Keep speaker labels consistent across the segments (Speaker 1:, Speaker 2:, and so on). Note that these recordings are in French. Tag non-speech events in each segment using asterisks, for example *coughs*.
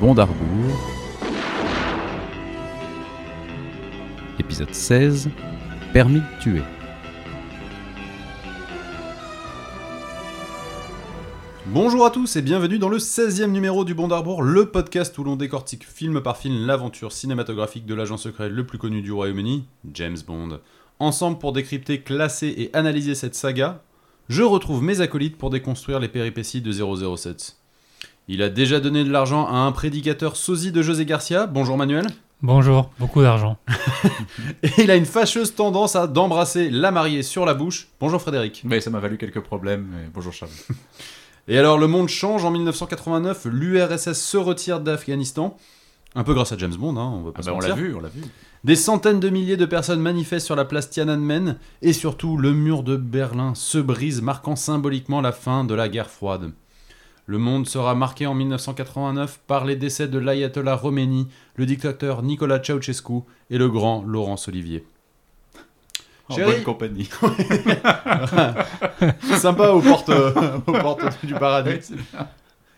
Speaker 1: Bond à rebours. Épisode 16 Permis de tuer.
Speaker 2: Bonjour à tous et bienvenue dans le 16e numéro du Bond Arbour, le podcast où l'on décortique film par film l'aventure cinématographique de l'agent secret le plus connu du Royaume-Uni, James Bond. Ensemble pour décrypter, classer et analyser cette saga, je retrouve mes acolytes pour déconstruire les péripéties de 007. Il a déjà donné de l'argent à un prédicateur sosie de José Garcia, bonjour Manuel,
Speaker 3: Bonjour, beaucoup d'argent.
Speaker 2: et il a une fâcheuse tendance à d'embrasser la mariée sur la bouche, bonjour Frédéric.
Speaker 4: Mais ça m'a valu quelques problèmes. mais bonjour Charles.
Speaker 2: Et alors le monde change en 1989, l'URSS se retire d'Afghanistan, un peu grâce à James Bond, hein, on va pas
Speaker 4: Ah
Speaker 2: se
Speaker 4: bah, on
Speaker 2: mentir.
Speaker 4: l'a vu, on l'a vu.
Speaker 2: Des centaines de milliers de personnes manifestent sur la place Tiananmen et surtout le mur de Berlin se brise marquant symboliquement la fin de la guerre froide. Le monde sera marqué en 1989 par les décès de l'ayatollah Khomeini, le dictateur Nicolas Ceausescu et le grand Laurence Olivier.
Speaker 4: En
Speaker 2: Chérie.
Speaker 4: bonne compagnie.
Speaker 2: Sympa aux portes, euh, *laughs* aux portes du paradis.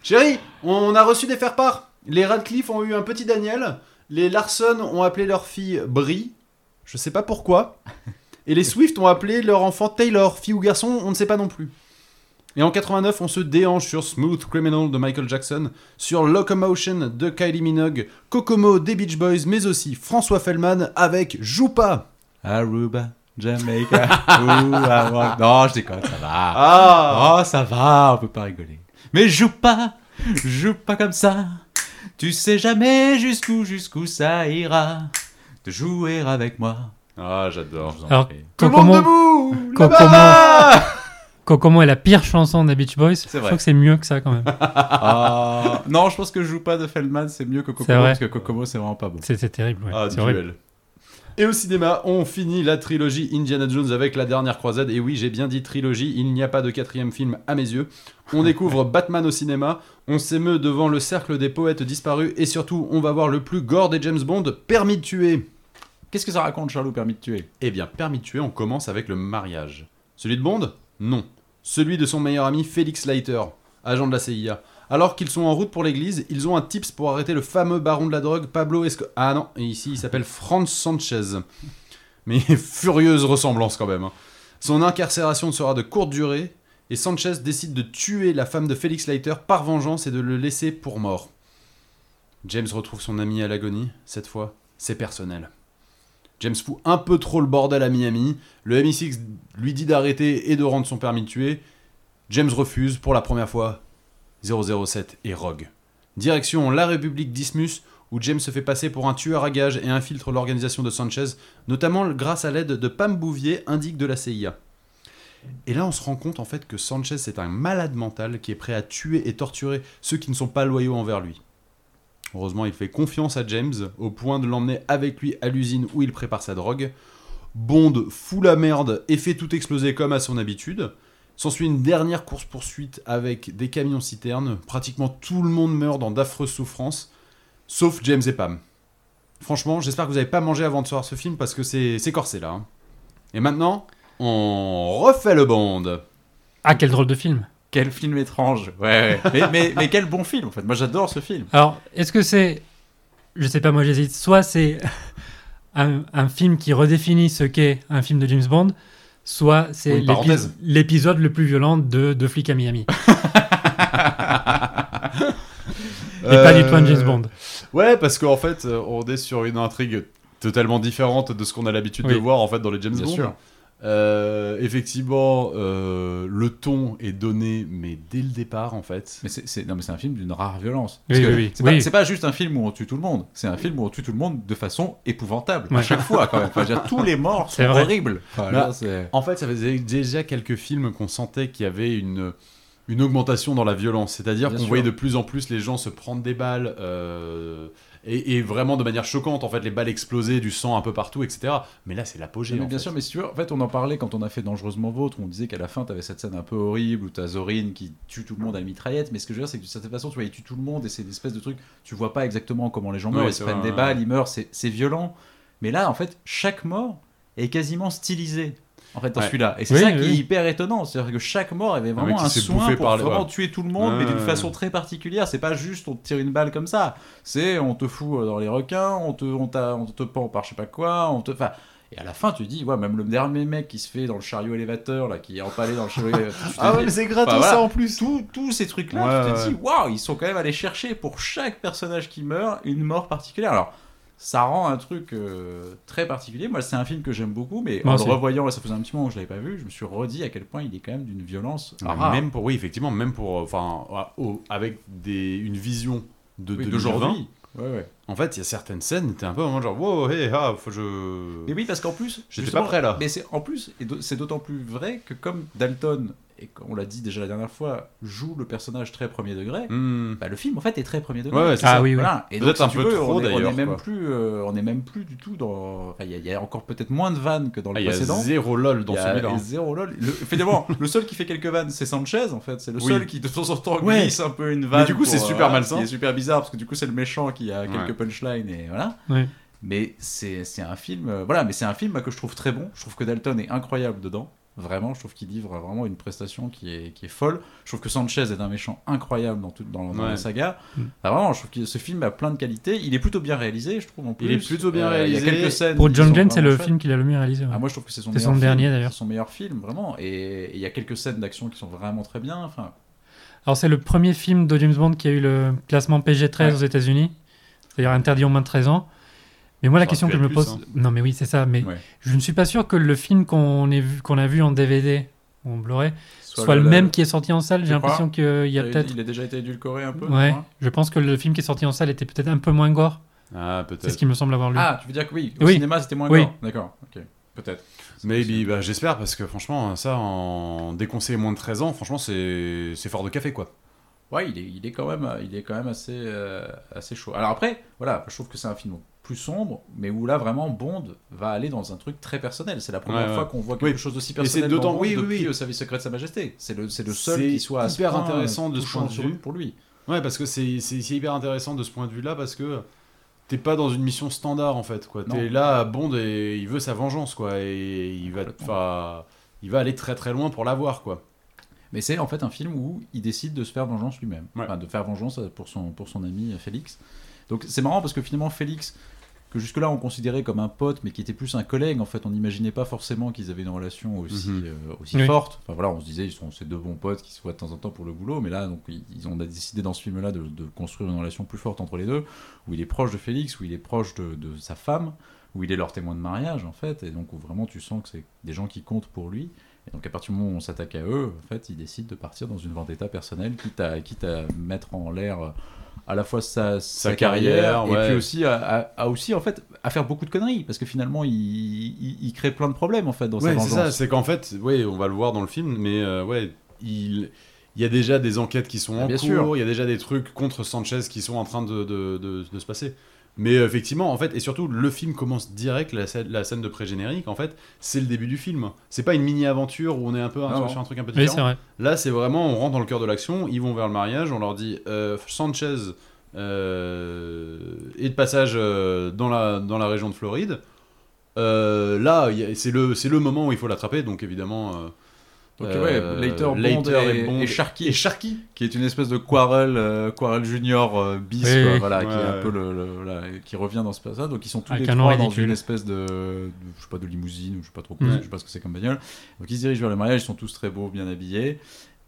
Speaker 2: Chérie, on a reçu des faire-part. Les Radcliffe ont eu un petit Daniel. Les Larson ont appelé leur fille Brie. Je sais pas pourquoi. Et les Swift ont appelé leur enfant Taylor, fille ou garçon, on ne sait pas non plus. Et en 89, on se déhanche sur Smooth Criminal de Michael Jackson, sur Locomotion de Kylie Minogue, Kokomo des Beach Boys, mais aussi François Fellman avec Joupa.
Speaker 4: Aruba, Jamaica. *laughs* ooh, I want- Non, je déconne, ça va.
Speaker 2: Ah
Speaker 4: Oh, ça va, on peut pas rigoler. Mais joue pas, joue pas comme ça. Tu sais jamais jusqu'où, jusqu'où ça ira. De jouer avec moi.
Speaker 2: Ah, j'adore.
Speaker 4: Je vous en
Speaker 3: Alors,
Speaker 4: prie.
Speaker 2: Tout le monde
Speaker 3: Kokomo,
Speaker 2: debout
Speaker 3: Kokomo.
Speaker 2: là-bas
Speaker 3: Kokomo est la pire chanson des Beach Boys. Je
Speaker 4: vrai.
Speaker 3: crois que c'est mieux que ça quand même.
Speaker 4: Ah, *laughs* non, je pense que joue pas de Feldman, c'est mieux que Kokomo,
Speaker 3: C'est vrai.
Speaker 4: parce que Kokomo, c'est vraiment pas beau.
Speaker 3: C'est c'est terrible. ouais.
Speaker 2: Ah,
Speaker 3: c'est horrible.
Speaker 2: duel. Et au cinéma, on finit la trilogie Indiana Jones avec la dernière croisade. Et oui, j'ai bien dit trilogie, il n'y a pas de quatrième film à mes yeux. On *laughs* découvre Batman au cinéma, on s'émeut devant le cercle des poètes disparus, et surtout, on va voir le plus gore des James Bond, Permis de tuer.
Speaker 4: Qu'est-ce que ça raconte, Charlot, permis de tuer
Speaker 2: Eh bien, Permis de tuer, on commence avec le mariage. Celui de Bond Non. Celui de son meilleur ami Félix Leiter, agent de la CIA. Alors qu'ils sont en route pour l'église, ils ont un tips pour arrêter le fameux baron de la drogue Pablo Escobar. Ah non, et ici il s'appelle Franz Sanchez. Mais *laughs* furieuse ressemblance quand même. hein. Son incarcération sera de courte durée et Sanchez décide de tuer la femme de Félix Leiter par vengeance et de le laisser pour mort. James retrouve son ami à l'agonie, cette fois, c'est personnel. James fout un peu trop le bordel à Miami, le MI6 lui dit d'arrêter et de rendre son permis de tuer. James refuse pour la première fois. 007 et Rogue. Direction la République d'Ismus, où James se fait passer pour un tueur à gages et infiltre l'organisation de Sanchez, notamment grâce à l'aide de Pam Bouvier, indique de la CIA. Et là, on se rend compte en fait que Sanchez est un malade mental qui est prêt à tuer et torturer ceux qui ne sont pas loyaux envers lui. Heureusement, il fait confiance à James, au point de l'emmener avec lui à l'usine où il prépare sa drogue. Bond fout la merde et fait tout exploser comme à son habitude. S'ensuit une dernière course-poursuite avec des camions-citernes. Pratiquement tout le monde meurt dans d'affreuses souffrances, sauf James et Pam. Franchement, j'espère que vous n'avez pas mangé avant de voir ce film parce que c'est c'est corsé là. hein. Et maintenant, on refait le Bond.
Speaker 3: Ah, quel drôle de film.
Speaker 4: Quel film étrange. Ouais, ouais. mais, mais, mais quel bon film, en fait. Moi, j'adore ce film.
Speaker 3: Alors, est-ce que c'est. Je sais pas, moi j'hésite. Soit c'est *laughs* un, un film qui redéfinit ce qu'est un film de James Bond, soit c'est
Speaker 2: Ou une
Speaker 3: l'épis-
Speaker 2: parenthèse.
Speaker 3: l'épisode le plus violent de, de Flic à Miami. Et pas du tout
Speaker 2: Euh,
Speaker 3: un James Bond.
Speaker 2: Ouais, parce qu'en fait, euh, on est sur une intrigue totalement différente de ce qu'on a l'habitude de
Speaker 3: Oui.
Speaker 2: voir en fait dans les James
Speaker 4: Bien
Speaker 2: Bond.
Speaker 4: sûr.
Speaker 2: Euh, effectivement, euh, le ton est donné, mais dès le départ en fait.
Speaker 4: Mais c'est- c'est non, mais c'est un film d'une rare violence.
Speaker 3: Oui,
Speaker 4: que
Speaker 3: oui, oui.
Speaker 4: C'est pas-
Speaker 3: Oui.
Speaker 4: c'est pas, juste un film où on tue tout le monde. C'est un film où on tue tout le monde de façon épouvantable à
Speaker 3: Ouais.
Speaker 4: chaque fois. Quand même. Enfin, je veux dire, tous les morts sont
Speaker 3: C'est vrai.
Speaker 4: horribles. Enfin,
Speaker 2: Bah,
Speaker 4: là, c'est-
Speaker 2: En fait, ça faisait déjà quelques films qu'on sentait qu'il y avait une, une augmentation dans la violence. C'est-à-dire
Speaker 4: Bien
Speaker 2: qu'on
Speaker 4: sûr.
Speaker 2: voyait de plus en plus les gens se prendre des balles. euh, et, et vraiment de manière choquante, en fait, les balles exploser, du sang un peu partout, etc. Mais là, c'est l'apogée.
Speaker 4: Ah, Mais
Speaker 2: en
Speaker 4: bien
Speaker 2: fait.
Speaker 4: sûr, mais si tu veux, en fait, on en parlait quand on a fait Dangereusement Vôtre, on disait qu'à la fin, t'avais cette scène un peu horrible où t'as Zorin qui tue tout le monde à la mitraillette, mais ce que je veux dire, c'est que d'une certaine façon, tu vois, il tue tout le monde et c'est une espèce de truc, tu vois pas exactement comment les gens meurent,
Speaker 2: Ouais,
Speaker 4: ils se
Speaker 2: c'est
Speaker 4: prennent
Speaker 2: vrai,
Speaker 4: des
Speaker 2: ouais.
Speaker 4: balles, ils meurent, c'est c'est violent. Mais là, en fait, chaque mort est quasiment stylisée. en fait dans
Speaker 2: Ouais.
Speaker 4: celui-là. Et c'est
Speaker 3: Oui,
Speaker 4: ça
Speaker 3: oui,
Speaker 4: qui est
Speaker 3: oui.
Speaker 4: hyper étonnant, c'est-à-dire que chaque mort avait
Speaker 2: mec
Speaker 4: vraiment
Speaker 2: qui
Speaker 4: un
Speaker 2: s'est
Speaker 4: soin
Speaker 2: bouffé
Speaker 4: pour
Speaker 2: par les-
Speaker 4: vraiment
Speaker 2: ouais.
Speaker 4: tuer tout le monde, mais d'une
Speaker 2: Ouais.
Speaker 4: façon très particulière. C'est pas juste on te tire une balle comme ça. C'est on te fout euh, dans les requins, on te on, t'a- on te pend par je sais pas quoi, on te enfin et à la fin, tu dis, ouais, même le dernier mec qui se fait dans le chariot élévateur, là, qui est empalé dans le chariot élévateur. tu te dis,
Speaker 2: Ah c'est gratos
Speaker 4: Enfin, Bah voilà.
Speaker 2: en plus.
Speaker 4: tous tous ces trucs-là,
Speaker 2: Ouais,
Speaker 4: tu te
Speaker 2: ouais.
Speaker 4: dis, waouh, ils sont quand même allés chercher pour chaque personnage qui meurt une mort particulière. Alors, ça rend un truc euh, très particulier. Moi, c'est un film que j'aime beaucoup, mais
Speaker 3: Moi
Speaker 4: en
Speaker 3: aussi.
Speaker 4: le revoyant, et ça faisait un petit moment que je l'avais pas vu, je me suis redit à quel point il est quand même d'une violence
Speaker 2: Ah,
Speaker 4: rare.
Speaker 2: même pour oui effectivement même pour euh, enfin ah, oh, avec des une vision de
Speaker 4: Oui,
Speaker 2: 2020
Speaker 4: d'aujourd'hui. Ouais, ouais.
Speaker 2: en fait il y a certaines scènes t'es un peu vraiment genre wow hey ah faut que je
Speaker 4: Mais oui, parce qu'en plus,
Speaker 2: J'étais
Speaker 4: justement,
Speaker 2: pas prêt, là.
Speaker 4: Mais c'est en plus, et d'au- c'est d'autant plus vrai que comme Dalton, et on l'a dit déjà la dernière fois, joue le personnage très premier degré.
Speaker 2: Hmm.
Speaker 4: Bah, le film en fait est très premier degré.
Speaker 2: ouais, ouais, c'est
Speaker 3: Ah
Speaker 2: ça.
Speaker 3: oui, oui.
Speaker 4: Voilà. Et donc,
Speaker 2: Peut-être
Speaker 4: si
Speaker 2: un
Speaker 4: tu
Speaker 2: peu
Speaker 4: veux,
Speaker 2: trop,
Speaker 4: on est, on est
Speaker 2: d'ailleurs,
Speaker 4: même
Speaker 2: quoi.
Speaker 4: plus, euh, on est même plus du tout dans. Enfin, il y, a- il y a encore peut-être moins de vannes que dans le
Speaker 2: Ah, il y a
Speaker 4: précédent.
Speaker 2: zéro lol dans
Speaker 4: Il y a
Speaker 2: celui-là hein.
Speaker 4: zéro lol. Le, finalement, le seul qui fait quelques vannes, c'est Sanchez en fait. C'est le
Speaker 2: Oui.
Speaker 4: seul qui de temps en temps
Speaker 2: Ouais.
Speaker 4: glisse un peu une vanne.
Speaker 2: Mais du coup, c'est super malsain.
Speaker 4: C'est super bizarre parce que du coup, c'est le méchant qui a quelques
Speaker 2: Ouais.
Speaker 4: punchlines et voilà.
Speaker 3: Ouais.
Speaker 4: Mais c'est c'est un film, euh, voilà, mais c'est un film moi, que je trouve très bon. Je trouve que Dalton est incroyable dedans. Vraiment, je trouve qu'il livre euh, vraiment une prestation qui est, qui est folle. Je trouve que Sanchez est un méchant incroyable dans, tout, dans, dans
Speaker 2: Ouais.
Speaker 4: la saga.
Speaker 3: Mm.
Speaker 4: Enfin, vraiment, je trouve que ce film a plein de qualités. Il est plutôt bien réalisé, je trouve en plus. Euh,
Speaker 2: Il est plutôt bien
Speaker 4: Il
Speaker 2: réalisé.
Speaker 4: y a quelques scènes.
Speaker 3: Pour
Speaker 4: qui
Speaker 3: John
Speaker 4: sont
Speaker 3: Glenn, c'est
Speaker 4: vraiment
Speaker 3: le
Speaker 4: chouettes.
Speaker 3: film qu'il a le mieux réalisé. ouais.
Speaker 4: Ah, moi, je trouve que c'est son,
Speaker 3: C'est son
Speaker 4: meilleur film.
Speaker 3: dernier, d'ailleurs.
Speaker 4: C'est Son meilleur film, vraiment. Et et il y a quelques scènes d'action qui sont vraiment très bien. Enfin,
Speaker 3: Alors, c'est le premier film de James Bond qui a eu le classement PG-13
Speaker 4: Ouais.
Speaker 3: aux États-Unis, c'est-à-dire interdit aux moins de 13 ans. Mais moi,
Speaker 2: Ça
Speaker 3: la
Speaker 2: aurait
Speaker 3: question
Speaker 2: pu
Speaker 3: que je
Speaker 2: être
Speaker 3: me
Speaker 2: plus,
Speaker 3: pose.
Speaker 2: hein.
Speaker 3: Non, mais oui, c'est ça. Mais
Speaker 4: Ouais.
Speaker 3: je ne suis pas sûr que le film qu'on ait vu- qu'on a vu en DVD ou en Blu-ray soit, le, même qui est sorti en salle.
Speaker 4: Tu
Speaker 3: J'ai
Speaker 4: crois
Speaker 3: l'impression qu'il y a
Speaker 4: il-
Speaker 3: peut-être.
Speaker 4: Il a déjà été édulcoré un peu.
Speaker 3: Ouais,
Speaker 4: je crois.
Speaker 3: je pense que le film qui est sorti en salle était peut-être un peu moins gore.
Speaker 2: ah
Speaker 3: C'est ce
Speaker 2: peut-être
Speaker 3: qui me semble avoir lu.
Speaker 4: Ah, tu veux dire que oui, au
Speaker 3: Oui.
Speaker 4: cinéma, c'était moins
Speaker 3: Oui.
Speaker 4: gore. D'accord, ok, peut-être.
Speaker 2: maybe bah, j'espère parce que franchement ça en déconseiller moins de 13 ans franchement c'est c'est fort de café quoi
Speaker 4: Ouais, il est, il est quand même, il est quand même assez, euh, assez chaud. Alors après, voilà, je trouve que c'est un film plus sombre, mais où là vraiment Bond va aller dans un truc très personnel. C'est la première
Speaker 2: Ouais,
Speaker 4: fois
Speaker 2: ouais.
Speaker 4: qu'on voit quelque
Speaker 2: Oui.
Speaker 4: chose d'aussi
Speaker 2: c'est
Speaker 4: personnel
Speaker 2: dedans-
Speaker 4: dans Bond
Speaker 2: oui, oui,
Speaker 4: depuis
Speaker 2: oui.
Speaker 4: le service secret de Sa Majesté. C'est le, c'est le seul
Speaker 2: C'est
Speaker 4: qui soit à ce
Speaker 2: hyper
Speaker 4: point, euh,
Speaker 2: intéressant de ce
Speaker 4: touchant
Speaker 2: point de
Speaker 4: sur-
Speaker 2: vue.
Speaker 4: pour lui.
Speaker 2: Ouais, parce que c'est c'est- c'est hyper intéressant de ce point de vue-là, parce que t'es pas dans une mission standard, en fait, quoi. T'es
Speaker 4: Non.
Speaker 2: là, Bond, et il veut sa vengeance, quoi, et il va,
Speaker 4: Complètement.
Speaker 2: enfin, il va aller très très loin pour l'avoir, quoi.
Speaker 4: Mais c'est en fait un film où il décide de se faire vengeance lui-même,
Speaker 2: Ouais.
Speaker 4: Enfin, de faire vengeance euh, pour son, pour son ami euh, Félix. Donc c'est marrant parce que finalement Félix, que jusque-là on considérait comme un pote, mais qui était plus un collègue, en fait on n'imaginait pas forcément qu'ils avaient une relation aussi,
Speaker 2: Mhm.
Speaker 4: euh, aussi
Speaker 3: Oui.
Speaker 4: forte. Enfin voilà, on se disait ils sont ces deux bons potes qui se voient de temps en temps pour le boulot, mais là donc ils, ils- on a décidé dans ce film-là de, de construire une relation plus forte entre les deux, où il est proche de Félix, où il est proche de, de sa femme, où il est leur témoin de mariage en fait, et donc où vraiment tu sens que c'est des gens qui comptent pour lui. Et donc à partir du moment où on s'attaque à eux, en fait, ils décident de partir dans une vendetta personnelle, quitte à, quitte à mettre en l'air euh, à la fois sa, sa,
Speaker 2: Sa
Speaker 4: carrière,
Speaker 2: carrière, ouais.
Speaker 4: et puis aussi à, à- à aussi en fait à faire beaucoup de conneries, parce que finalement il, il, il crée plein de problèmes en fait dans sa
Speaker 2: Ouais, c'est
Speaker 4: vengeance.
Speaker 2: ça, c'est qu'en fait, ouais, on va le voir dans le film, mais euh, ouais, il... Il y a déjà des enquêtes qui sont
Speaker 4: Ah,
Speaker 2: en
Speaker 4: bien
Speaker 2: cours,
Speaker 4: sûr.
Speaker 2: il y a déjà des trucs contre Sanchez qui sont en train de, de- de- de se passer. Mais euh, effectivement, en fait, et surtout, le film commence direct, la scène, la scène de pré-générique, en fait, c'est le début du film. C'est pas une mini-aventure où on est un peu un-
Speaker 4: Non, non.
Speaker 2: sur un truc un peu
Speaker 3: oui,
Speaker 2: différent.
Speaker 3: c'est vrai.
Speaker 2: Là, c'est vraiment, on rentre dans le cœur de l'action, ils vont vers le mariage, on leur dit euh, Sanchez euh, est de passage euh, dans, la, dans la région de Floride. Euh, là, il y a- c'est le, c'est le moment où il faut l'attraper, donc évidemment. euh,
Speaker 4: Donc
Speaker 2: euh,
Speaker 4: ouais, Later, Bond
Speaker 2: Leiter
Speaker 4: et, et Sharky,
Speaker 2: et Sharky.
Speaker 4: qui est une espèce de Quarrel, euh, Quarrel Junior euh, bis,
Speaker 3: Oui,
Speaker 4: quoi,
Speaker 3: oui.
Speaker 4: voilà, qui est un
Speaker 2: Ouais.
Speaker 4: peu le, le- voilà, qui revient dans ce passage. Donc ils sont tous
Speaker 3: Avec
Speaker 4: les
Speaker 3: un
Speaker 4: trois
Speaker 3: nom
Speaker 4: dans
Speaker 3: ridicule.
Speaker 4: une espèce de, de- je sais pas, de limousine ou je sais pas trop,
Speaker 3: Mm.
Speaker 4: je sais pas ce que c'est comme bagnole. Donc ils se dirigent vers le mariage, ils sont tous très beaux, bien habillés.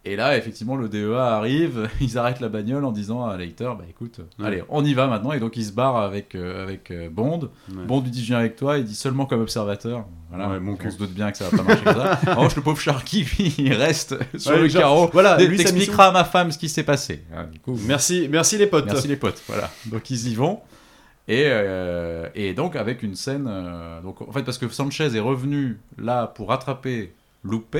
Speaker 4: Et là, effectivement, le DEA arrive, *laughs* ils arrêtent la bagnole en disant à Leiter, bah écoute,
Speaker 2: Ouais.
Speaker 4: allez, on y va maintenant. Et donc il se barre avec euh, avec euh, Bond.
Speaker 2: Ouais.
Speaker 4: Bond lui dit je viens avec toi, il dit seulement comme observateur. Voilà,
Speaker 2: Ouais, mon
Speaker 4: on
Speaker 2: cul.
Speaker 4: se doute bien que ça va pas marcher comme
Speaker 2: *laughs*
Speaker 4: ça. En revanche, le pauvre Sharky, lui, il reste sur
Speaker 2: Ouais,
Speaker 4: le
Speaker 2: genre,
Speaker 4: carreau.
Speaker 2: Voilà,
Speaker 4: Dès-
Speaker 2: Ah, lui, sa
Speaker 4: T'expliqueras à ma femme ce qui s'est passé. Ah, du coup,
Speaker 2: mission. Merci, merci les potes.
Speaker 4: merci les potes. Voilà. Donc ils y vont. Et, euh, et donc avec une scène. euh, donc, en fait, parce que Sanchez est revenu là pour attraper Lupe,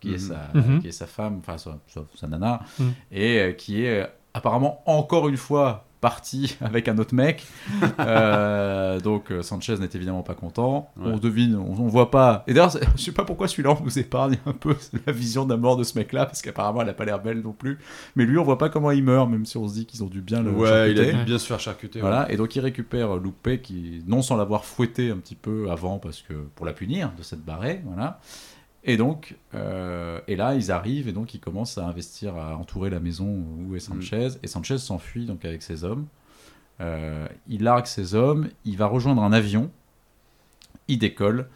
Speaker 4: qui, est,
Speaker 2: Mhm.
Speaker 4: sa,
Speaker 3: Mhm.
Speaker 4: qui est sa femme, enfin sa, sa- sa nana,
Speaker 3: Mhm.
Speaker 4: et euh, qui est euh, apparemment encore une fois parti *laughs* avec un autre mec. *laughs* Euh, donc euh, Sanchez n'est évidemment pas content.
Speaker 2: Ouais.
Speaker 4: On devine, on, on voit pas. Et d'ailleurs, c'est- *laughs* je sais pas pourquoi celui-là on nous épargne un peu *laughs* la vision de la mort de ce mec-là, parce qu'apparemment elle a pas l'air belle non plus. Mais lui, on voit pas comment il meurt, même si on se dit qu'ils ont dû bien le.
Speaker 2: Ouais, il a
Speaker 4: charcuter.
Speaker 2: dû bien se faire charcuter. ouais.
Speaker 4: Voilà, et donc il récupère Loupé, qui, non sans l'avoir fouetté un petit peu avant, parce que pour la punir de cette barrée, voilà. Et donc, euh, et là, ils arrivent et donc ils commencent à investir, à entourer la maison où est Sanchez.
Speaker 2: Mm.
Speaker 4: Et Sanchez s'enfuit donc avec ses hommes. Euh, il largue ses hommes, il va rejoindre un avion, il décolle.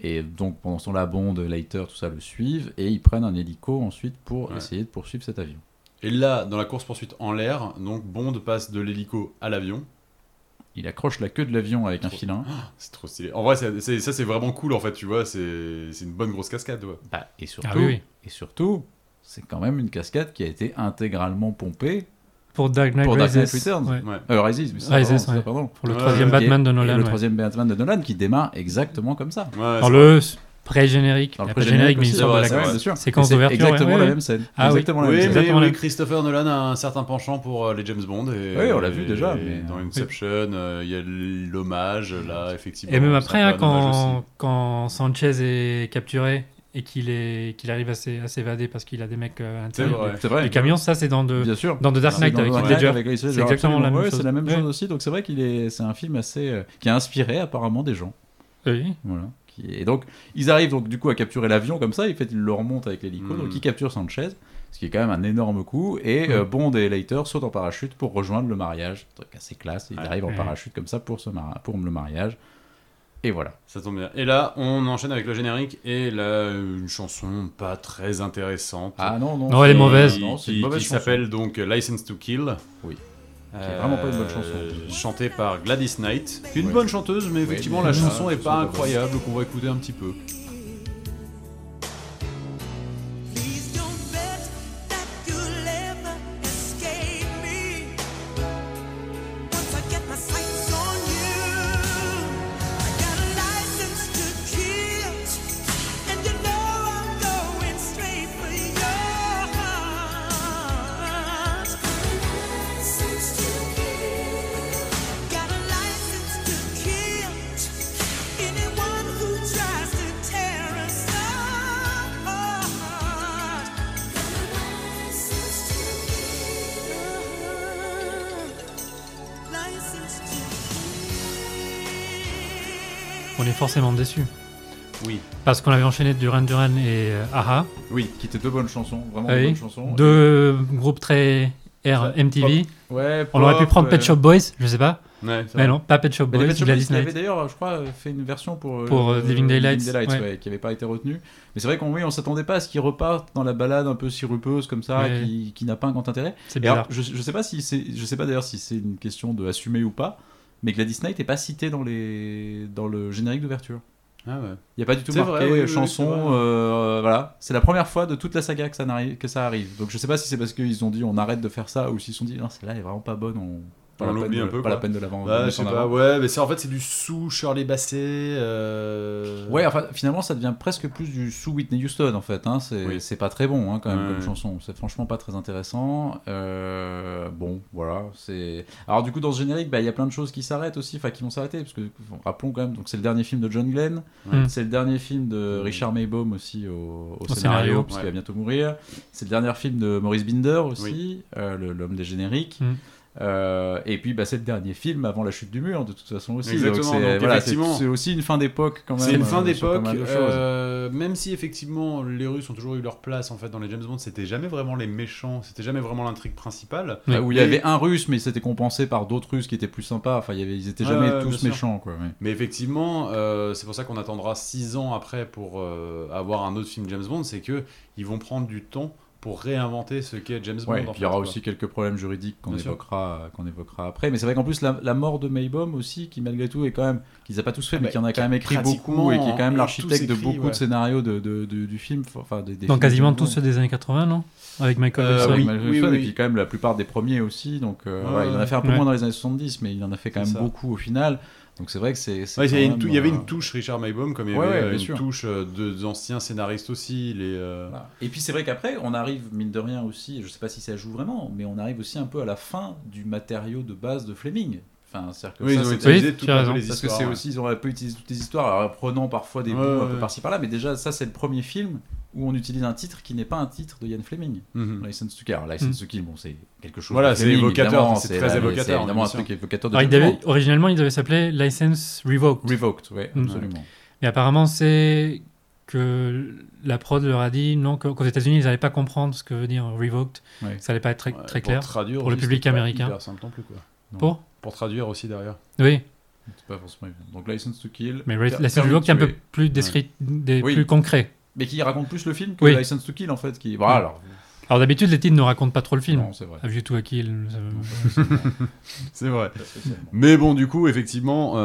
Speaker 4: Et donc, pendant ce temps-là, Bond, Leiter, tout ça le suivent. Et ils prennent un hélico ensuite pour
Speaker 2: Ouais.
Speaker 4: essayer de poursuivre cet avion.
Speaker 2: Et là, dans la course-poursuite en l'air, donc Bond passe de l'hélico à l'avion.
Speaker 4: Il accroche la queue de l'avion avec un
Speaker 2: Trop-
Speaker 4: filin.
Speaker 2: C'est trop stylé. En vrai, c'est- c'est- ça c'est vraiment cool en fait, tu vois. C'est c'est une bonne grosse cascade. ouais.
Speaker 4: Bah, et surtout,
Speaker 3: Ah oui, oui.
Speaker 4: et surtout, c'est quand même une cascade qui a été intégralement pompée.
Speaker 3: Pour Dark Knight
Speaker 4: Pour Dark Knight
Speaker 3: Rises.
Speaker 4: Returns.
Speaker 3: Ouais.
Speaker 2: Ouais.
Speaker 4: Euh, Rises, mais c'est
Speaker 3: Rises,
Speaker 4: pardon, c'est-
Speaker 3: ouais.
Speaker 4: pardon.
Speaker 3: Pour le
Speaker 2: Ouais,
Speaker 3: troisième
Speaker 4: Qui est-
Speaker 3: Batman de
Speaker 4: et
Speaker 3: Nolan.
Speaker 4: Le
Speaker 3: ouais.
Speaker 4: troisième Batman de Nolan qui démarre exactement comme ça.
Speaker 2: Ouais,
Speaker 3: Dans
Speaker 2: c'est-
Speaker 3: le pré-générique.
Speaker 4: Dans le
Speaker 3: Pas générique,
Speaker 4: pré-générique
Speaker 3: mais il
Speaker 4: aussi,
Speaker 3: sort
Speaker 2: ouais,
Speaker 3: de la
Speaker 2: c'est vrai.
Speaker 3: classe.
Speaker 4: bien sûr.
Speaker 3: séquence
Speaker 4: Et c'est
Speaker 3: d'ouverture,
Speaker 4: Exactement
Speaker 3: ouais,
Speaker 4: la
Speaker 3: ouais.
Speaker 4: même scène.
Speaker 3: Ah oui.
Speaker 4: exactement la
Speaker 2: Oui,
Speaker 4: même
Speaker 2: mais
Speaker 4: scène.
Speaker 3: exactement
Speaker 2: oui,
Speaker 3: la-
Speaker 2: Christopher Nolan a un certain penchant pour euh, les James Bond. Et,
Speaker 4: Oui, on l'a vu
Speaker 2: et-
Speaker 4: déjà,
Speaker 2: et
Speaker 4: mais-
Speaker 2: Dans Inception, euh, il y a l'hommage, là, effectivement.
Speaker 3: Et même
Speaker 2: c'est
Speaker 3: après,
Speaker 2: un
Speaker 3: hein,
Speaker 2: peu un hommage
Speaker 3: quand, quand Sanchez est capturé et qu'il est- qu'il arrive à s'é- à s'évader parce qu'il a des mecs euh, à
Speaker 2: aussi. C'est
Speaker 3: l'intérieur
Speaker 2: vrai.
Speaker 4: C'est vrai.
Speaker 3: du camion, ça c'est dans, de,
Speaker 4: Bien sûr.
Speaker 3: euh, dans The Dark
Speaker 4: C'est
Speaker 3: Knight
Speaker 4: dans
Speaker 3: avec
Speaker 4: Dark
Speaker 3: Heath
Speaker 4: Knight
Speaker 3: Ledger.
Speaker 4: avec Heath Ledger,
Speaker 3: C'est exactement la même
Speaker 4: absolument. Ouais, C'est
Speaker 3: chose.
Speaker 4: la même
Speaker 3: Ouais.
Speaker 4: chose aussi. Donc c'est vrai qu'il est, c'est un film assez euh, qui a inspiré apparemment des gens.
Speaker 3: Oui.
Speaker 4: Voilà. Qui- Et donc ils arrivent donc du coup à capturer l'avion comme ça. Et fait, ils le remontent avec l'hélico.
Speaker 2: Mhm.
Speaker 3: Hmm.
Speaker 4: Donc ils capturent Sanchez, ce qui est quand même un énorme coup. Et
Speaker 3: Mhm.
Speaker 4: euh, Bond et Leiter sautent en parachute pour rejoindre le mariage. Truc assez classe. Ils
Speaker 2: Ouais.
Speaker 4: arrivent en
Speaker 3: Ouais.
Speaker 4: parachute comme ça pour ce mara- pour le mariage. Et voilà.
Speaker 2: Ça tombe bien. Et là, on enchaîne avec le générique et là, une chanson pas très intéressante.
Speaker 4: Ah non non.
Speaker 3: Non, elle est
Speaker 4: c'est-
Speaker 3: mauvaise.
Speaker 2: Qui,
Speaker 4: non, c'est une
Speaker 2: qui-
Speaker 4: mauvaise
Speaker 2: qui
Speaker 4: chanson.
Speaker 2: s'appelle donc License to Kill.
Speaker 4: Oui.
Speaker 2: Qui
Speaker 4: est vraiment pas une bonne chanson.
Speaker 2: Chantée par Gladys Knight. qui est Une
Speaker 4: Ouais.
Speaker 2: bonne chanteuse, mais effectivement, la
Speaker 4: mais là,
Speaker 2: chanson est
Speaker 4: Ah, c'est
Speaker 2: pas
Speaker 4: pas
Speaker 2: incroyable, qu'on va écouter un petit peu.
Speaker 5: Please don't bet that you'll ever escape me. Once I get my sights on you, I got a license to kill, and you know I'm going straight for yours. License to kill, got a license to kill. Anyone who tries to tear us apart. License to kill. License to kill.
Speaker 3: On est forcément déçu
Speaker 2: Oui.
Speaker 3: parce qu'on avait enchaîné Duran Duran et euh, Aha,
Speaker 4: Oui, qui étaient deux bonnes chansons, vraiment
Speaker 3: Ah
Speaker 4: deux
Speaker 3: oui.
Speaker 4: bonnes chansons.
Speaker 3: deux groupes très R MTV.
Speaker 4: Ouais,
Speaker 3: On aurait pu
Speaker 4: pop, euh,
Speaker 3: prendre
Speaker 4: ouais.
Speaker 3: Pet Shop Boys, je sais pas,
Speaker 2: Ouais, c'est
Speaker 3: mais
Speaker 2: vrai.
Speaker 3: non, pas Pet Shop
Speaker 4: Mais Bah, les
Speaker 3: Boys,
Speaker 4: Pet Shop Boys,
Speaker 3: Gladys
Speaker 4: qui avait
Speaker 3: Knight.
Speaker 4: d'ailleurs, je crois, fait une version pour, euh,
Speaker 3: Pour, euh, Living Daylights, ouais.
Speaker 4: ouais, qui n'avait pas été retenue. Mais c'est vrai qu'on oui, on s'attendait pas à ce qu'ils repartent dans la balade un peu sirupeuse comme ça,
Speaker 3: Ouais.
Speaker 4: qui, qui n'a pas un grand intérêt.
Speaker 3: C'est
Speaker 4: Et alors,
Speaker 3: bizarre.
Speaker 4: je, je sais pas si c'est, je sais pas d'ailleurs si c'est une question de assumer ou pas, mais Gladys Knight n'est pas citée dans les, dans le générique d'ouverture.
Speaker 2: Ah ouais.
Speaker 4: Il n'y a pas du tout
Speaker 2: C'est
Speaker 4: marqué
Speaker 2: vrai, oui, oui,
Speaker 4: chanson.
Speaker 2: c'est vrai.
Speaker 4: euh, voilà, c'est la première fois de toute la saga que ça, n'arrive- que ça arrive. Donc je sais pas si c'est parce qu'ils ont dit on arrête de faire ça ou s'ils se sont dit non celle-là elle est vraiment pas bonne, on, pas,
Speaker 2: On
Speaker 4: la, peine
Speaker 2: l'oublie
Speaker 4: de,
Speaker 2: un peu,
Speaker 4: pas
Speaker 2: quoi.
Speaker 4: la peine de l'avant.
Speaker 2: Bah,
Speaker 4: de
Speaker 2: je
Speaker 4: mettre
Speaker 2: sais
Speaker 4: en
Speaker 2: pas,
Speaker 4: avant.
Speaker 2: ouais, mais c'est en fait c'est du sous Shirley Basset. euh,
Speaker 4: Ouais, enfin, finalement, ça devient presque plus du sous Whitney Houston, en fait. Hein. C'est
Speaker 2: Oui.
Speaker 4: c'est pas très bon, hein, quand même,
Speaker 2: Ouais.
Speaker 4: comme chanson. C'est franchement pas très intéressant. Euh, bon, voilà. c'est Alors, du coup, dans ce générique, bah, il y a plein de choses qui s'arrêtent aussi, enfin, qui vont s'arrêter, parce que, bon, rappelons quand même, donc c'est le dernier film de John Glenn,
Speaker 3: Ouais.
Speaker 4: c'est le dernier film de Richard Maybaum aussi au, au scénario,
Speaker 3: scénario.
Speaker 4: parce
Speaker 2: Mmh. Ouais.
Speaker 4: qu'il va bientôt mourir. C'est le dernier film de Maurice Binder aussi,
Speaker 2: Oui.
Speaker 4: euh, le- l'homme des génériques.
Speaker 3: Mm.
Speaker 4: Euh, et puis bah, c'est le dernier film avant la chute du mur de toute façon aussi. Donc,
Speaker 2: Exactement,
Speaker 4: c'est
Speaker 2: donc,
Speaker 4: voilà, c'est-
Speaker 2: effectivement.
Speaker 4: c'est aussi une fin d'époque quand même.
Speaker 2: C'est une
Speaker 4: euh,
Speaker 2: fin
Speaker 4: sur
Speaker 2: d'époque,
Speaker 4: pas mal de choses.
Speaker 2: euh, même si effectivement les Russes ont toujours eu leur place en fait dans les James Bond, c'était jamais vraiment les méchants, c'était jamais vraiment l'intrigue principale.
Speaker 3: Ouais.
Speaker 4: Où il y avait un russe, mais c'était compensé par d'autres russes qui étaient plus sympas. Enfin, il y avait, ils étaient
Speaker 2: Ouais,
Speaker 4: jamais
Speaker 2: ouais, bien
Speaker 4: tous
Speaker 2: sûr.
Speaker 4: méchants, quoi. ouais.
Speaker 2: Mais effectivement, euh, c'est pour ça qu'on attendra 6 ans après pour euh, avoir un autre film James Bond, c'est que ils vont prendre du temps pour réinventer ce qu'est James Bond.
Speaker 4: Ouais, et
Speaker 2: en
Speaker 4: puis il
Speaker 2: fait,
Speaker 4: y aura
Speaker 2: quoi.
Speaker 4: aussi quelques problèmes juridiques qu'on
Speaker 2: Bien sûr.
Speaker 4: évoquera, qu'on évoquera après. Mais c'est vrai qu'en plus, la, la mort de Maybaum aussi, qui malgré tout est quand même, qu'ils n'ont pas tous fait, mais
Speaker 2: bah,
Speaker 4: qui en a quand même écrit
Speaker 2: pratiquement,
Speaker 4: beaucoup et qui est quand
Speaker 2: hein,
Speaker 4: même
Speaker 2: tous
Speaker 4: l'architecte de
Speaker 2: écrits,
Speaker 4: beaucoup
Speaker 2: ouais.
Speaker 4: de scénarios de, de- de- du film. Enfin, des, des
Speaker 3: Dans
Speaker 4: films
Speaker 3: quasiment
Speaker 4: de James
Speaker 3: tous ceux
Speaker 4: Bond.
Speaker 3: des années 80, non Avec Michael
Speaker 2: Euh,
Speaker 3: Wilson.
Speaker 4: oui,
Speaker 2: oui, oui, oui,
Speaker 4: et
Speaker 2: oui.
Speaker 4: puis quand même la plupart des premiers aussi. Donc euh,
Speaker 2: Ouais,
Speaker 4: voilà, il en a fait un peu
Speaker 3: ouais.
Speaker 4: moins dans les années 70, mais il en a fait quand
Speaker 2: C'est
Speaker 4: même
Speaker 2: ça.
Speaker 4: beaucoup au final. Donc c'est vrai que c'est. c'est
Speaker 2: Ouais, il y,
Speaker 4: quand
Speaker 2: avait une
Speaker 4: même,
Speaker 2: tou- il y avait
Speaker 4: euh,
Speaker 2: une touche Richard Maybaum, comme il y
Speaker 4: Ouais,
Speaker 2: avait
Speaker 4: ouais,
Speaker 2: euh,
Speaker 4: bien
Speaker 2: une
Speaker 4: sûr. Bah,
Speaker 2: touche euh, de- d'anciens scénaristes aussi. Les, euh,
Speaker 4: Voilà. Et puis c'est vrai qu'après, on arrive, mine de rien aussi, je sais pas si ça joue vraiment, mais on arrive aussi un peu à la fin du matériau de base de Fleming. Enfin, c'est-à-dire que
Speaker 2: Oui, ils
Speaker 4: ça,
Speaker 2: ont
Speaker 4: c'est-
Speaker 3: Oui,
Speaker 2: utilisé
Speaker 3: tu
Speaker 2: toutes
Speaker 3: as
Speaker 2: un peu
Speaker 3: raison.
Speaker 2: les
Speaker 4: parce que
Speaker 2: histoires,
Speaker 4: c'est
Speaker 2: ouais.
Speaker 4: aussi, ils ont un peu utilisé toutes les histoires, alors, en prenant parfois des
Speaker 2: Ouais,
Speaker 4: bouts un
Speaker 2: ouais.
Speaker 4: peu par-ci par-là, mais déjà, ça c'est le premier film où on utilise un titre qui n'est pas un titre de Ian Fleming.
Speaker 2: Mhm.
Speaker 4: License to Kill. Alors, License to Kill, bon, c'est quelque chose.
Speaker 2: Voilà,
Speaker 4: de
Speaker 2: c'est
Speaker 4: Fleming,
Speaker 2: évocateur,
Speaker 4: évidemment,
Speaker 2: c'est très
Speaker 4: là,
Speaker 2: évocateur,
Speaker 4: C'est évidemment
Speaker 2: bien
Speaker 4: un
Speaker 2: sûr.
Speaker 4: truc évocateur de
Speaker 3: Alors, ils
Speaker 4: James
Speaker 3: avaient-
Speaker 4: Bond.
Speaker 3: originalement, ils devaient s'appeler License Revoked.
Speaker 4: Revoked, ouais,
Speaker 3: Mm.
Speaker 4: absolument.
Speaker 3: Mais apparemment, c'est que la prod leur a dit non, que- qu'aux États-Unis, ils n'allaient pas comprendre ce que veut dire revoked.
Speaker 4: Ouais.
Speaker 3: Ça n'allait pas être très,
Speaker 2: Ouais,
Speaker 3: très
Speaker 2: pour
Speaker 3: clair.
Speaker 2: traduire
Speaker 3: pour le
Speaker 2: aussi,
Speaker 3: public
Speaker 2: c'était pas
Speaker 3: américain.
Speaker 2: hyper simple non plus, quoi.
Speaker 3: Pour
Speaker 2: Pour traduire aussi derrière.
Speaker 3: Oui,
Speaker 4: C'est pas forcément évident. Donc License to Kill.
Speaker 3: mais
Speaker 4: Ter-
Speaker 3: la série
Speaker 4: Terminus
Speaker 3: revoked est un peu
Speaker 4: tué.
Speaker 3: plus décrit, des,
Speaker 4: Oui.
Speaker 3: plus concret.
Speaker 4: Mais qui raconte plus le film que
Speaker 3: Oui.
Speaker 4: License to Kill en fait. Qui...
Speaker 2: Mm.
Speaker 4: Voilà,
Speaker 3: Oui.
Speaker 4: alors.
Speaker 3: Alors d'habitude, les titres ne racontent pas trop le film. Ah,
Speaker 4: Non, c'est vrai.
Speaker 3: A View to a Kill. euh,
Speaker 4: Non, pas spécialement.
Speaker 2: C'est vrai.
Speaker 4: Pas spécialement.
Speaker 2: Mais bon, du coup, effectivement.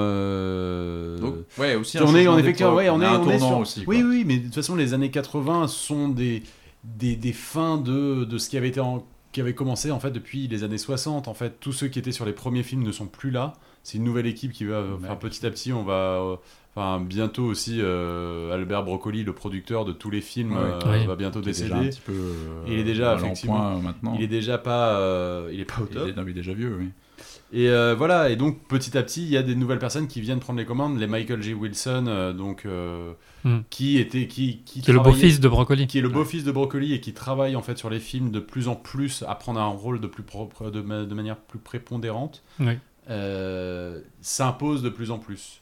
Speaker 2: euh,
Speaker 4: Donc, ouais, aussi.
Speaker 2: Puis on est en effet,
Speaker 4: effectivement
Speaker 2: ouais, on est,
Speaker 4: un
Speaker 2: on est
Speaker 4: tournant
Speaker 2: sur-
Speaker 4: aussi.
Speaker 2: Oui,
Speaker 4: quoi.
Speaker 2: oui, mais de toute façon, les années 80 sont des des, des fins de, de ce qui avait été en- qui avait commencé en fait depuis les années 60. En fait, tous ceux qui étaient sur les premiers films ne sont plus là. C'est une nouvelle équipe qui va, enfin,
Speaker 4: Ouais.
Speaker 2: petit à petit, on va, euh, enfin, bientôt aussi euh, Albert Broccoli, le producteur de tous les films,
Speaker 4: Ouais.
Speaker 2: euh,
Speaker 3: Oui.
Speaker 2: va bientôt
Speaker 4: Il est déjà un
Speaker 2: décéder.
Speaker 4: petit peu, euh,
Speaker 2: Il est déjà,
Speaker 4: à l'empoint,
Speaker 2: effectivement.
Speaker 4: euh, maintenant.
Speaker 2: Il est déjà pas, euh, il est pas au
Speaker 4: Il
Speaker 2: top.
Speaker 4: est- non, il est déjà vieux, oui.
Speaker 2: Et euh, voilà, et donc petit à petit, il y a des nouvelles personnes qui viennent prendre les commandes, les Michael J. Wilson, euh, donc euh,
Speaker 3: Mm.
Speaker 2: qui était qui qui,
Speaker 3: qui est le
Speaker 2: travaillait-
Speaker 3: beau-fils de Brocoli.
Speaker 2: qui est le beau-fils de Brocoli et qui travaille en fait sur les films de plus en plus à prendre un rôle de plus propre, de, ma- de manière plus prépondérante,
Speaker 3: Oui.
Speaker 2: euh, s'impose de plus en plus.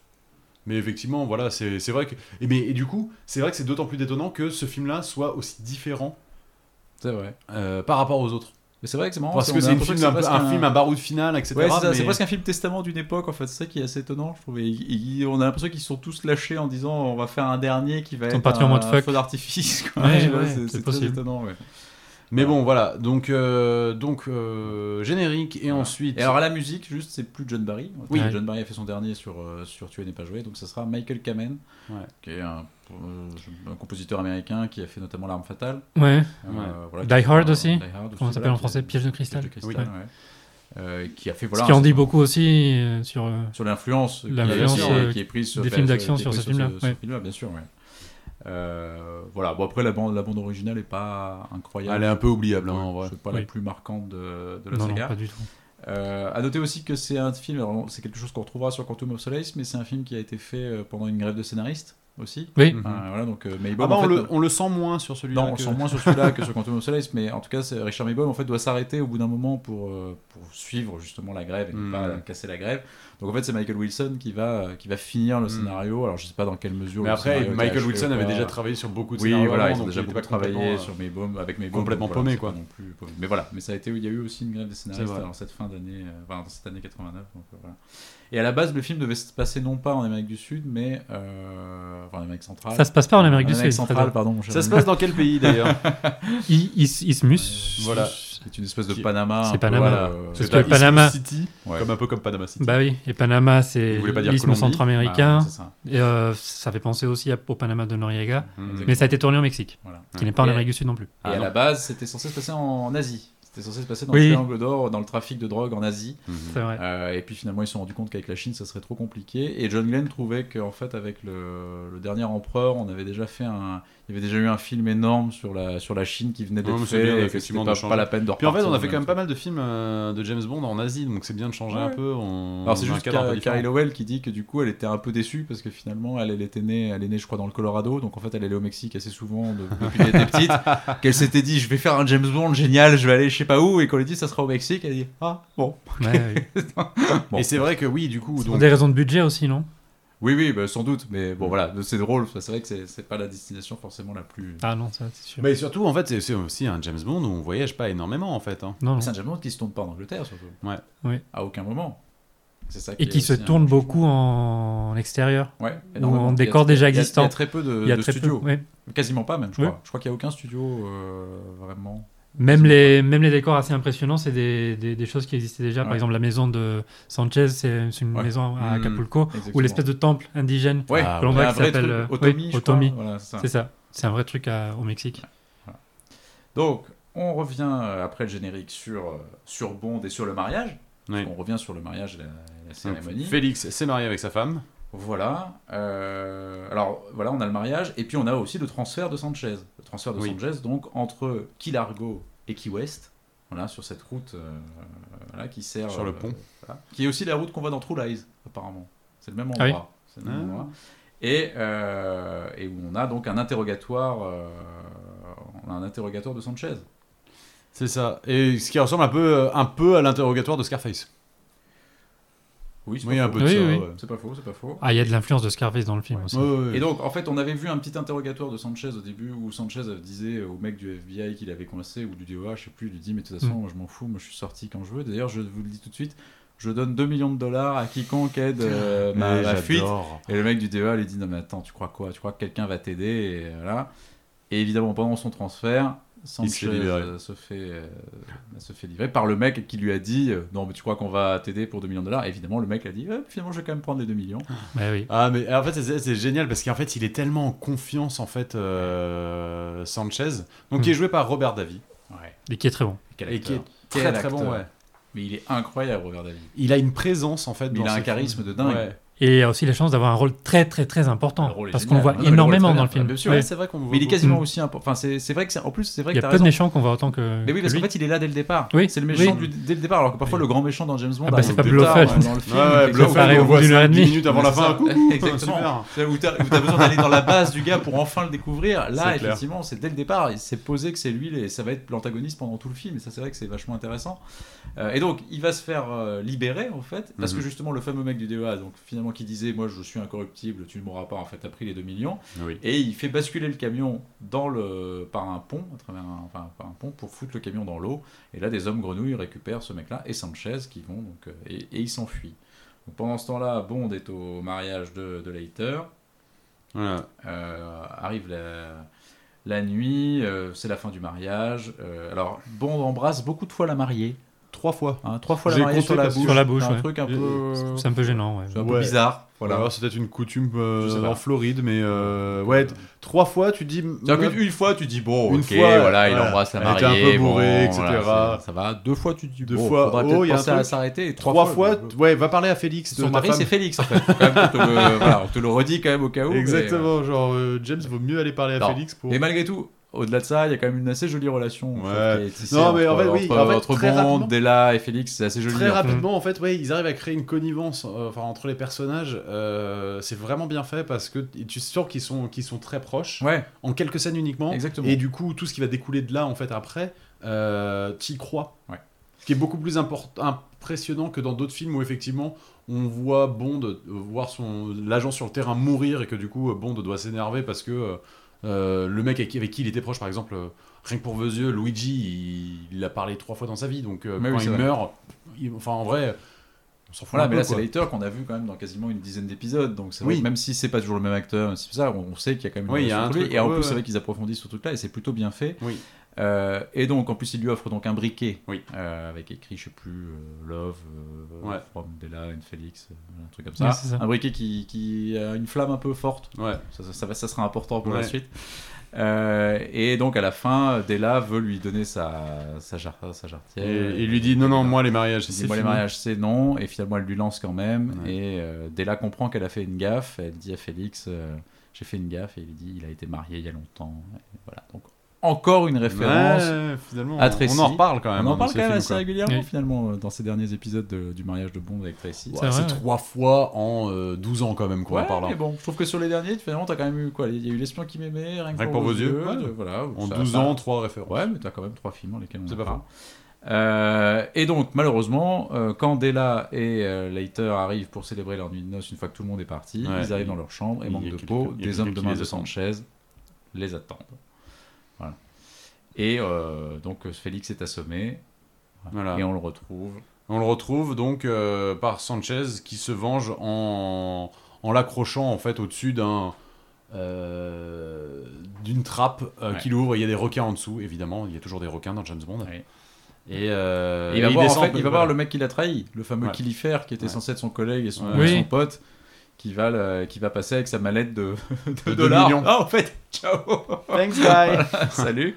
Speaker 2: Mais effectivement, voilà, c'est c'est vrai que et, mais, et du coup, c'est vrai que c'est d'autant plus détonnant que ce film-là soit aussi différent
Speaker 4: C'est vrai.
Speaker 2: euh, par rapport aux autres,
Speaker 4: Mais c'est vrai que c'est marrant.
Speaker 2: parce
Speaker 4: on
Speaker 2: que
Speaker 4: a
Speaker 2: c'est une
Speaker 4: l'impression
Speaker 2: film,
Speaker 4: que c'est
Speaker 2: un,
Speaker 4: presque
Speaker 2: un film à baroud final, etc.
Speaker 4: Ouais, c'est ça, c'est
Speaker 2: mais-
Speaker 4: presque un film testament d'une époque en fait, c'est ça qui est assez étonnant, je trouve. Et- et- et on a l'impression qu'ils se sont tous lâchés en disant on va faire un dernier qui va
Speaker 3: Ils sont
Speaker 4: être
Speaker 3: partis en
Speaker 4: un
Speaker 3: mode fuck.
Speaker 4: feu d'artifice. quoi.
Speaker 3: Ouais,
Speaker 4: *laughs* Tu vois,
Speaker 3: ouais,
Speaker 4: c'est
Speaker 3: c'est
Speaker 4: c'est très
Speaker 3: possible.
Speaker 4: étonnant. ouais.
Speaker 2: Mais bon, voilà. Donc, euh, donc euh, générique et
Speaker 4: Voilà.
Speaker 2: ensuite.
Speaker 4: Et alors la musique, juste, c'est plus John Barry.
Speaker 3: Oui.
Speaker 4: John Barry a fait son dernier sur, euh, sur Tuer n'est pas joué, donc ça sera Michael Kamen,
Speaker 2: Ouais.
Speaker 4: qui est un, euh, un compositeur américain qui a fait notamment L'Arme Fatale.
Speaker 3: Ouais.
Speaker 4: Euh,
Speaker 2: Ouais.
Speaker 4: voilà,
Speaker 3: Die
Speaker 4: qui-
Speaker 3: Hard
Speaker 4: euh,
Speaker 3: aussi.
Speaker 4: Die Hard
Speaker 3: Comment ça s'appelle
Speaker 4: voilà,
Speaker 3: en français
Speaker 4: qui-
Speaker 3: Piège de cristal.
Speaker 4: Piège de
Speaker 2: Oui.
Speaker 4: cristal, ouais. Euh, qui a fait voilà
Speaker 3: ce qui en
Speaker 4: un
Speaker 3: dit
Speaker 4: certain-
Speaker 3: beaucoup aussi euh, sur. euh,
Speaker 4: sur l'influence qui est-
Speaker 3: L'influence,
Speaker 4: qui est-
Speaker 3: euh,
Speaker 4: qui est prise sur-
Speaker 3: des
Speaker 4: bah,
Speaker 3: films
Speaker 4: sur-
Speaker 3: d'action
Speaker 4: qui est
Speaker 3: sur
Speaker 4: prise
Speaker 3: ce film-là,
Speaker 4: ce
Speaker 3: ouais.
Speaker 4: film-là, bien sûr. ouais. Euh, voilà. Bon après la bande, la bande originale est pas incroyable.
Speaker 2: Elle est un peu oubliable, hein, en vrai.
Speaker 4: C'est pas
Speaker 3: Oui.
Speaker 4: la plus marquante de, de la
Speaker 3: Non, non,
Speaker 4: saga.
Speaker 3: pas du tout.
Speaker 4: Euh, à noter aussi que c'est un film. alors, c'est quelque chose qu'on retrouvera sur Quantum of Solace, mais c'est un film qui a été fait euh, pendant une grève de scénaristes aussi.
Speaker 3: Oui.
Speaker 2: Mhm.
Speaker 4: Euh, voilà donc euh,
Speaker 2: Ah
Speaker 4: Maybaum,
Speaker 2: bah,
Speaker 4: en
Speaker 2: on,
Speaker 4: fait,
Speaker 2: le, on le sent moins sur celui-là.
Speaker 4: non, on
Speaker 2: que-
Speaker 4: sent moins sur celui-là que sur Quantum of Solace, mais en tout cas, c'est- Richard Maybaum en fait doit s'arrêter au bout d'un moment pour, euh, pour suivre justement la grève et ne
Speaker 2: Mm.
Speaker 4: pas euh, casser la grève. Donc en fait, c'est Michael Wilson qui va euh, qui va finir le
Speaker 2: Mm.
Speaker 4: scénario. Alors je sais pas dans quelle mesure.
Speaker 2: Mais
Speaker 4: le
Speaker 2: après,
Speaker 4: scénario était
Speaker 2: Michael
Speaker 4: achevé
Speaker 2: Wilson
Speaker 4: ou
Speaker 2: avait
Speaker 4: pas.
Speaker 2: déjà travaillé sur beaucoup de
Speaker 4: Oui,
Speaker 2: scénarios
Speaker 4: voilà,
Speaker 2: avant,
Speaker 4: ils ont
Speaker 2: donc
Speaker 4: déjà
Speaker 2: il était
Speaker 4: beaucoup
Speaker 2: pas
Speaker 4: travaillé
Speaker 2: complètement, euh,
Speaker 4: sur Maybaum avec Maybaum.
Speaker 2: complètement
Speaker 4: donc voilà,
Speaker 2: paumé,
Speaker 4: c'est
Speaker 2: quoi.
Speaker 4: pas Non plus paumé. Mais voilà, mais ça a été, il y a eu aussi une grève des
Speaker 2: C'est
Speaker 4: scénaristes
Speaker 2: vrai.
Speaker 4: dans cette fin d'année, euh, enfin, dans cette année 89. donc, euh, voilà. Et à la base, le film devait se passer non pas en Amérique du Sud, mais euh, enfin en Amérique centrale.
Speaker 3: Ça se passe pas en Amérique
Speaker 4: En
Speaker 3: du Sud.
Speaker 4: centrale, pardon. mon cher
Speaker 2: Ça se
Speaker 4: ami. Euh,
Speaker 2: passe dans quel *laughs* pays d'ailleurs
Speaker 3: Frédéric. I- Is- Isthmus.
Speaker 2: Voilà.
Speaker 4: C'est une espèce de
Speaker 2: Qui-
Speaker 4: Panama.
Speaker 3: C'est
Speaker 4: un peu,
Speaker 3: Panama.
Speaker 4: voilà, euh,
Speaker 3: C'est ce
Speaker 2: t'as
Speaker 3: que Panama-
Speaker 2: East City,
Speaker 4: ouais.
Speaker 2: comme un peu comme Panama City.
Speaker 3: Bah oui, et Panama, c'est
Speaker 2: Vous voulez pas dire
Speaker 3: l'isthme
Speaker 2: Colombie
Speaker 4: Bah,
Speaker 3: centra-américain.
Speaker 4: c'est ça.
Speaker 3: et euh, ça fait penser aussi à- au Panama de Noriega.
Speaker 2: Mm.
Speaker 4: exactement.
Speaker 3: Mais ça a été tourné au Mexique,
Speaker 4: Voilà.
Speaker 3: qui n'est pas en
Speaker 4: Et-
Speaker 3: Amérique du Sud non plus.
Speaker 4: et
Speaker 2: Ah,
Speaker 4: à
Speaker 2: non.
Speaker 4: la base, c'était censé se passer en Asie. C'était censé se passer dans
Speaker 3: Oui.
Speaker 4: le triangle d'or, dans le trafic de drogue en Asie.
Speaker 2: Mhm.
Speaker 3: C'est vrai.
Speaker 4: Euh, et puis finalement, ils se sont rendus compte qu'avec la Chine, ça serait trop compliqué. Et John Glenn trouvait qu'en fait, avec le, le dernier empereur, on avait déjà fait un, il y avait déjà eu un film énorme sur la sur la Chine qui venait
Speaker 2: Non,
Speaker 4: d'être
Speaker 2: mais c'est
Speaker 4: fait.
Speaker 2: bien,
Speaker 4: et que
Speaker 2: effectivement,
Speaker 4: c'était
Speaker 2: de
Speaker 4: pas,
Speaker 2: changer.
Speaker 4: pas la peine de
Speaker 2: Puis en fait,
Speaker 4: repartir
Speaker 2: on a
Speaker 4: du
Speaker 2: fait
Speaker 4: même
Speaker 2: quand même pas
Speaker 4: truc.
Speaker 2: mal de films euh, de James Bond en Asie, donc c'est bien de changer un
Speaker 4: Ouais.
Speaker 2: peu. on-
Speaker 4: Alors c'est
Speaker 2: on a un
Speaker 4: juste
Speaker 2: cadre un peu
Speaker 4: Car-
Speaker 2: différent.
Speaker 4: Carrie Lowell qui dit que du coup elle était un peu déçue parce que finalement elle, elle était née, elle est née je crois dans le Colorado, donc en fait elle allait au Mexique assez souvent de- depuis qu'elle
Speaker 2: *laughs*
Speaker 4: était petite, qu'elle s'était dit je vais faire un James Bond génial, je vais aller je sais pas où et qu'on lui dit ça sera au Mexique, elle dit ah bon.
Speaker 3: Ouais, ouais.
Speaker 4: Bon.
Speaker 2: Et c'est vrai que oui, du coup,
Speaker 3: C'est
Speaker 2: donc,
Speaker 3: Pour des raisons de budget aussi, non
Speaker 4: Oui oui bah, sans doute, mais bon voilà c'est drôle, c'est vrai que c'est- c'est pas la destination forcément la plus.
Speaker 3: Ah non, ça, c'est sûr.
Speaker 2: Mais Eh ben, surtout, en fait, c'est- c'est aussi un James Bond où on voyage pas énormément en fait. hein.
Speaker 3: Non, non.
Speaker 4: Mais C'est un James Bond qui se tourne pas en Angleterre surtout.
Speaker 2: Ouais.
Speaker 3: Ouais.
Speaker 4: À aucun moment. C'est ça
Speaker 3: Et
Speaker 4: est
Speaker 3: qui se
Speaker 4: aussi un-
Speaker 3: tourne beaucoup en extérieur.
Speaker 4: Ouais,
Speaker 3: en
Speaker 4: énormément. Il y a-
Speaker 3: décor déjà
Speaker 4: il y a- il y a
Speaker 3: existant.
Speaker 4: très peu de,
Speaker 3: Il y a
Speaker 4: de
Speaker 3: très peu.
Speaker 4: studios.
Speaker 3: ouais.
Speaker 4: Quasiment pas même je
Speaker 3: Oui.
Speaker 4: crois. Je crois qu'il y a aucun studio euh, vraiment.
Speaker 3: Même les, même les décors assez impressionnants, c'est des, des- des choses qui existaient déjà. Par
Speaker 4: Ouais.
Speaker 3: exemple, la maison de Sanchez, c'est c'est une
Speaker 4: Ouais. Mm.
Speaker 3: maison à
Speaker 2: Mhm.
Speaker 3: Acapulco, ou l'espèce de temple indigène.
Speaker 4: Ouais,
Speaker 2: Ah,
Speaker 3: que l'on
Speaker 4: il y
Speaker 3: voit
Speaker 4: a un
Speaker 3: qui
Speaker 4: vrai
Speaker 3: s'appelle,
Speaker 4: truc,
Speaker 3: euh,
Speaker 4: Otomi,
Speaker 3: oui,
Speaker 4: je
Speaker 3: Otomi.
Speaker 4: crois. Voilà, c'est ça.
Speaker 3: C'est ça. C'est un vrai truc à- au Mexique.
Speaker 4: Donc, on revient euh, après le générique sur, euh, sur Bond et sur le mariage.
Speaker 2: Ouais.
Speaker 4: On revient sur le mariage et la, la
Speaker 2: Donc,
Speaker 4: cérémonie.
Speaker 2: Félix s'est marié avec sa femme.
Speaker 4: Voilà. euh, alors, voilà, on a le mariage et puis on a aussi le transfert de Sanchez. Le transfert de
Speaker 2: Oui.
Speaker 4: Sanchez, donc, entre Key Largo et Key West. Voilà, sur cette route euh, voilà, qui sert.
Speaker 2: Sur le
Speaker 4: euh,
Speaker 2: pont.
Speaker 4: voilà, qui est aussi la route qu'on voit dans True Lies, apparemment. C'est le même
Speaker 3: Ah oui.
Speaker 4: endroit. C'est le même
Speaker 2: Ah.
Speaker 4: endroit. Et, euh, et où on a donc un interrogatoire. euh, on a un interrogatoire de Sanchez.
Speaker 2: euh, C'est ça. Et ce qui ressemble un peu, un peu à l'interrogatoire de Scarface.
Speaker 4: Oui, c'est
Speaker 2: Oui,
Speaker 4: pas
Speaker 2: un
Speaker 4: faux.
Speaker 2: peu de
Speaker 3: Oui,
Speaker 2: ça.
Speaker 3: oui.
Speaker 2: ouais.
Speaker 4: C'est pas faux, c'est pas faux.
Speaker 3: Ah, il y a de l'influence de Scarface dans le film aussi.
Speaker 2: Ouais, ouais, ouais.
Speaker 4: Et donc, en fait, on avait vu un petit interrogatoire de Sanchez au début où Sanchez disait au mec du FBI qu'il avait coincé ou du DOA, je sais plus, il lui dit Mais de toute façon,
Speaker 2: Mm.
Speaker 4: moi, je m'en fous, moi je suis sorti quand je veux. D'ailleurs, je vous le dis tout de suite, je donne 2 millions de dollars à quiconque aide euh, ma,
Speaker 2: Ah. Mais
Speaker 4: ma fuite.
Speaker 2: j'adore.
Speaker 4: Et le mec du DEA lui dit Non, mais attends, tu crois quoi Tu crois que quelqu'un va t'aider Et voilà. Et évidemment, pendant son transfert,
Speaker 2: Il se
Speaker 4: Sanchez
Speaker 2: fait libérer.
Speaker 4: euh, se fait, euh, se fait livrer par le mec qui lui a dit euh, Non, mais tu crois qu'on va t'aider pour 2 millions de dollars Et Évidemment, le mec a dit Eh, Finalement, je vais quand même prendre les 2 millions.
Speaker 3: Bah oui.
Speaker 2: Ah mais en fait c'est- c'est génial parce qu'en fait il est tellement en confiance en fait euh, Sanchez donc qui est joué par Robert Davi
Speaker 4: Ouais.
Speaker 3: Et qui est très bon.
Speaker 4: Hmm. Quel
Speaker 2: et qui est
Speaker 4: acteur.
Speaker 2: très
Speaker 4: Quel
Speaker 2: très bon
Speaker 4: acteur.
Speaker 2: ouais.
Speaker 4: Mais il est incroyable, Robert David.
Speaker 2: il a une présence en fait
Speaker 4: Mais
Speaker 2: dans
Speaker 4: il a
Speaker 2: ce
Speaker 4: un
Speaker 2: film.
Speaker 4: charisme de dingue.
Speaker 2: Ouais.
Speaker 3: Et il a aussi la chance d'avoir un rôle très très très
Speaker 4: Le
Speaker 3: important.
Speaker 4: rôle est
Speaker 3: Parce
Speaker 4: génial.
Speaker 3: qu'on voit
Speaker 4: Non, mais le
Speaker 3: énormément
Speaker 4: rôle est
Speaker 3: dans le
Speaker 4: très bien.
Speaker 3: film.
Speaker 4: Bien sûr,
Speaker 3: Ouais.
Speaker 2: Ouais, c'est vrai qu'on le voit
Speaker 4: Mais il est
Speaker 2: beaucoup.
Speaker 4: quasiment
Speaker 3: Mm.
Speaker 4: aussi important. Enfin, c'est c'est vrai que c'est en plus, c'est vrai
Speaker 3: Il
Speaker 4: que
Speaker 3: y a
Speaker 4: t'as
Speaker 3: peu
Speaker 4: raison.
Speaker 3: de méchants qu'on voit autant que.
Speaker 4: Mais oui,
Speaker 3: que
Speaker 4: parce qu'en
Speaker 3: lui.
Speaker 4: fait, il est là dès le départ.
Speaker 3: Oui,
Speaker 4: c'est le méchant
Speaker 3: oui.
Speaker 4: du- dès le départ, alors que parfois le grand méchant dans James Bond.
Speaker 3: Ah bah, c'est
Speaker 4: arrive
Speaker 3: pas
Speaker 4: plus
Speaker 3: Blofeld.
Speaker 4: tard, euh, dans le film.
Speaker 2: Ouais, ouais,
Speaker 4: Quelque
Speaker 2: Bluff,
Speaker 4: part,
Speaker 3: Comparé
Speaker 2: on
Speaker 3: au
Speaker 2: voit
Speaker 3: bout d'une
Speaker 2: cinq
Speaker 3: heure et demie.
Speaker 2: minutes avant la fin
Speaker 4: C'est ça.
Speaker 2: coucou.
Speaker 4: *laughs* Exactement.
Speaker 2: Super.
Speaker 4: C'est là où t'as où t'as besoin d'aller dans la base du gars pour enfin le découvrir.
Speaker 2: C'est
Speaker 4: Là,
Speaker 2: clair.
Speaker 4: effectivement, c'est dès le départ. Il s'est posé que c'est lui et ça va être l'antagoniste pendant tout le film. Et ça, c'est vrai que c'est vachement intéressant. Euh, et donc, il va se faire euh, libérer en fait, parce
Speaker 2: Mhm.
Speaker 4: que justement, le fameux mec du DEA, donc finalement, qui disait Moi, je suis incorruptible, tu ne m'auras pas. En fait, t'as pris les 2 millions.
Speaker 2: Oui.
Speaker 4: Et il fait basculer le camion dans le, par un pont, à travers un, enfin, par un pont, pour foutre le camion dans l'eau. Et là, des hommes grenouilles récupèrent ce mec-là et Sanchez qui vont donc euh, et, et il s'enfuit. Donc, pendant ce temps-là, Bond est au mariage de, de Leiter.
Speaker 2: Voilà.
Speaker 4: Euh, arrive la, la nuit, euh, c'est la fin du mariage. Euh, alors, Bond embrasse beaucoup de fois la mariée,
Speaker 2: trois fois Euh,
Speaker 4: hein, trois fois la
Speaker 2: J'ai
Speaker 4: mariée
Speaker 2: compté
Speaker 4: sur la
Speaker 2: parce que-
Speaker 4: bouche.
Speaker 3: Sur la bouche,
Speaker 4: C'est un
Speaker 3: ouais.
Speaker 4: truc un
Speaker 2: J'ai-
Speaker 4: peu,
Speaker 3: C'est un peu gênant, ouais.
Speaker 4: c'est un peu
Speaker 2: Ouais.
Speaker 4: bizarre. Voilà.
Speaker 2: Alors, c'est peut-être une coutume
Speaker 4: Je sais
Speaker 2: euh,
Speaker 4: pas.
Speaker 2: en Floride mais euh, ouais t- trois fois tu dis
Speaker 4: C'est-à-dire qu'une- une fois, tu dis bon,
Speaker 2: Une
Speaker 4: ok,
Speaker 2: fois,
Speaker 4: voilà, il
Speaker 2: voilà.
Speaker 4: embrasse la
Speaker 2: Elle
Speaker 4: mariée,
Speaker 2: était un peu bourrée,
Speaker 4: bon,
Speaker 2: etc.
Speaker 4: voilà, c'est- ça va. Deux fois, tu dis
Speaker 2: Deux
Speaker 4: bon,
Speaker 2: fois,
Speaker 4: faudra
Speaker 2: oh, il y
Speaker 4: peut-être
Speaker 2: a un
Speaker 4: penser à
Speaker 2: truc.
Speaker 4: s'arrêter. Et
Speaker 2: trois fois t- ouais va parler à Félix de
Speaker 4: son
Speaker 2: ta
Speaker 4: mari,
Speaker 2: femme.
Speaker 4: c'est Félix en fait. Quand même, on,
Speaker 2: *laughs*
Speaker 4: te le, voilà, on te le redit quand même au cas où. mais, euh,
Speaker 2: exactement genre euh, James vaut mieux aller parler à
Speaker 4: Non.
Speaker 2: Félix pour
Speaker 4: Mais malgré tout, au-delà de ça, il y a quand même une assez jolie relation. je
Speaker 2: Ouais.
Speaker 4: trouve, qui est tissée
Speaker 2: Non, mais
Speaker 4: entre-
Speaker 2: en fait, oui,
Speaker 4: entre,
Speaker 2: en fait,
Speaker 4: entre
Speaker 2: très
Speaker 4: Bond,
Speaker 2: rapidement-
Speaker 4: Della et Félix, c'est assez joli. hein.
Speaker 2: Très
Speaker 4: en fait.
Speaker 2: rapidement, en fait, ouais, ils arrivent à créer une connivence euh, enfin, entre les personnages. euh, c'est vraiment bien fait parce que t- tu es sûr qu'ils sont, qu'ils sont très proches,
Speaker 4: Ouais,
Speaker 2: en quelques scènes uniquement.
Speaker 4: Exactement.
Speaker 2: Et du coup, tout ce qui va découler de là, en fait, après, euh, t'y crois.
Speaker 4: Ouais.
Speaker 2: Ce qui est beaucoup plus import- impressionnant que dans d'autres films où, effectivement, on voit Bond euh, voir son l'agent sur le terrain mourir et que, du coup, euh, Bond doit s'énerver parce que euh, euh, le mec avec qui, avec qui il était proche, par exemple, euh, rien que pour vos yeux, Luigi, il, il a parlé trois fois dans sa vie. Donc, euh,
Speaker 4: Mais
Speaker 2: quand
Speaker 4: oui, c'est
Speaker 2: il
Speaker 4: vrai.
Speaker 2: meurt, il- enfin, en vrai, on s'en fout
Speaker 4: voilà,
Speaker 2: un
Speaker 4: mais
Speaker 2: peu,
Speaker 4: là,
Speaker 2: quoi.
Speaker 4: c'est l'acteur qu'on a vu quand même dans quasiment une dizaine d'épisodes. Donc, c'est vrai
Speaker 2: Oui.
Speaker 4: que même si c'est pas toujours le même acteur, même si c'est ça, on on sait qu'il y a quand même une
Speaker 2: Oui, il y a
Speaker 4: relation
Speaker 2: un
Speaker 4: entre lui.
Speaker 2: truc,
Speaker 4: Et en
Speaker 2: ouais,
Speaker 4: plus,
Speaker 2: ouais.
Speaker 4: c'est vrai qu'ils approfondissent ce truc-là et c'est plutôt bien fait.
Speaker 2: Oui.
Speaker 4: Euh, et donc, en plus, il lui offre donc un briquet
Speaker 2: Oui.
Speaker 4: euh, avec écrit, je sais plus, euh, Love, euh,
Speaker 2: Ouais.
Speaker 4: From Della and Félix, un truc comme
Speaker 3: Ouais,
Speaker 4: ça.
Speaker 3: c'est ça.
Speaker 4: Un briquet qui, qui a une flamme un peu forte.
Speaker 2: Ouais.
Speaker 4: Ça, ça, ça va- ça sera important pour la
Speaker 2: Ouais.
Speaker 4: suite. Euh, et donc à la fin, Della veut lui donner sa, sa, jar- sa jarretière.
Speaker 2: Et il lui dit Non, non, moi, les mariages,
Speaker 4: euh, Il dit,
Speaker 2: c'est
Speaker 4: moi, les
Speaker 2: fini.
Speaker 4: mariages, c'est non. Et finalement, elle lui lance quand même.
Speaker 2: Ouais.
Speaker 4: Et euh, Della comprend qu'elle a fait une gaffe. Elle dit à Félix euh, J'ai fait une gaffe. Et il lui dit Il a été marié il y a longtemps. Et voilà. Donc, encore une référence.
Speaker 2: Ouais, finalement,
Speaker 4: à
Speaker 2: on
Speaker 4: Tracy.
Speaker 2: en reparle quand même.
Speaker 4: On en
Speaker 2: hein,
Speaker 4: parle
Speaker 2: de ce
Speaker 4: quand même
Speaker 2: film,
Speaker 4: assez
Speaker 2: quoi.
Speaker 4: régulièrement,
Speaker 3: Oui.
Speaker 4: finalement, euh, dans ces derniers épisodes de- du mariage de Bond avec Tracy.
Speaker 2: Ouais,
Speaker 3: C'est
Speaker 2: c'est
Speaker 3: vrai.
Speaker 2: trois fois en euh, 12 ans quand même qu'on en
Speaker 4: Ah. Ouais,
Speaker 2: parle. hein.
Speaker 4: mais bon, je trouve que sur les derniers, finalement, t'as quand même eu quoi Il y a eu L'espion qui m'aimait, rien
Speaker 2: Rien
Speaker 4: que
Speaker 2: que
Speaker 4: pour,
Speaker 2: pour vos yeux,
Speaker 4: yeux
Speaker 2: ouais.
Speaker 4: de- voilà,
Speaker 2: En
Speaker 4: ça-
Speaker 2: 12
Speaker 4: ça-
Speaker 2: ans, trois références.
Speaker 4: Ouais, mais t'as quand même trois films dans lesquels on
Speaker 2: C'est
Speaker 4: en
Speaker 2: pas
Speaker 4: parle. Euh, et donc, malheureusement, euh, quand Della et euh, Leiter arrivent pour célébrer leur nuit de noces, une fois que tout le monde est parti,
Speaker 2: Ouais.
Speaker 4: ils arrivent dans leur chambre et
Speaker 2: Il y a
Speaker 4: manque de
Speaker 2: quelqu'un-
Speaker 4: peau,
Speaker 2: il y a
Speaker 4: des hommes
Speaker 2: quelqu'un
Speaker 4: de
Speaker 2: qui
Speaker 4: main
Speaker 2: les
Speaker 4: de
Speaker 2: attend.
Speaker 4: Sanchez les attendent. Voilà. Et euh, donc, euh, Félix est assommé.
Speaker 2: Voilà.
Speaker 4: Et on le retrouve.
Speaker 2: On le retrouve donc euh, par Sanchez qui se venge en, en l'accrochant en fait au-dessus d'un euh, d'une trappe euh,
Speaker 4: Ouais.
Speaker 2: qu'il ouvre. Il y a des requins en dessous, évidemment. Il y a toujours des requins dans James Bond.
Speaker 4: Ouais.
Speaker 2: Et, euh,
Speaker 4: Et il va,
Speaker 2: et
Speaker 4: voir, en
Speaker 2: descend,
Speaker 4: fait, il va
Speaker 2: voilà.
Speaker 4: voir le mec qui l'a trahi, le fameux
Speaker 2: Ouais.
Speaker 4: Kilifer qui était
Speaker 2: Ouais.
Speaker 4: censé être son collègue et son,
Speaker 2: Ouais.
Speaker 4: son
Speaker 3: Oui.
Speaker 4: pote, qui va, le- qui va passer avec sa mallette de, *laughs* de
Speaker 2: De deux
Speaker 4: dollars.
Speaker 2: millions.
Speaker 4: Ah, en fait, *laughs* ciao
Speaker 2: *laughs* Thanks, guy.
Speaker 4: Salut.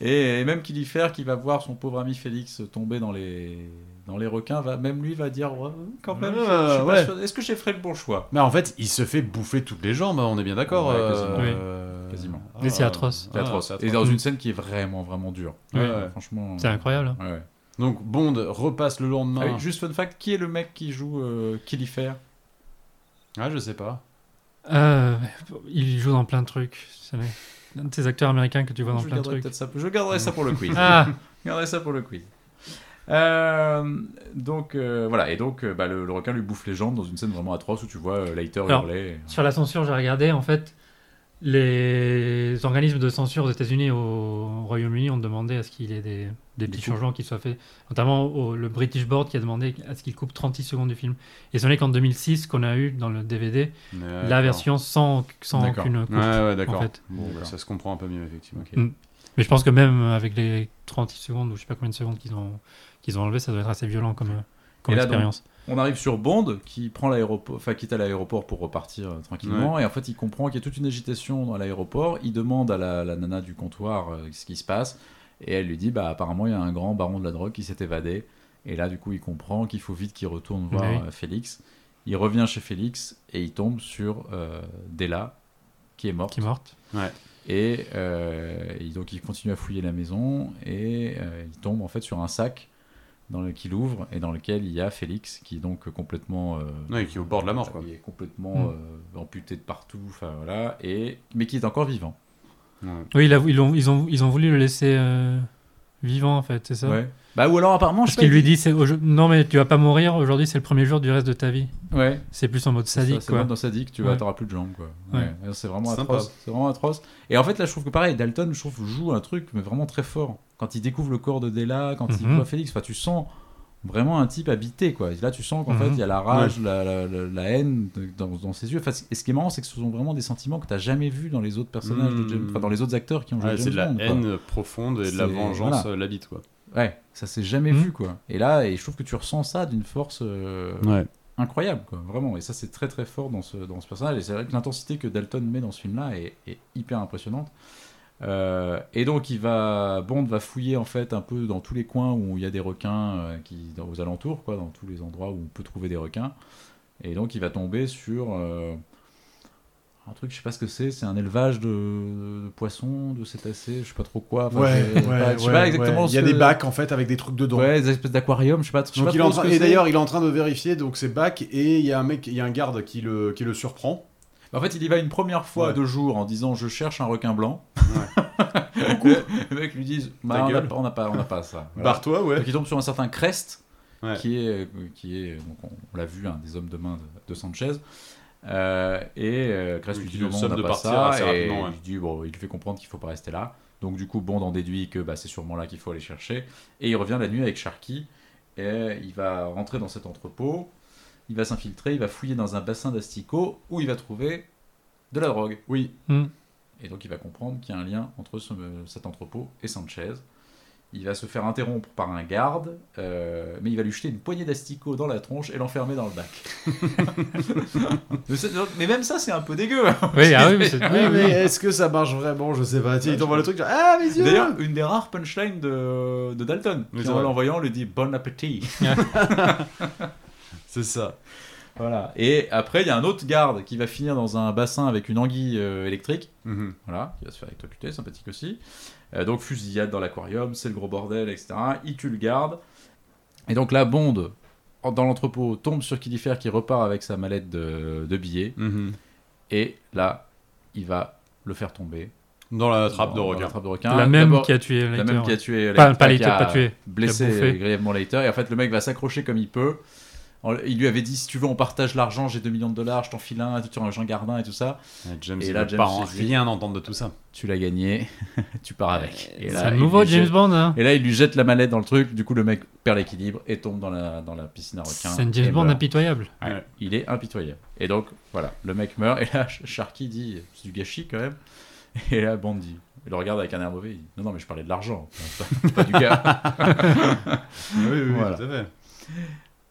Speaker 4: et, et même Kilifer qui va voir son pauvre ami Félix tomber dans les dans les requins, va même lui va dire Ouais, quand même.
Speaker 2: Euh,
Speaker 4: je suis pas
Speaker 2: ouais.
Speaker 4: sûr- Est-ce que j'ai fait le bon choix
Speaker 2: Mais en fait, il se fait bouffer toutes les jambes. hein, On est bien d'accord.
Speaker 4: Ouais,
Speaker 2: euh,
Speaker 3: quasiment.
Speaker 2: euh,
Speaker 4: Quasiment.
Speaker 3: Mais c'est atroce.
Speaker 4: C'est
Speaker 2: ah,
Speaker 4: atroce.
Speaker 2: c'est
Speaker 4: Et dans une scène qui est vraiment vraiment dure.
Speaker 2: Ouais,
Speaker 3: Ouais.
Speaker 2: ouais.
Speaker 4: Franchement.
Speaker 3: C'est incroyable. hein.
Speaker 4: Ouais, ouais.
Speaker 2: Donc Bond repasse le
Speaker 4: Ah oui,
Speaker 2: lendemain.
Speaker 4: juste fun fact, qui est le mec qui joue euh, Kilifer
Speaker 2: Ah, je sais pas.
Speaker 3: Euh, il joue dans plein de trucs. C'est l'un de ces acteurs américains que tu vois dans
Speaker 4: Je
Speaker 3: plein de
Speaker 4: garderai
Speaker 3: trucs. *laughs*
Speaker 4: peut-être ça. Je garderai ça pour le quiz.
Speaker 3: Ah,
Speaker 4: Je garderai ça pour le quiz. Euh, donc euh, voilà, et donc euh, bah, le, le requin lui bouffe les jambes dans une scène vraiment atroce où tu vois euh, Leiter
Speaker 3: Alors,
Speaker 4: hurler.
Speaker 3: Sur la censure, j'ai regardé, en fait, les organismes de censure aux États-Unis et au Royaume-Uni ont demandé à ce qu'il y ait des, des petits
Speaker 4: coupes.
Speaker 3: changements qui soient faits, notamment au- le British Board qui a demandé à ce qu'il coupe 36 secondes du film. Et ce n'est qu'en 2006 qu'on a eu dans le DVD la version sans, sans
Speaker 4: Euh, D'accord.
Speaker 3: aucune coupe.
Speaker 2: Ouais, ouais, d'accord.
Speaker 3: en fait.
Speaker 2: Bon, bah,
Speaker 4: D'accord.
Speaker 2: ça se comprend un peu mieux, effectivement.
Speaker 4: Euh, Ok.
Speaker 3: Mais je pense que même avec les 36 secondes ou je sais pas combien de secondes qu'ils ont, qu'ils ont enlevé, ça doit être assez violent comme, euh, comme
Speaker 4: Et là,
Speaker 3: expérience.
Speaker 4: On arrive sur Bond qui prend l'aéroport, enfin quitte à l'aéroport pour repartir euh, tranquillement. Et en fait, il comprend qu'il y a toute une agitation dans l'aéroport. Il demande à la, la nana du comptoir euh, ce qui se passe, et elle lui dit bah apparemment il y a un grand baron de la drogue qui s'est évadé. Et là, du coup, il comprend qu'il faut vite qu'il retourne voir
Speaker 3: Oui.
Speaker 4: euh, Félix. Il revient chez Félix et il tombe sur euh, Della qui est morte.
Speaker 3: Qui est morte.
Speaker 4: Et, euh, et donc il continue à fouiller la maison et euh, il tombe en fait sur un sac dans le- qu'il ouvre et dans lequel il y a Félix qui est donc complètement. euh,
Speaker 2: Ouais, qui est au bord de la mort, quoi.
Speaker 4: Il est
Speaker 3: Mm.
Speaker 4: complètement euh, amputé de partout, enfin voilà, et, mais qui est encore vivant.
Speaker 2: Ouais.
Speaker 3: Oui, il a- ils, ont, ils, ont, ils ont voulu le laisser euh, vivant, en fait, c'est ça
Speaker 4: Ouais. Bah, ou alors apparemment, je
Speaker 3: Parce
Speaker 4: sais pas,
Speaker 3: qu'il lui
Speaker 4: il-
Speaker 3: dit, c'est aujo- non mais tu vas pas mourir, aujourd'hui c'est le premier jour du reste de ta vie.
Speaker 4: Ouais,
Speaker 3: C'est plus en mode
Speaker 4: c'est ça,
Speaker 3: sadique
Speaker 4: c'est
Speaker 3: quoi.
Speaker 4: vraiment dans sadique, tu vas,
Speaker 3: Ouais.
Speaker 4: t'auras plus de jambes, quoi.
Speaker 3: Ouais.
Speaker 4: Ouais, C'est vraiment
Speaker 2: Sympa.
Speaker 4: atroce. C'est vraiment atroce. Et en fait, là, je trouve que pareil, Dalton, je trouve, joue un truc, mais vraiment très fort. Quand il découvre le corps de Della, quand il
Speaker 3: Mhm.
Speaker 4: voit Félix, enfin, tu sens vraiment un type habité, quoi. Et là, tu sens qu'en
Speaker 3: Mhm.
Speaker 4: fait, il y a la rage, la, la- la- la haine de- dans, dans ses yeux. Enfin, c'est- et ce qui est marrant, c'est que ce sont vraiment des sentiments que t'as jamais vus dans les autres personnages, de James-
Speaker 2: Mhm.
Speaker 4: enfin, dans les autres acteurs qui ont joué
Speaker 2: Ouais,
Speaker 4: James
Speaker 2: c'est de la
Speaker 4: Bond, quoi.
Speaker 2: haine profonde et de la
Speaker 4: C'est-
Speaker 2: vengeance
Speaker 4: voilà.
Speaker 2: euh, l'habite, quoi.
Speaker 4: Ouais, ça s'est jamais
Speaker 3: Mhm.
Speaker 4: vu, quoi. Et là, et je trouve que tu ressens ça d'une force. euh, incroyable, quoi, vraiment. Et ça, c'est très très fort dans ce, dans ce personnage. Et c'est vrai que l'intensité que Dalton met dans ce film-là est, est hyper impressionnante. Euh, et donc, il va, Bond va fouiller en fait un peu dans tous les coins où il y a des requins euh, qui, dans- aux alentours, quoi, dans tous les endroits où on peut trouver des requins. Et donc, il va tomber sur euh, un truc, je sais pas ce que c'est, c'est un élevage de, de poissons, de cétacés, je sais pas trop quoi. Enfin,
Speaker 6: Ouais,
Speaker 4: je sais
Speaker 6: ouais,
Speaker 4: pas- je sais
Speaker 6: ouais,
Speaker 4: pas exactement
Speaker 6: ouais.
Speaker 4: ce
Speaker 6: Il y a
Speaker 4: que-
Speaker 6: des bacs en fait avec des trucs dedans.
Speaker 4: Ouais, des espèces d'aquariums, je sais pas, je sais
Speaker 6: Donc
Speaker 4: pas
Speaker 6: il est en
Speaker 4: trop ce
Speaker 6: train-
Speaker 4: que
Speaker 6: et
Speaker 4: c'est.
Speaker 6: d'ailleurs, il est en train de vérifier, donc c'est bac, et il y a un mec, il y a un garde qui le, qui le surprend.
Speaker 4: En fait, il y va une première fois
Speaker 6: Ouais.
Speaker 4: de jour en disant je cherche un requin blanc. *laughs* Le mec lui dit Bah,
Speaker 2: Ta
Speaker 4: on n'a
Speaker 2: gueule.
Speaker 4: pas- on n'a pas, on n'a pas ça. Voilà.
Speaker 2: Barre-toi, ouais. *laughs*
Speaker 4: Donc il tombe sur un certain Crest,
Speaker 2: Ouais.
Speaker 4: qui est, euh, qui est donc on, on l'a vu, un des hommes de main de, de Sanchez. Euh, et euh, Crest
Speaker 2: Oui,
Speaker 4: lui
Speaker 2: qui
Speaker 4: dit
Speaker 2: le
Speaker 4: non, on
Speaker 2: somme
Speaker 4: n'a
Speaker 2: de
Speaker 4: pas
Speaker 2: partir
Speaker 4: ça.
Speaker 2: assez
Speaker 4: Et
Speaker 2: rapidement, ouais.
Speaker 4: il, lui dit, bon, il lui fait comprendre qu'il ne faut pas rester là. Donc du coup, Bond en déduit que bah, c'est sûrement là qu'il faut aller chercher. Et il revient la nuit avec Sharky. Et euh, il va rentrer dans cet entrepôt. Il va s'infiltrer, il va fouiller dans un bassin d'asticots où il va trouver de la drogue.
Speaker 2: Oui.
Speaker 3: Mm.
Speaker 4: Et donc il va comprendre qu'il y a un lien entre ce- cet entrepôt et Sanchez. Il va se faire interrompre par un garde, euh, mais il va lui jeter une poignée d'asticots dans la tronche et l'enfermer dans le bac. mais, c'est- mais même ça, c'est un peu dégueu.
Speaker 3: *laughs* Oui, ah oui, mais
Speaker 4: *laughs*
Speaker 3: c'est- oui,
Speaker 6: Ouais,
Speaker 3: oui.
Speaker 6: mais est-ce que ça marche vraiment Je sais pas. Tiens,
Speaker 4: Ouais,
Speaker 6: il
Speaker 4: je
Speaker 6: t'envoie
Speaker 4: sais
Speaker 6: le truc, genre, ah mes yeux
Speaker 4: D'ailleurs, une des rares punchlines de, de Dalton,
Speaker 2: Mais
Speaker 4: qui
Speaker 2: c'est
Speaker 4: en
Speaker 2: vrai.
Speaker 4: l'envoyant lui dit Bon appétit.
Speaker 2: *laughs* C'est ça.
Speaker 4: voilà. Et après, il y a un autre garde qui va finir dans un bassin avec une anguille euh, électrique.
Speaker 2: Mhm.
Speaker 4: Voilà, qui va se faire électrocuter, sympathique aussi. Euh, donc fusillade dans l'aquarium, c'est le gros bordel, etc. Il tue le garde. Et donc là, Bond, en- dans l'entrepôt, tombe sur Killifer qui repart avec sa mallette de, de billets.
Speaker 2: Mhm.
Speaker 4: Et là, il va le faire tomber.
Speaker 2: Dans la trappe de
Speaker 4: Dans- dans
Speaker 2: requin.
Speaker 4: La trappe de requin.
Speaker 3: La même
Speaker 4: Ah, D'abord,
Speaker 3: qui a tué
Speaker 4: la
Speaker 3: Leiter,
Speaker 4: même qui
Speaker 3: ouais.
Speaker 4: a tué
Speaker 3: Pas-
Speaker 4: Leiter,
Speaker 3: pas Leiter,
Speaker 4: qui a
Speaker 3: pas tué, qui a
Speaker 4: Blessé
Speaker 3: bouffé.
Speaker 4: grièvement Leiter. Et en fait, le mec va s'accrocher comme il peut. En- Il lui avait dit si tu veux, on partage l'argent, j'ai 2 millions de dollars, je t'en file un, tu as un Jean Gardin et tout ça.
Speaker 2: Ouais, James,
Speaker 4: Et
Speaker 2: il
Speaker 4: là,
Speaker 2: veut
Speaker 4: James,
Speaker 2: pas en
Speaker 4: il dit-
Speaker 2: rien entendre de tout ça.
Speaker 4: Tu l'as gagné, *laughs* tu pars avec. Et là,
Speaker 3: Euh, C'est le
Speaker 4: il
Speaker 3: nouveau
Speaker 4: lui jette-
Speaker 3: James Bond. Hein.
Speaker 4: Et là, il lui jette la mallette dans le truc. Du coup, le mec perd l'équilibre et tombe dans la, dans la piscine à requins.
Speaker 3: C'est un
Speaker 4: Ah, et bah.
Speaker 3: James Bond
Speaker 4: meurt.
Speaker 3: impitoyable.
Speaker 4: Ouais, Il est impitoyable. Et donc, voilà, le mec meurt. Et là, *laughs* Sh- Sharky dit C'est du gâchis quand même. Et là, Bond dit Il le regarde avec un air mauvais. Il dit Non, non, mais je parlais de l'argent. *laughs* Enfin, pas, pas du gars.
Speaker 2: Oui, oui, oui,
Speaker 4: Voilà.
Speaker 2: tout à fait.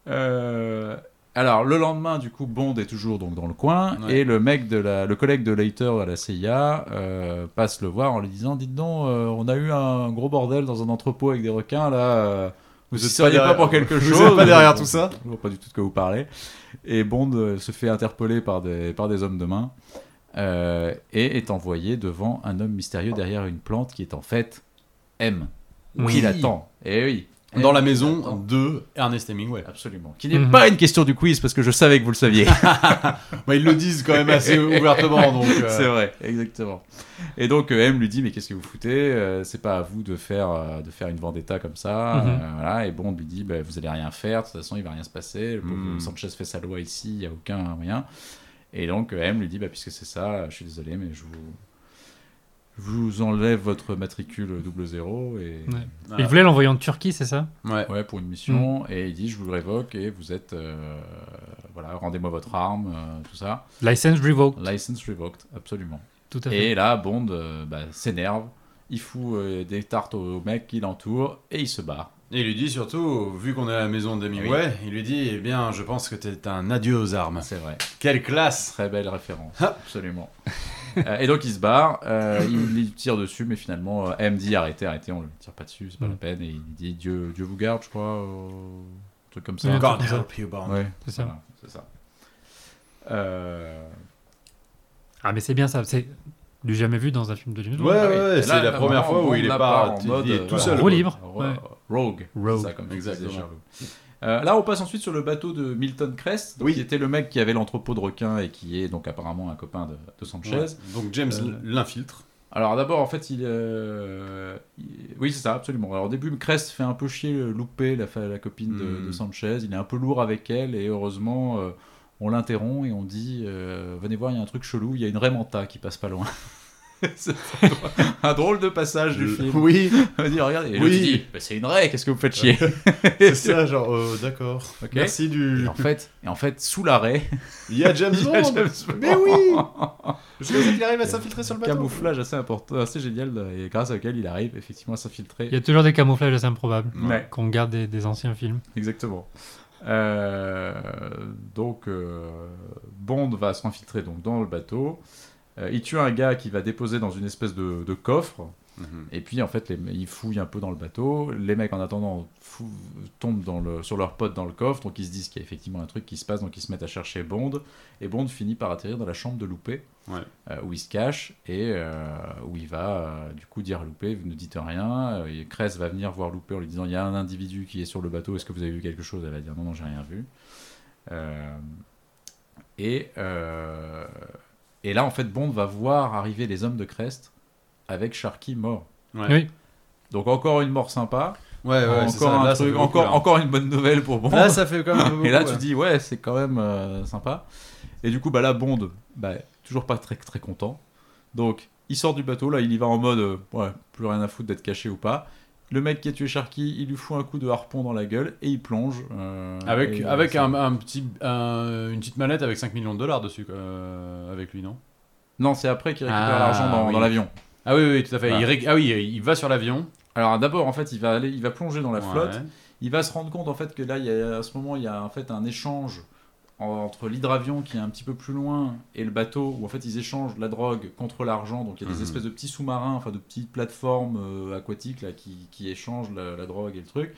Speaker 4: Euh, alors, le lendemain, du coup, Bond est toujours donc, dans le coin.
Speaker 2: Ouais.
Speaker 4: Et le mec de la, le collègue de Leiter à la CIA euh, passe le voir en lui disant Dites donc, euh, on a eu un gros bordel dans un entrepôt avec des requins là. euh, vous
Speaker 2: Vous
Speaker 4: ne
Speaker 2: êtes
Speaker 4: seriez
Speaker 2: pas
Speaker 4: pas
Speaker 2: derrière-
Speaker 4: pour quelque chose.
Speaker 2: êtes pas derrière tout ça
Speaker 4: Je vois pas du tout de quoi vous parlez. Et Bond euh, se fait interpeller par des, par des hommes de main euh, et est envoyé devant un homme mystérieux derrière une plante qui est en fait M,
Speaker 3: Oui.
Speaker 4: qui l'attend. Et oui.
Speaker 2: dans la maison
Speaker 4: Attends.
Speaker 2: de Ernest Hemingway.
Speaker 4: Absolument. Qui n'est
Speaker 3: Mhm.
Speaker 4: pas une question du quiz parce que je savais que vous le saviez.
Speaker 2: Bah, ils le disent quand
Speaker 4: *laughs*
Speaker 2: même assez ouvertement, donc. euh,
Speaker 4: C'est vrai, exactement. Et donc euh, M lui dit mais qu'est-ce que vous foutez Euh, C'est pas à vous de faire euh, de faire une vendetta comme ça.
Speaker 3: Mhm.
Speaker 4: euh, voilà. Et Bond lui dit bah, vous allez rien faire. De toute façon il va rien se passer. Le pauvre
Speaker 2: Mhm.
Speaker 4: Sanchez fait sa loi ici. Il y a aucun moyen. Et donc euh, M lui dit bah puisque c'est ça, je suis désolé mais je vous je vous enlève votre matricule 00 et
Speaker 3: Ouais.
Speaker 2: voilà.
Speaker 3: Il voulait l'envoyer en Turquie, c'est ça
Speaker 2: Ouais.
Speaker 4: Ouais, pour une mission, et il dit je vous le révoque et vous êtes euh, voilà rendez-moi votre arme, euh, tout ça.
Speaker 3: License revoked,
Speaker 4: License revoked, absolument.
Speaker 3: tout à fait.
Speaker 4: Et là, Bond euh, bah, s'énerve, il fout euh, des tartes au mec qui l'entoure et il se barre.
Speaker 2: Et il lui dit surtout, vu qu'on est à la maison d'Hemingway, il lui dit Eh bien, je pense que t'es un adieu aux armes.
Speaker 4: C'est vrai,
Speaker 2: Quelle classe
Speaker 4: très belle référence,
Speaker 2: Ah.
Speaker 4: absolument. *laughs* Euh, et donc il se barre, euh, il lui tire dessus, mais finalement euh, M dit arrêtez, arrêtez, on ne tire pas dessus, c'est pas
Speaker 3: Mm.
Speaker 4: la peine. Et il dit Dieu, Dieu vous garde, je crois, euh, un truc comme ça.
Speaker 3: Oui,
Speaker 2: God help you, Bond.
Speaker 4: Ouais,
Speaker 3: C'est ça.
Speaker 4: voilà, c'est ça. Euh,
Speaker 3: Ah, mais c'est bien ça. C'est du jamais vu dans un film de James Bond.
Speaker 2: Ouais,
Speaker 4: Ah oui.
Speaker 2: ouais,
Speaker 4: Et
Speaker 2: c'est
Speaker 4: là,
Speaker 2: la
Speaker 4: là,
Speaker 2: première
Speaker 4: vraiment,
Speaker 2: fois où
Speaker 4: on
Speaker 2: il est pas-
Speaker 4: la part en
Speaker 2: il
Speaker 4: mode,
Speaker 2: est
Speaker 4: euh,
Speaker 2: tout
Speaker 4: voilà,
Speaker 2: seul,
Speaker 3: roue libre.
Speaker 4: Ro-
Speaker 3: Ouais.
Speaker 4: Rogue.
Speaker 3: Rogue.
Speaker 4: C'est ça, comme tu disais,
Speaker 2: Exactement.
Speaker 4: Sherlock. Euh, là, on passe ensuite sur le bateau de Milton Crest, donc,
Speaker 2: Oui.
Speaker 4: qui était le mec qui avait l'entrepôt de requins et qui est donc apparemment un copain de, de Sanchez.
Speaker 2: Ouais. Donc James
Speaker 4: Euh,
Speaker 2: l'infiltre.
Speaker 4: Alors d'abord, en fait, il, euh, il- Oui, c'est ça, absolument. Alors au début, Crest fait un peu chier euh, louper la, fa- la copine de,
Speaker 2: Mm.
Speaker 4: de Sanchez. Il est un peu lourd avec elle et heureusement, euh, on l'interrompt et on dit euh, Venez voir, il y a un truc chelou, il y a une Raymanta qui passe pas loin. *laughs* c'est un drôle de passage du film.
Speaker 2: *laughs*
Speaker 4: *laughs*
Speaker 2: Oui,
Speaker 4: On dit, regarde,
Speaker 2: Oui.
Speaker 4: et l'autre dit, Bah, c'est une raie, qu'est-ce que vous faites chier
Speaker 2: *laughs*
Speaker 4: *laughs*
Speaker 2: c'est ça, genre, euh, d'accord.
Speaker 4: Ok.
Speaker 2: Merci
Speaker 4: et
Speaker 2: du.
Speaker 4: en, fait, et en fait, sous l'arrêt,
Speaker 2: Il y a James
Speaker 4: *laughs* il y
Speaker 2: Bond
Speaker 4: a James Bond.
Speaker 2: Mais
Speaker 4: *laughs*
Speaker 2: oui Je sais qu'il arrive à s'infiltrer sur le bateau.
Speaker 4: Camouflage assez important, assez génial, euh, et grâce auquel il arrive effectivement à s'infiltrer.
Speaker 3: Il y a toujours des camouflages assez improbables
Speaker 4: Ouais.
Speaker 3: qu'on garde des, des anciens films.
Speaker 4: Exactement. Euh, donc, euh, Bond va s'infiltrer donc dans le bateau. Euh, il tue un gars qui va déposer dans une espèce de, de coffre.
Speaker 2: Mhm.
Speaker 4: Et puis, en fait, les, il fouille un peu dans le bateau. Les mecs, en attendant, fou- tombent dans le, sur leur pote dans le coffre. Donc, ils se disent qu'il y a effectivement un truc qui se passe. Donc, ils se mettent à chercher Bond. Et Bond finit par atterrir dans la chambre de Loupé,
Speaker 2: Ouais.
Speaker 4: euh, où il se cache et euh, où il va, euh, du coup, dire à Loupé Vous ne dites rien. Euh, Et Cress va venir voir Loupé en lui disant Il y a un individu qui est sur le bateau. Est-ce que vous avez vu quelque chose Elle va dire Non, non, j'ai rien vu. Euh, et, euh, et là, en fait, Bond va voir arriver les hommes de Crest avec Sharky mort.
Speaker 2: Ouais.
Speaker 3: Oui.
Speaker 4: Donc encore une mort sympa,
Speaker 2: Ouais, ouais, c'est
Speaker 4: encore
Speaker 2: ça.
Speaker 4: un
Speaker 2: Là, ça fait
Speaker 4: truc,
Speaker 2: beaucoup,
Speaker 4: encore,
Speaker 2: là.
Speaker 4: encore une bonne nouvelle pour Bond.
Speaker 2: Là, ça fait quand même.
Speaker 4: *laughs* et là,
Speaker 2: beaucoup,
Speaker 4: tu
Speaker 2: ouais.
Speaker 4: dis ouais, c'est quand même euh, sympa. Et du coup, bah là, Bond, bah, toujours pas très très content. Donc il sort du bateau, là, il y va en mode euh, ouais, plus rien à foutre d'être caché ou pas. Le mec qui a tué Sharky, il lui fout un coup de harpon dans la gueule et il plonge. euh,
Speaker 2: Avec,
Speaker 4: et-
Speaker 2: avec un, un petit, un- une petite mallette avec 5 millions de dollars dessus, quoi, euh, avec lui, non
Speaker 4: Non, c'est après qu'il récupère
Speaker 2: Ah,
Speaker 4: l'argent dans-
Speaker 2: oui.
Speaker 4: dans l'avion.
Speaker 2: Ah oui, oui, tout à fait.
Speaker 4: Voilà.
Speaker 2: Il ré- Ah oui, il va sur l'avion.
Speaker 4: Alors d'abord en fait il va aller, il va plonger dans la
Speaker 2: Ouais.
Speaker 4: flotte. Il va se rendre compte en fait que là il y a, à ce moment il y a en fait un échange en- entre l'hydravion qui est un petit peu plus loin et le bateau où en fait ils échangent la drogue contre l'argent. Donc il y a des
Speaker 2: Mhm.
Speaker 4: espèces de petits sous-marins, enfin de petites plateformes euh, aquatiques là qui, qui échangent la, la drogue et le truc.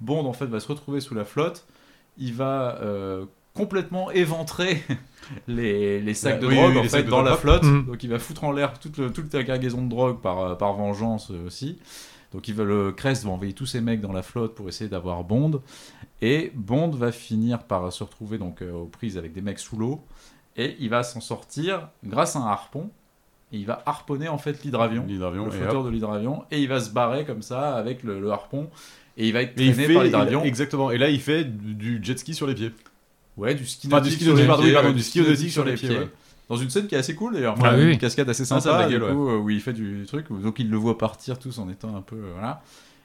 Speaker 4: Bond en fait va se retrouver sous la flotte. Il va euh, complètement éventrer *laughs* les, les sacs
Speaker 2: Bah,
Speaker 4: de
Speaker 2: oui,
Speaker 4: drogue
Speaker 2: oui, les
Speaker 4: en fait
Speaker 2: sacs de
Speaker 4: dans la
Speaker 2: drogue.
Speaker 4: flotte.
Speaker 3: Mhm.
Speaker 4: Donc il va foutre en l'air toute, le- toute la cargaison de drogue par, euh, par vengeance euh, aussi. Donc il va, le Crest va envoyer tous ses mecs dans la flotte pour essayer d'avoir Bond. Et Bond va finir par se retrouver donc euh, aux prises avec des mecs sous l'eau. Et il va s'en sortir grâce à un harpon. Et il va harponner en fait l'hydravion,
Speaker 2: L'hydravion,
Speaker 4: le
Speaker 2: et
Speaker 4: flotteur de l'hydravion. Et il va se barrer comme ça avec le, le harpon. Et il va être
Speaker 2: Et il
Speaker 4: traîné
Speaker 2: fait,
Speaker 4: par
Speaker 2: il-
Speaker 4: l'hydravion.
Speaker 2: exactement. Et là, il fait du, du jet ski sur les pieds.
Speaker 4: Ouais, du ski
Speaker 2: Enfin, du
Speaker 4: nautique
Speaker 2: ski
Speaker 4: sur
Speaker 2: nautique,
Speaker 4: les
Speaker 2: pardon,
Speaker 4: pieds,
Speaker 2: oui, pardon,
Speaker 4: ouais,
Speaker 2: du ski nautique sur les pieds, ouais.
Speaker 4: Dans une scène qui est assez cool d'ailleurs,
Speaker 3: Ah oui,
Speaker 4: une
Speaker 3: oui.
Speaker 4: cascade assez
Speaker 2: Ah, ça
Speaker 4: sympa
Speaker 2: va,
Speaker 4: du
Speaker 2: gueule,
Speaker 4: coup, euh, où il fait du truc, donc il le voit partir tous en étant un peu euh, voilà.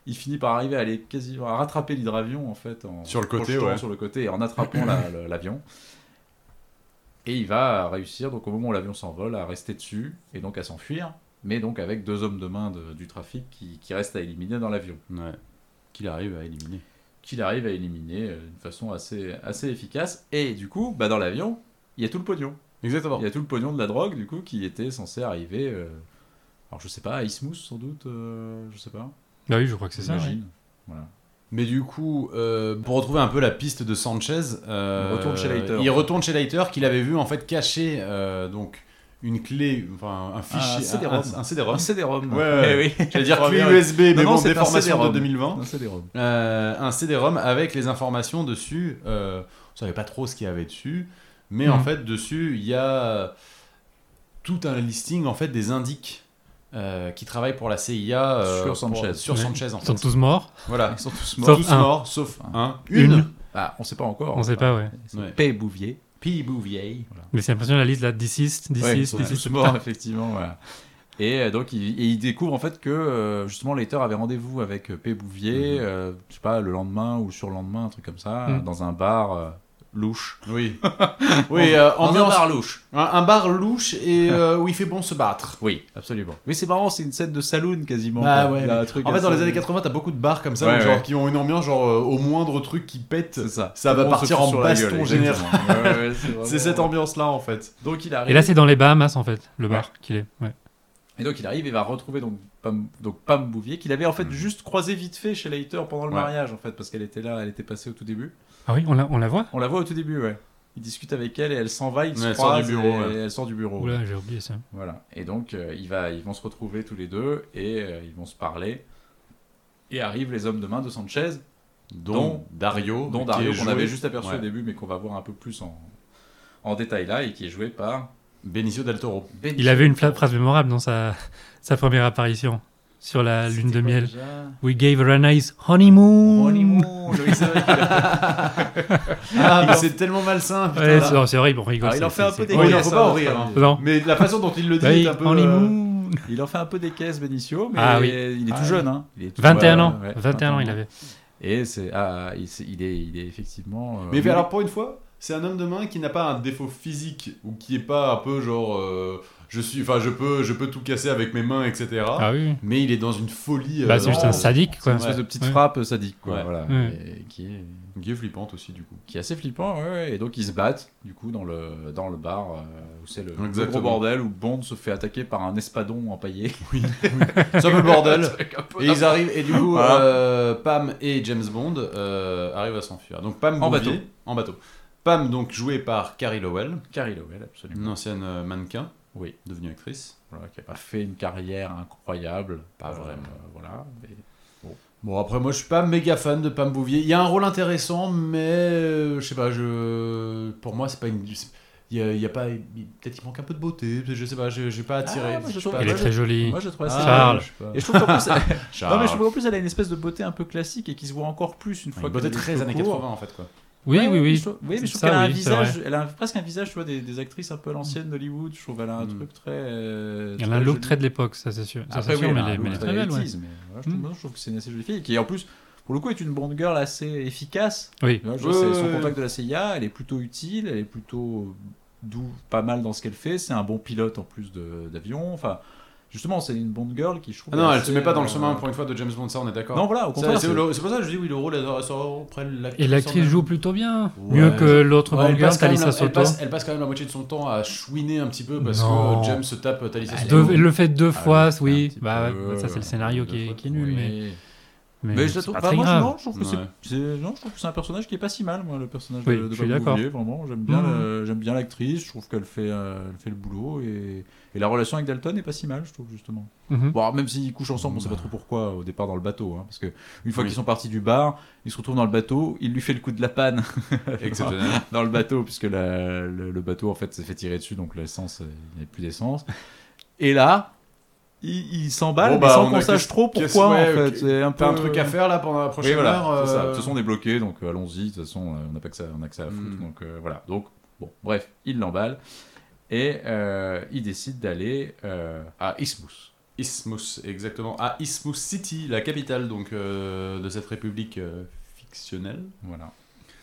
Speaker 4: Il finit par arriver à aller quasiment à rattraper l'hydravion en fait en
Speaker 2: Sur le
Speaker 4: se
Speaker 2: côté,
Speaker 4: projetant
Speaker 2: ouais.
Speaker 4: sur le côté et en
Speaker 2: *coughs*
Speaker 4: attrapant la- le- l'avion. Et il va réussir donc au moment où l'avion s'envole à rester dessus et donc à s'enfuir, mais donc avec deux hommes de main de- du trafic qui, qui restent à éliminer dans l'avion
Speaker 2: Ouais. Qu'il arrive à éliminer.
Speaker 4: qu'il arrive à éliminer euh, d'une façon assez, assez efficace. Et du coup, bah, dans l'avion, il y a tout le pognon.
Speaker 2: Exactement.
Speaker 4: Il y a tout le pognon de la drogue, du coup, qui était censé arriver, euh, alors je sais pas, à Ismouth sans doute, euh, je sais pas.
Speaker 3: Bah oui, je crois que c'est ça. ouais.
Speaker 4: J'imagine. Voilà.
Speaker 2: Mais du coup, euh, pour retrouver un peu la piste de Sanchez, euh,
Speaker 4: Il retourne chez Leiter.
Speaker 2: Il retourne chez Leiter qu'il avait vu en fait cacher euh, donc une clé, enfin un
Speaker 4: Ah,
Speaker 2: fichier,
Speaker 4: CD-ROM.
Speaker 2: un- un, un CD-ROM.
Speaker 4: Un CD-ROM.
Speaker 2: Ouais, ouais,
Speaker 4: *laughs* Eh oui.
Speaker 2: J'allais dire clé
Speaker 4: Bien.
Speaker 2: USB, mais
Speaker 4: Non,
Speaker 2: bon,
Speaker 4: non, c'est un
Speaker 2: déformation de
Speaker 4: CD-ROM.
Speaker 2: 2020.
Speaker 4: Un CD-ROM.
Speaker 2: Euh, un CD-ROM avec les informations dessus. Euh, on savait pas trop ce qu'il y avait dessus, mais en
Speaker 3: Mhm.
Speaker 2: fait dessus il y a tout un listing en fait des indiques euh, qui travaillent pour la CIA euh,
Speaker 4: Sur Sanchez.
Speaker 2: pour- sur
Speaker 3: Ouais.
Speaker 2: Sanchez en
Speaker 3: Ils sont
Speaker 2: fait.
Speaker 3: tous morts.
Speaker 2: Voilà,
Speaker 4: Ah, Ils sont tous
Speaker 2: Ils
Speaker 4: morts.
Speaker 2: sont
Speaker 3: Sauf
Speaker 2: tous
Speaker 3: un.
Speaker 2: morts sauf un,
Speaker 3: Une.
Speaker 4: Ah, on sait pas encore.
Speaker 3: On sait pas, ouais.
Speaker 2: Ouais.
Speaker 4: P. Bouvier. P. Bouvier. Voilà.
Speaker 3: Mais c'est impressionnant la liste là, deceased,
Speaker 4: Ouais, ils
Speaker 3: deceased,
Speaker 4: sont
Speaker 3: deceased.
Speaker 4: tous morts, effectivement. voilà. Et euh, donc, il, et il découvre en fait que euh, justement, Leiter avait rendez-vous avec euh, P. Bouvier, euh, je sais pas, le lendemain ou sur le lendemain, un truc comme ça,
Speaker 3: Mhm.
Speaker 4: euh, dans un bar euh, louche.
Speaker 2: oui, oui, euh,
Speaker 4: Dans
Speaker 2: ambiance,
Speaker 4: un bar louche.
Speaker 2: un, un bar louche et euh, où il fait bon se battre.
Speaker 4: Oui, absolument. Ah Mais c'est marrant, c'est une scène de saloon quasiment.
Speaker 2: Bah
Speaker 4: quoi.
Speaker 2: ouais,
Speaker 4: Il y a un truc
Speaker 2: En fait, dans les
Speaker 4: assez-
Speaker 2: années 80, t'as beaucoup de bars comme ça,
Speaker 4: Ouais,
Speaker 2: donc, genre,
Speaker 4: ouais.
Speaker 2: qui ont une ambiance genre euh, au moindre truc qui pète.
Speaker 4: C'est ça.
Speaker 2: Ça va
Speaker 4: On se
Speaker 2: partir
Speaker 4: fout
Speaker 2: en
Speaker 4: sur la
Speaker 2: baston
Speaker 4: gueule,
Speaker 2: général.
Speaker 4: exactement. Ouais, ouais, ouais, *laughs* c'est vraiment-
Speaker 2: C'est cette ambiance-là en fait.
Speaker 4: Donc il arrive.
Speaker 3: Et là, c'est dans les Bahamas, en fait, le bar qu'il est. Ouais.
Speaker 4: Et donc il arrive et va retrouver donc Pam, donc Pam Bouvier qu'il avait en fait juste croisé vite fait chez Leiter pendant le
Speaker 2: Ouais.
Speaker 4: mariage en fait parce qu'elle était là, elle était passée au tout début.
Speaker 3: Ah oui, on la, on la voit
Speaker 4: On la voit au tout début, ouais. Il discute avec elle et elle s'en va, il se
Speaker 2: Ouais, elle sort
Speaker 4: croise
Speaker 2: du bureau,
Speaker 4: et
Speaker 2: ouais.
Speaker 4: elle sort du bureau.
Speaker 3: Oula, j'ai oublié ça.
Speaker 4: Voilà. Et donc euh, il va, ils vont se retrouver tous les deux et euh, ils vont se parler. Et arrivent les hommes de main de Sanchez,
Speaker 2: Dont Dario, Oh,
Speaker 4: dont
Speaker 2: qui
Speaker 4: Dario
Speaker 2: est
Speaker 4: qu'on
Speaker 2: joué-
Speaker 4: avait juste aperçu
Speaker 2: Ouais.
Speaker 4: au début mais qu'on va voir un peu plus en, en détail là et qui est joué par
Speaker 2: Benicio del Toro.
Speaker 4: Benicio
Speaker 3: Il avait une
Speaker 4: del
Speaker 3: fla-
Speaker 4: Toro.
Speaker 3: phrase mémorable dans sa, sa première apparition sur la
Speaker 4: C'était
Speaker 3: lune de
Speaker 4: quoi
Speaker 3: miel.
Speaker 4: déjà
Speaker 3: We gave her a nice honeymoon.
Speaker 4: Honeymoon, oui, c'est vrai qu'il a-
Speaker 2: Ah, mais c'est tellement malsain, putain.
Speaker 3: Ouais, c'est non, c'est horrible, on rigole.
Speaker 4: Alors, Ah, il
Speaker 3: c'est-
Speaker 4: en fait un
Speaker 3: c'est- Oh,
Speaker 4: peu des
Speaker 2: Oui, il en
Speaker 4: caisses,
Speaker 2: faut pas
Speaker 4: hein,
Speaker 2: en rire,
Speaker 4: notre
Speaker 2: hein.
Speaker 4: ami.
Speaker 3: Non.
Speaker 2: Mais la façon dont il le dit
Speaker 3: Bah,
Speaker 2: est un peu. euh,
Speaker 3: honeymoon.
Speaker 4: Il en fait un peu des caisses, Benicio, mais
Speaker 3: Ah oui.
Speaker 4: il est tout
Speaker 3: Ah
Speaker 4: jeune. Hein. Il est tout-
Speaker 3: 21 ans.
Speaker 4: ouais, ouais,
Speaker 3: 21 ans, il avait.
Speaker 4: Et c'est, ah, il, c'est- il est, il est effectivement. euh,
Speaker 2: Mais alors pour une fois, c'est un homme de main qui n'a pas un défaut physique ou qui est pas un peu genre euh, je suis, enfin je peux, je peux tout casser avec mes mains, etc.
Speaker 3: Ah oui.
Speaker 2: Mais il est dans une folie.
Speaker 3: Bah, c'est
Speaker 2: euh,
Speaker 3: juste un
Speaker 2: non,
Speaker 3: sadique,
Speaker 4: c'est une
Speaker 3: quoi.
Speaker 4: espèce de petite
Speaker 3: Ouais.
Speaker 4: frappe euh, sadique, quoi.
Speaker 2: Ouais.
Speaker 4: Voilà,
Speaker 3: Ouais.
Speaker 4: et qui, est,
Speaker 2: Qui est flippante aussi du coup.
Speaker 4: qui est assez flippant. ouais, ouais. Et donc ils se battent, du coup, dans le, dans le bar euh, où c'est le, le gros
Speaker 2: Exactement.
Speaker 4: bordel où Bond se fait attaquer par un espadon empaillé. *laughs*
Speaker 2: C'est un peu le bordel.
Speaker 4: Avec un peu
Speaker 2: Et ils arrivent et du coup
Speaker 4: Voilà.
Speaker 2: euh, Pam et James Bond euh, arrivent à s'enfuir. Donc Pam
Speaker 4: En
Speaker 2: Bouvier-
Speaker 4: bateau.
Speaker 2: en bateau. Pam donc jouée par Carrie Lowell,
Speaker 4: Carrie Lowell,
Speaker 2: une
Speaker 4: absolument.
Speaker 2: ancienne euh, mannequin,
Speaker 4: Oui.
Speaker 2: devenue actrice.
Speaker 4: Voilà, qui a pas fait une carrière incroyable.
Speaker 2: Pas vraiment.
Speaker 4: Euh, voilà. mais-
Speaker 2: Bon, après, moi, je suis pas méga fan de Pam Bouvier. Il y a un rôle intéressant, mais euh, je sais pas, je... pour moi, c'est pas une. c'est- Il y a, il y a pas. il- Peut-être qu'il manque un peu de beauté, peut-être, je sais pas, je j'ai pas attiré.
Speaker 4: Ah, moi,
Speaker 2: Je
Speaker 4: je
Speaker 2: sais
Speaker 4: trouve
Speaker 2: pas.
Speaker 4: qu'elle
Speaker 3: Il est très joli.
Speaker 4: Moi, je trouve assez.
Speaker 3: Charles.
Speaker 4: je sais pas. euh, Et je trouve
Speaker 2: *laughs*
Speaker 4: qu'en plus, Non, mais je
Speaker 2: Charles.
Speaker 4: trouve en plus, elle a une espèce de beauté un peu classique et qui se voit encore plus une
Speaker 2: Une
Speaker 4: fois
Speaker 2: beauté
Speaker 4: qu'elle est
Speaker 2: très
Speaker 4: au
Speaker 2: années
Speaker 4: cours.
Speaker 2: 80, en fait, quoi.
Speaker 3: Oui,
Speaker 4: Ouais,
Speaker 3: oui,
Speaker 4: mais
Speaker 3: oui.
Speaker 4: je trouve- Oui, mais je
Speaker 3: C'est
Speaker 4: trouve qu'elle a
Speaker 3: ça,
Speaker 4: un
Speaker 3: oui, c'est
Speaker 4: visage, elle a presque un visage, tu vois, des, des actrices un peu à l'ancienne d'Hollywood. Je trouve qu'elle a un
Speaker 2: Mm.
Speaker 4: truc très. euh,
Speaker 3: Il a un look
Speaker 4: joli.
Speaker 3: très de l'époque, ça c'est sûr. Ça,
Speaker 4: Après,
Speaker 3: c'est
Speaker 4: oui,
Speaker 3: sûr,
Speaker 4: elle
Speaker 3: mais
Speaker 4: a
Speaker 3: elle
Speaker 4: un
Speaker 3: est- mais
Speaker 4: look
Speaker 3: elle est
Speaker 4: très
Speaker 3: très belle, ouais.
Speaker 4: 80s, mais voilà, je trouve-
Speaker 3: Mm.
Speaker 4: moi, je trouve que c'est une assez jolie fille et qui, en plus, pour le coup, est une Bond girl assez efficace.
Speaker 3: Oui.
Speaker 4: Là, je
Speaker 2: Ouais,
Speaker 4: sais,
Speaker 2: ouais,
Speaker 4: son
Speaker 2: ouais.
Speaker 4: contact de la CIA, elle est plutôt utile, elle est plutôt doux, pas mal dans ce qu'elle fait. C'est un bon pilote en plus de- d'avion. Enfin, justement, c'est une Bond girl qui, je trouve.
Speaker 2: Ah non,
Speaker 4: est
Speaker 2: elle se
Speaker 4: assez,
Speaker 2: met pas dans le
Speaker 4: euh,
Speaker 2: chemin pour une fois de James Bond, ça, on est d'accord.
Speaker 4: Non, voilà, au
Speaker 2: Ça,
Speaker 4: contraire.
Speaker 2: c'est
Speaker 4: c'est-
Speaker 2: le- c'est pour ça que je dis, oui, le rôle, elle elle sort près de l'actrice.
Speaker 3: Et l'actrice
Speaker 2: en-
Speaker 3: joue plutôt bien.
Speaker 2: Ouais.
Speaker 3: Mieux que l'autre
Speaker 2: Ouais, elle,
Speaker 3: Bangor,
Speaker 2: passe quand même
Speaker 3: Talissa
Speaker 2: la, elle,
Speaker 3: Soto.
Speaker 2: passe, elle passe quand même la moitié de son temps à chouiner un petit peu parce
Speaker 3: Non.
Speaker 2: que James se tape Talissa
Speaker 3: Elle
Speaker 2: Soto.
Speaker 3: le- elle le fait deux fois,
Speaker 4: Ah, un
Speaker 3: oui.
Speaker 4: petit
Speaker 3: Bah,
Speaker 4: peu,
Speaker 3: ouais, ça c'est
Speaker 4: euh,
Speaker 3: le scénario
Speaker 4: deux
Speaker 3: qui
Speaker 4: fois,
Speaker 3: est, qui est nul,
Speaker 4: oui.
Speaker 3: mais, mais,
Speaker 4: Mais je
Speaker 3: c'est
Speaker 4: la trouve
Speaker 3: pas
Speaker 4: pas
Speaker 3: très
Speaker 4: moi, je-
Speaker 3: grave.
Speaker 4: non, je trouve que c'est-
Speaker 2: Ouais.
Speaker 4: c'est non, je trouve que c'est un personnage qui est pas si mal, moi, le personnage
Speaker 3: Oui,
Speaker 4: de, de
Speaker 3: je suis
Speaker 4: Pablo
Speaker 3: d'accord.
Speaker 4: Bouvier, Vraiment, j'aime bien,
Speaker 3: Mhm.
Speaker 4: euh, j'aime bien l'actrice. Je trouve qu'elle fait, euh, elle fait le boulot et, et la relation avec Dalton est pas si mal, je trouve justement.
Speaker 3: Mhm.
Speaker 4: Bon, alors, même s'ils couchent ensemble, on sait pas trop pourquoi au départ dans le bateau, hein, parce que une fois
Speaker 2: Oui.
Speaker 4: qu'ils sont partis du bar, ils se retrouvent dans le bateau, il lui fait le coup de la panne *laughs*
Speaker 2: Exceptionnel.
Speaker 4: dans le bateau, puisque la- le, le bateau en fait s'est fait tirer dessus, donc l'essence, euh, il n'y a plus d'essence. Et là, il, il s'emballe,
Speaker 2: Bon,
Speaker 4: mais
Speaker 2: bah,
Speaker 4: sans
Speaker 2: on
Speaker 4: qu'on
Speaker 2: a
Speaker 4: sache
Speaker 2: qu'est-ce-
Speaker 4: trop
Speaker 2: qu'est-ce-
Speaker 4: pourquoi.
Speaker 2: ouais,
Speaker 4: en
Speaker 2: ok.
Speaker 4: fait, c'est un peu
Speaker 3: Euh,
Speaker 2: T'as un truc à faire là pendant la
Speaker 4: Oui,
Speaker 2: prochaine
Speaker 4: voilà,
Speaker 2: heure.
Speaker 4: c'est ça. De
Speaker 2: euh,
Speaker 4: toute façon, on est bloqué, donc euh, allons-y. De toute façon, euh, on n'a pas que ça, on a que ça à foutre.
Speaker 2: Mm.
Speaker 4: Donc euh, voilà. Donc bon, bref, il l'emballe et euh, il décide d'aller euh, à Ismouth.
Speaker 2: Isthmus, exactement. À Isthmus City, la capitale donc euh, de cette république euh, fictionnelle.
Speaker 4: Voilà.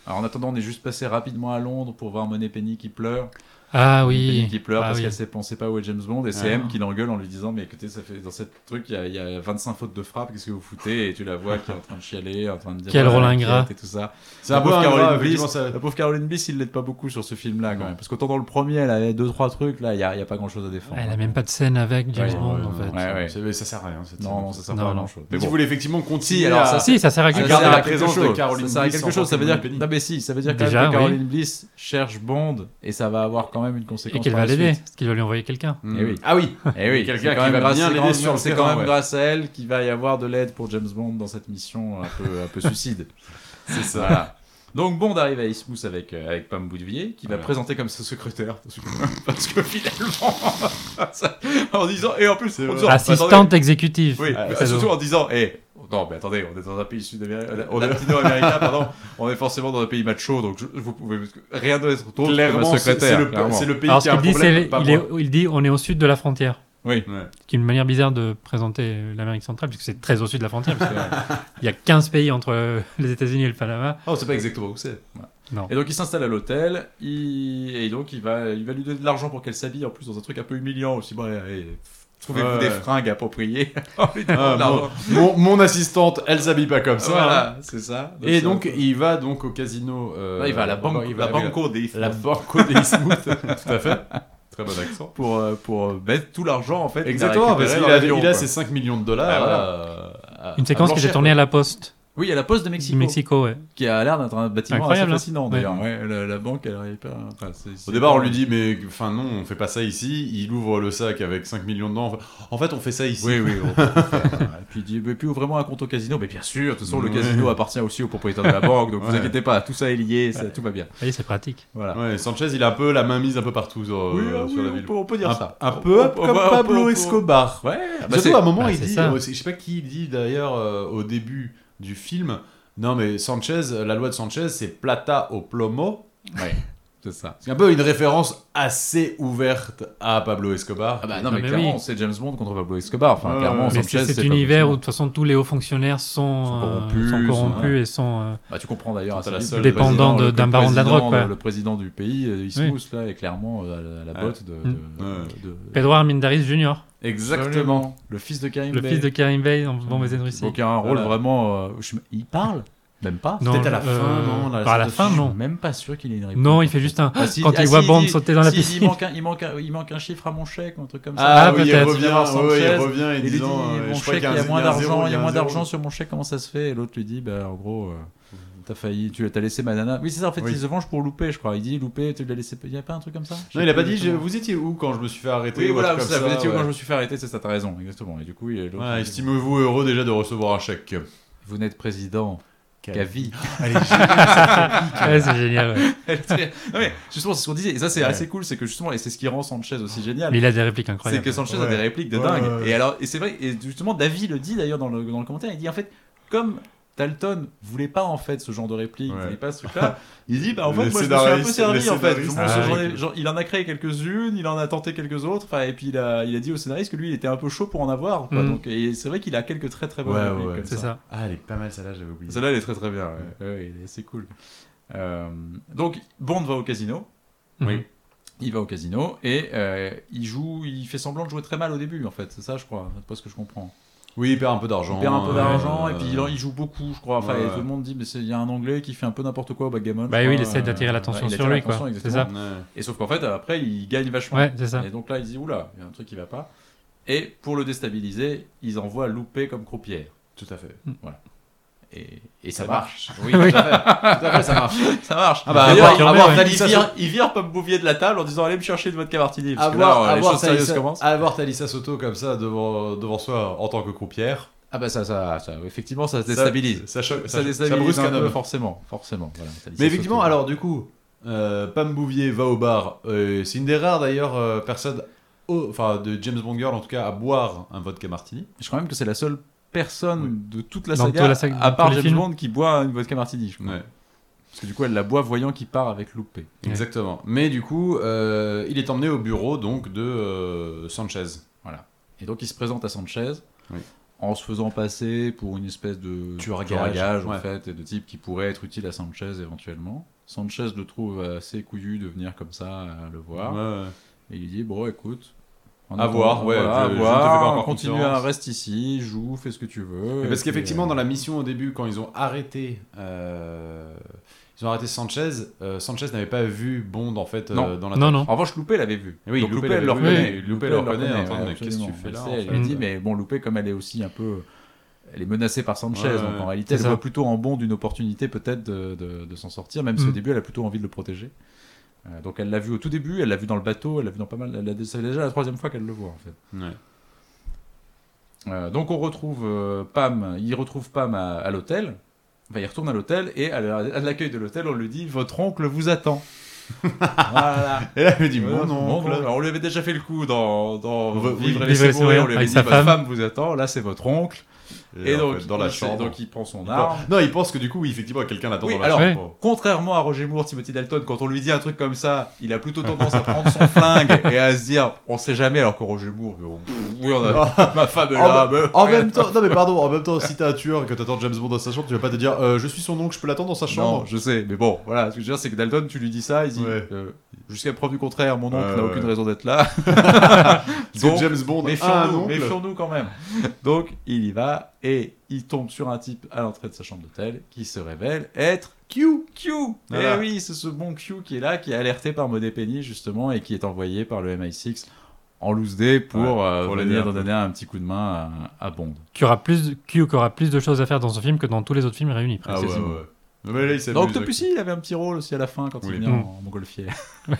Speaker 4: Alors en attendant, on est juste passé rapidement à Londres pour voir Monet Penny qui pleure.
Speaker 3: Ah
Speaker 4: Penny
Speaker 3: oui.
Speaker 4: qui pleure
Speaker 3: Ah
Speaker 4: parce
Speaker 3: oui.
Speaker 4: qu'elle sait pensait pas où est James Bond et c'est
Speaker 2: Ah.
Speaker 4: M qui l'engueule en lui disant mais écoutez ça fait dans cette truc il y a- il y, a 25 fautes de frappe qu'est-ce que vous foutez et tu la vois qui est en train de chialer en train de dire
Speaker 3: Quel
Speaker 4: voilà,
Speaker 3: rôle
Speaker 4: la
Speaker 3: ingrat.
Speaker 4: quête et tout ça
Speaker 2: C'est un peu
Speaker 4: pauvre
Speaker 2: un
Speaker 4: Caroline
Speaker 2: grave,
Speaker 4: Bliss.
Speaker 2: effectivement, ça-
Speaker 4: la pauvre Caroline Bliss il l'aide pas beaucoup sur ce film là quand
Speaker 2: Non.
Speaker 4: même parce qu'autant dans le premier elle avait deux trois trucs là il y a, il y a pas grand chose à défendre
Speaker 3: Elle a même pas de scène avec James
Speaker 4: Ouais,
Speaker 3: Bond
Speaker 2: ouais,
Speaker 3: en fait.
Speaker 4: ouais, ouais.
Speaker 2: c'est- Ça sert à rien. cette
Speaker 4: non,
Speaker 2: scène.
Speaker 4: non ça sert
Speaker 3: Non,
Speaker 4: pas à
Speaker 3: non.
Speaker 4: grand chose
Speaker 2: Mais si vous voulez effectivement continuer
Speaker 4: Si, alors ça,
Speaker 2: à-
Speaker 3: Si, ça sert à
Speaker 4: ça
Speaker 3: quelque
Speaker 2: garde
Speaker 3: chose.
Speaker 4: sert à
Speaker 2: Ah, la
Speaker 4: Ah, quelque
Speaker 2: présence de
Speaker 4: chose.
Speaker 2: Caroline
Speaker 4: ça sert à
Speaker 2: Bliss
Speaker 4: quelque
Speaker 2: en
Speaker 4: chose.
Speaker 2: tant
Speaker 4: Ça
Speaker 2: que
Speaker 4: veut dire.
Speaker 2: Money Penny.
Speaker 4: Non mais si, ça veut dire quand
Speaker 3: Déjà,
Speaker 4: même que
Speaker 3: oui.
Speaker 4: Caroline Bliss cherche Bond et ça va avoir quand quand même une
Speaker 3: Et
Speaker 4: conséquence.
Speaker 3: qu'il
Speaker 4: par
Speaker 3: va
Speaker 4: la
Speaker 3: l'aider,
Speaker 4: suite.
Speaker 3: qu'il va lui envoyer quelqu'un.
Speaker 4: Eh oui.
Speaker 2: Ah oui,
Speaker 4: *laughs* Eh oui,
Speaker 2: Quelqu'un
Speaker 4: c'est
Speaker 2: qui
Speaker 4: quand même
Speaker 2: va
Speaker 4: grâce-
Speaker 2: bien
Speaker 4: c'est
Speaker 2: l'aider
Speaker 4: quand-
Speaker 2: sur le
Speaker 4: c'est
Speaker 2: séquent,
Speaker 4: quand même
Speaker 2: ouais.
Speaker 4: grâce à elle qu'il va y avoir de l'aide pour James Bond dans cette mission un peu, un peu suicide.
Speaker 2: *laughs* c'est ça.
Speaker 4: Voilà. Donc Bond arrive à Ismouth avec, euh, avec Pam Boudivier, qui va
Speaker 2: Voilà.
Speaker 4: présenter comme sa secrétaire. Parce que, *laughs* parce que finalement, *laughs* ça- en disant, et en plus, en disant, attendez,
Speaker 3: Assistante exécutive.
Speaker 4: oui,
Speaker 3: Ah,
Speaker 4: mais
Speaker 3: ça
Speaker 4: surtout
Speaker 3: doit-
Speaker 4: en disant, eh, non, mais attendez, on est dans un pays sud-américain, latino-américain, pardon, on est forcément dans un pays macho, donc je- vous pouvez, rien d'autre que
Speaker 2: Clairement,
Speaker 4: ma
Speaker 2: c'est- c'est
Speaker 4: secrétaire.
Speaker 2: le,
Speaker 4: clairement.
Speaker 2: c'est le pays
Speaker 3: Alors
Speaker 2: qui
Speaker 3: ce
Speaker 2: a un
Speaker 3: qu'il dit,
Speaker 2: problème.
Speaker 3: c'est
Speaker 2: pas
Speaker 3: il, est-
Speaker 2: moi.
Speaker 3: il dit on est au sud de la frontière.
Speaker 4: Oui.
Speaker 2: Ouais.
Speaker 3: Ce qui est une manière bizarre de présenter l'Amérique centrale, puisque c'est très au sud de la frontière. parce qu'il y a 15 pays entre euh, les États-Unis et le Panama.
Speaker 2: Ah, on sait pas exactement où
Speaker 4: *laughs*
Speaker 2: c'est.
Speaker 4: Et donc il s'installe à l'hôtel, il- et donc il va, il va lui donner de l'argent pour qu'elle s'habille en plus dans un truc un peu humiliant aussi. Bon, allez, allez, trouvez-vous
Speaker 2: Ouais.
Speaker 4: des fringues appropriées. On lui donne
Speaker 2: Ah, bon.
Speaker 4: de l'argent.
Speaker 2: *laughs* mon, mon assistante, elle s'habille pas comme ça. hein.
Speaker 4: Voilà, c'est ça.
Speaker 2: Et
Speaker 4: ça-
Speaker 2: donc, il va donc au casino. euh,
Speaker 4: Là, il va à la banque,
Speaker 2: il va
Speaker 4: la
Speaker 2: avec
Speaker 4: banco des
Speaker 2: La banco des Smooth.
Speaker 4: *laughs*
Speaker 2: Tout à fait. Très bon accent.
Speaker 4: pour euh, pour euh, mettre tout l'argent en fait. qu'il a
Speaker 2: Exactement, parce
Speaker 4: récupéré
Speaker 2: qu'il
Speaker 4: dans
Speaker 2: a,
Speaker 4: l'avion,
Speaker 2: il a
Speaker 4: quoi.
Speaker 2: ses 5 millions de dollars.
Speaker 4: Ah, voilà.
Speaker 2: euh, à-
Speaker 3: Une séquence
Speaker 2: à
Speaker 3: que j'ai
Speaker 2: blanchir,
Speaker 3: tournée à la poste
Speaker 4: Oui, à la poste de
Speaker 3: du
Speaker 4: Mexico,
Speaker 3: Mexico. ouais.
Speaker 4: qui a l'air d'être un bâtiment
Speaker 3: Incroyable, hein.
Speaker 4: assez fascinant d'ailleurs. Ouais, la, la banque, elle arrive pas. enfin, c'est-
Speaker 2: Au
Speaker 4: c'est-
Speaker 2: départ, on lui dit, mais enfin non, on fait pas ça ici. Il ouvre le sac avec 5 millions dedans. En fait, on fait ça ici.
Speaker 4: Oui, oui. on peut le faire. *laughs* Et puis il dit, mais puis ouvrez vraiment un compte au casino. Mais bien sûr, de toute façon, le
Speaker 2: Ouais.
Speaker 4: casino appartient aussi au propriétaire de la banque, donc vous
Speaker 2: Ouais.
Speaker 4: inquiétez pas, tout ça est lié, ça- tout va bien.
Speaker 3: Vous voyez, c'est pratique.
Speaker 4: Voilà.
Speaker 2: Ouais, Sanchez, il a un peu la main mise un peu partout sur,
Speaker 4: Oui,
Speaker 2: euh,
Speaker 4: ah
Speaker 2: sur
Speaker 4: oui,
Speaker 2: la
Speaker 4: on
Speaker 2: ville.
Speaker 4: peut- on peut dire
Speaker 2: un,
Speaker 4: ça.
Speaker 2: un
Speaker 4: On-
Speaker 2: peu
Speaker 4: on- on-
Speaker 2: comme
Speaker 4: on- on-
Speaker 2: Pablo
Speaker 4: on-
Speaker 2: Escobar.
Speaker 4: Ouais, bah, c'est-
Speaker 2: Surtout à un moment,
Speaker 3: bah,
Speaker 2: il
Speaker 3: c'est
Speaker 2: dit,
Speaker 3: ça.
Speaker 2: euh, je sais pas qui il dit d'ailleurs euh, au début du film, non mais Sanchez, la loi de Sanchez, c'est plata au plomo.
Speaker 4: Ouais, c'est ça.
Speaker 2: C'est un peu une référence assez ouverte à Pablo Escobar.
Speaker 4: Ah bah
Speaker 3: Non,
Speaker 4: non, mais,
Speaker 3: mais
Speaker 4: clairement,
Speaker 3: oui.
Speaker 4: c'est James Bond contre Pablo Escobar. Enfin,
Speaker 2: Ouais,
Speaker 4: clairement,
Speaker 2: ouais.
Speaker 3: Mais
Speaker 4: Sanchez,
Speaker 3: c'est
Speaker 4: c'est
Speaker 3: cet
Speaker 4: pas
Speaker 3: univers où de
Speaker 4: possible.
Speaker 3: toute façon tous les hauts fonctionnaires sont,
Speaker 4: Sont
Speaker 3: euh,
Speaker 4: corrompus,
Speaker 3: sont corrompus
Speaker 4: sont-
Speaker 3: et sont. euh,
Speaker 4: Bah, tu comprends d'ailleurs,
Speaker 2: T'as
Speaker 4: assez
Speaker 2: la
Speaker 4: vite.
Speaker 2: seule
Speaker 4: Le
Speaker 3: dépendant
Speaker 4: président-
Speaker 3: de-
Speaker 4: le
Speaker 3: d'un baron de la
Speaker 4: président-
Speaker 3: drogue, quoi.
Speaker 4: Le président du pays, euh, Ismous, là, est clairement euh, à la à la
Speaker 2: Ouais.
Speaker 4: botte de.
Speaker 3: Mm.
Speaker 4: de-
Speaker 2: Ouais.
Speaker 4: de-
Speaker 3: Pedro Armendariz Jr.,
Speaker 2: Exactement.
Speaker 4: Le fils de Karim
Speaker 3: le fils de Karim Bey en Bon Baiser de Russie.
Speaker 4: Donc il y a un rôle
Speaker 2: Voilà.
Speaker 4: vraiment. euh, je- Il parle Même pas
Speaker 3: Non,
Speaker 2: Peut-être à la
Speaker 3: euh,
Speaker 2: fin, non, dans la
Speaker 3: pas à la
Speaker 2: scène de
Speaker 3: fin,
Speaker 4: Je suis
Speaker 3: non.
Speaker 4: même pas sûr qu'il ait une réponse.
Speaker 3: Non, il fait juste un.
Speaker 4: Ah, si-
Speaker 3: Quand
Speaker 4: ah,
Speaker 3: il
Speaker 4: si,
Speaker 3: voit Bond
Speaker 4: dit-
Speaker 3: sauter dans la
Speaker 4: si, il dit,
Speaker 3: piscine.
Speaker 4: Il manque, un, il, manque un, il manque un chiffre à mon chèque ou un truc comme ça.
Speaker 2: Ah,
Speaker 3: Ah,
Speaker 2: oui, il
Speaker 3: peut-être.
Speaker 2: revient,
Speaker 4: Il revient,
Speaker 2: ouais, il
Speaker 4: Sanchez.
Speaker 2: revient, il
Speaker 4: il lui dit,
Speaker 2: disant, euh,
Speaker 4: mon
Speaker 2: je crois
Speaker 4: chèque, il y
Speaker 2: qu'il
Speaker 4: a moins
Speaker 2: un zéro,
Speaker 4: d'argent, il y a moins
Speaker 2: un zéro.
Speaker 4: d'argent sur mon chèque, comment ça se fait Et l'autre lui dit, bah, en gros, euh, t'as failli, tu t'as laissé ma nana. Oui, c'est ça, en fait,
Speaker 2: Oui.
Speaker 4: il se venge pour louper, je crois. Il dit, loupé, tu l'as laissé. Il n'y a pas un truc comme ça
Speaker 2: Non,
Speaker 4: Je
Speaker 2: il
Speaker 4: sais
Speaker 2: a pas dit,
Speaker 4: exactement.
Speaker 2: je- vous étiez où quand je me suis fait arrêter
Speaker 4: Oui,
Speaker 2: ou un
Speaker 4: voilà,
Speaker 2: truc
Speaker 4: c'est
Speaker 2: comme
Speaker 4: ça, vous
Speaker 2: ça,
Speaker 4: étiez où
Speaker 2: ouais.
Speaker 4: quand je me suis fait arrêter, c'est ça, t'as raison, exactement. Et du coup, il est l'autre.
Speaker 2: Ouais,
Speaker 4: il dit,
Speaker 2: estimez-vous heureux déjà de recevoir un chèque.
Speaker 4: vous n'êtes président qu'à vie.
Speaker 3: *laughs*
Speaker 4: *laughs*
Speaker 3: Ouais, c'est génial. ouais.
Speaker 4: non, mais justement, c'est ce qu'on disait. Et ça, c'est
Speaker 2: Ouais.
Speaker 4: assez cool, c'est que justement, et c'est ce qui rend Sanchez aussi génial.
Speaker 3: Mais il a des répliques
Speaker 4: C'est
Speaker 3: incroyables.
Speaker 4: que Sanchez a
Speaker 2: Ouais.
Speaker 4: des répliques de
Speaker 2: Ouais,
Speaker 4: dingue.
Speaker 2: ouais, ouais.
Speaker 4: Et alors, et c'est vrai, et justement, David le dit d'ailleurs dans le, dans le commentaire, il dit en fait, comme Dalton voulait pas en fait ce genre de réplique,
Speaker 2: Ouais.
Speaker 4: voulait pas ce truc-là, *laughs* il dit bah en fait,
Speaker 2: Les
Speaker 4: moi je me suis un peu
Speaker 2: scénaristes-
Speaker 4: servi
Speaker 2: les
Speaker 4: en fait.
Speaker 2: scénaristes,
Speaker 4: Je pense que
Speaker 3: ah,
Speaker 4: j'en ai-
Speaker 2: oui.
Speaker 4: j'en- il en a créé quelques-unes, il en a tenté quelques autres, enfin, et puis il a, il a dit au scénariste que lui il était un peu chaud pour en avoir. quoi.
Speaker 3: Mm.
Speaker 4: Donc, et c'est vrai qu'il a quelques très très bonnes
Speaker 2: Ouais,
Speaker 4: répliques
Speaker 2: ouais,
Speaker 4: comme
Speaker 3: C'est
Speaker 4: ça.
Speaker 3: ça.
Speaker 2: Ah, elle est pas mal celle-là, j'avais oublié.
Speaker 4: Celle-là, elle est très très bien. ouais. Ouais, elle est- c'est cool. Euh, donc, Bond va au casino.
Speaker 2: Oui.
Speaker 4: Il va au casino et euh, il joue. Il fait semblant de jouer très mal au début, en fait. C'est ça, je crois. C'est pas ce que je comprends.
Speaker 2: Oui, il perd un peu d'argent.
Speaker 4: Il perd un peu
Speaker 2: euh,
Speaker 4: d'argent et puis il, en- il joue beaucoup, je crois. Enfin,
Speaker 2: Ouais,
Speaker 4: et
Speaker 2: ouais.
Speaker 4: tout le monde dit, mais c'est- il y a un Anglais qui fait un peu n'importe quoi au backgammon.
Speaker 3: Bah
Speaker 4: je
Speaker 3: oui,
Speaker 4: crois.
Speaker 3: il essaie d'attirer l'attention
Speaker 4: Ouais, il
Speaker 3: sur
Speaker 4: attire
Speaker 3: lui, quoi.
Speaker 4: l'attention,
Speaker 3: C'est
Speaker 4: exactement.
Speaker 2: Ouais.
Speaker 4: Et sauf qu'en fait, après, il gagne vachement.
Speaker 3: Ouais, c'est ça.
Speaker 4: Et donc là, il se dit, oula, il y a un truc qui va pas. Et pour le déstabiliser, ils envoient louper comme croupière.
Speaker 2: Tout à fait.
Speaker 4: Et, et ça,
Speaker 2: Ça
Speaker 4: marche. *laughs*
Speaker 3: Oui.
Speaker 2: Tout à fait, Tout à fait, ça marche.
Speaker 4: ça marche.
Speaker 2: Ah bah,
Speaker 4: D'ailleurs,
Speaker 2: avoir-
Speaker 4: il-
Speaker 2: avoir
Speaker 4: il,
Speaker 2: Thalissa
Speaker 4: vire,
Speaker 2: Soto-
Speaker 4: il vire Pop Bouvier de la table en disant allez me chercher de vodka martini. Parce que
Speaker 2: Avoir,
Speaker 4: là, les
Speaker 2: avoir,
Speaker 4: choses sérieuses
Speaker 2: Thalissa-
Speaker 4: commencent.
Speaker 2: avoir Thalissa Soto comme ça devant, devant soi en tant que croupière,
Speaker 4: Ah bah ça, ça, ça effectivement, ça
Speaker 2: ça-
Speaker 4: déstabilise.
Speaker 2: Ça, choque-
Speaker 4: Ça,
Speaker 2: ça- ça
Speaker 4: déstabilise
Speaker 2: brusque
Speaker 4: un
Speaker 2: un
Speaker 4: peu,
Speaker 2: homme.
Speaker 4: forcément. forcément voilà, Thalissa
Speaker 2: Mais effectivement,
Speaker 4: Soto.
Speaker 2: alors du coup, euh, Pam Bouvier va au bar. Euh, c'est une des rares d'ailleurs euh, personnes, au- enfin de James Bond Girl en tout cas, à boire un vodka martini.
Speaker 4: Je crois même que c'est la seule personne de toute la
Speaker 3: Dans
Speaker 4: saga,
Speaker 3: toute la saga-
Speaker 4: à
Speaker 3: dans
Speaker 4: part
Speaker 3: tous les
Speaker 4: James
Speaker 3: films.
Speaker 4: Bond, qui boit une vodka martini. je crois. Parce que du coup, elle la boit voyant qu'il part avec loupé.
Speaker 2: Exactement. Mais du coup, euh, il est emmené au bureau donc de euh, Sanchez.
Speaker 4: Et donc, il se présente à Sanchez.
Speaker 2: Oui.
Speaker 4: En se faisant passer pour une espèce de
Speaker 2: Tueur à
Speaker 4: tueur à
Speaker 2: gage,
Speaker 4: gage, en
Speaker 2: ouais.
Speaker 4: fait, et de type qui pourrait être utile à Sanchez éventuellement. Sanchez le trouve assez couillu de venir comme ça euh, le voir.
Speaker 2: Ouais, ouais.
Speaker 4: Et il dit, bon, écoute. en
Speaker 2: À voir, ouais, je-
Speaker 4: voilà, à
Speaker 2: je ne te
Speaker 4: voir,
Speaker 2: fais pas encore
Speaker 4: continue
Speaker 2: confiance.
Speaker 4: à reste ici, joue, fais ce que tu veux.
Speaker 2: Mais parce
Speaker 4: et puis,
Speaker 2: qu'effectivement,
Speaker 4: euh,
Speaker 2: dans la mission au début, quand ils ont arrêté, euh, ils ont arrêté Sanchez. euh, Sanchez n'avait pas vu Bond en fait euh,
Speaker 4: Non.
Speaker 2: dans la. *laughs*
Speaker 3: Non, non.
Speaker 4: En revanche, Loupé l'avait vu.
Speaker 2: Eh oui,
Speaker 4: Donc,
Speaker 2: Loupé
Speaker 4: Loupé,
Speaker 2: l'avait
Speaker 4: elle le
Speaker 2: vu,
Speaker 4: reconnaît.
Speaker 2: oui, Loupé le
Speaker 4: elle
Speaker 2: reconnaît,
Speaker 4: reconnaît,
Speaker 2: en train de-
Speaker 4: ouais,
Speaker 2: qu'est-ce que tu fais là, en
Speaker 4: absolument. Elle
Speaker 2: fait, Euh.
Speaker 4: lui dit,
Speaker 2: ouais.
Speaker 4: mais bon, Loupé, comme elle est aussi un peu. Elle est menacée par Sanchez,
Speaker 2: Ouais,
Speaker 4: donc
Speaker 2: ouais.
Speaker 4: en réalité,
Speaker 3: C'est
Speaker 4: elle
Speaker 3: ça.
Speaker 4: voit plutôt en bon d'une opportunité peut-être de, de- de s'en sortir, même si au
Speaker 3: Mm.
Speaker 4: début, elle a plutôt envie de le protéger. Euh, donc elle l'a vu au tout début, elle l'a vu dans le bateau, elle l'a vu dans pas mal. elle l'a- C'est déjà la troisième fois qu'elle le voit en fait.
Speaker 2: Ouais.
Speaker 4: Euh, donc on retrouve euh, Pam, il retrouve Pam à, à l'hôtel. Enfin, il retourne à l'hôtel et à la- à l'accueil de l'hôtel, on lui dit Votre oncle vous attend. *laughs* voilà.
Speaker 2: Et là, elle me dit
Speaker 4: Voilà,
Speaker 2: Mon
Speaker 4: mon
Speaker 2: oncle.
Speaker 4: oncle. Alors, on lui avait déjà fait le coup dans, dans
Speaker 2: Oui,
Speaker 4: Vivre
Speaker 3: Vivre
Speaker 4: et laisser
Speaker 3: et laisser
Speaker 4: mourir.
Speaker 3: mourir
Speaker 4: On lui avait
Speaker 3: avec
Speaker 4: dit
Speaker 3: sa
Speaker 4: Votre
Speaker 3: femme.
Speaker 4: femme vous attend, là c'est votre oncle. Et,
Speaker 2: en
Speaker 4: donc,
Speaker 2: fait, dans la
Speaker 4: il-
Speaker 2: chambre.
Speaker 4: donc il prend son
Speaker 2: il,
Speaker 4: arme.
Speaker 2: pense, non, il pense que du coup, oui, effectivement, quelqu'un l'attend
Speaker 4: Oui,
Speaker 2: dans la
Speaker 4: alors,
Speaker 2: chambre.
Speaker 3: Ouais.
Speaker 4: Contrairement à Roger Moore, Timothy Dalton, quand on lui dit un truc comme ça, il a plutôt tendance à prendre
Speaker 2: *laughs*
Speaker 4: son flingue et à se dire on sait jamais, alors que Roger Moore, on- oui, on a- *laughs* ma femme est là.
Speaker 2: En,
Speaker 4: mais-
Speaker 2: en même temps, non mais pardon, en même temps, si t'as un tueur et que t'attends James Bond dans sa chambre, tu vas pas te dire euh, je suis son oncle, je peux l'attendre dans sa
Speaker 4: Non,
Speaker 2: chambre.
Speaker 4: je sais, mais bon, voilà, ce que je veux dire, c'est que Dalton, tu lui dis ça, il dit
Speaker 2: Ouais.
Speaker 4: euh, jusqu'à preuve du contraire, mon oncle
Speaker 2: Ouais,
Speaker 4: n'a
Speaker 2: ouais.
Speaker 4: aucune raison d'être là.
Speaker 2: *laughs* Parce
Speaker 4: Donc,
Speaker 2: que James Bond a un
Speaker 4: méfions-nous,
Speaker 2: oncle.
Speaker 4: méfions-nous
Speaker 2: *laughs*
Speaker 4: quand même. Donc, il y va et il tombe sur un type à l'entrée de sa chambre d'hôtel qui se révèle être Q. Q.
Speaker 2: Voilà.
Speaker 4: Eh oui, c'est ce bon Q qui est là, qui est alerté par Modé Penny justement et qui est envoyé par le MI6 en loose day pour,
Speaker 2: Ouais,
Speaker 4: euh,
Speaker 2: pour l'aider
Speaker 4: venir
Speaker 2: un peu.
Speaker 4: donner un petit coup de main à, à Bond.
Speaker 3: Qui aura, plus, qui aura plus de choses à faire dans ce film que dans tous les autres films réunis.
Speaker 2: Ah
Speaker 3: presque.
Speaker 2: ouais, ouais.
Speaker 4: Précisément.
Speaker 2: Mais là, il s'amuse
Speaker 4: Dans
Speaker 2: avec-
Speaker 4: Octopussy, il avait un petit rôle aussi à la fin quand
Speaker 2: Oui.
Speaker 4: il vient
Speaker 3: Mm.
Speaker 4: en montgolfier.
Speaker 2: *laughs*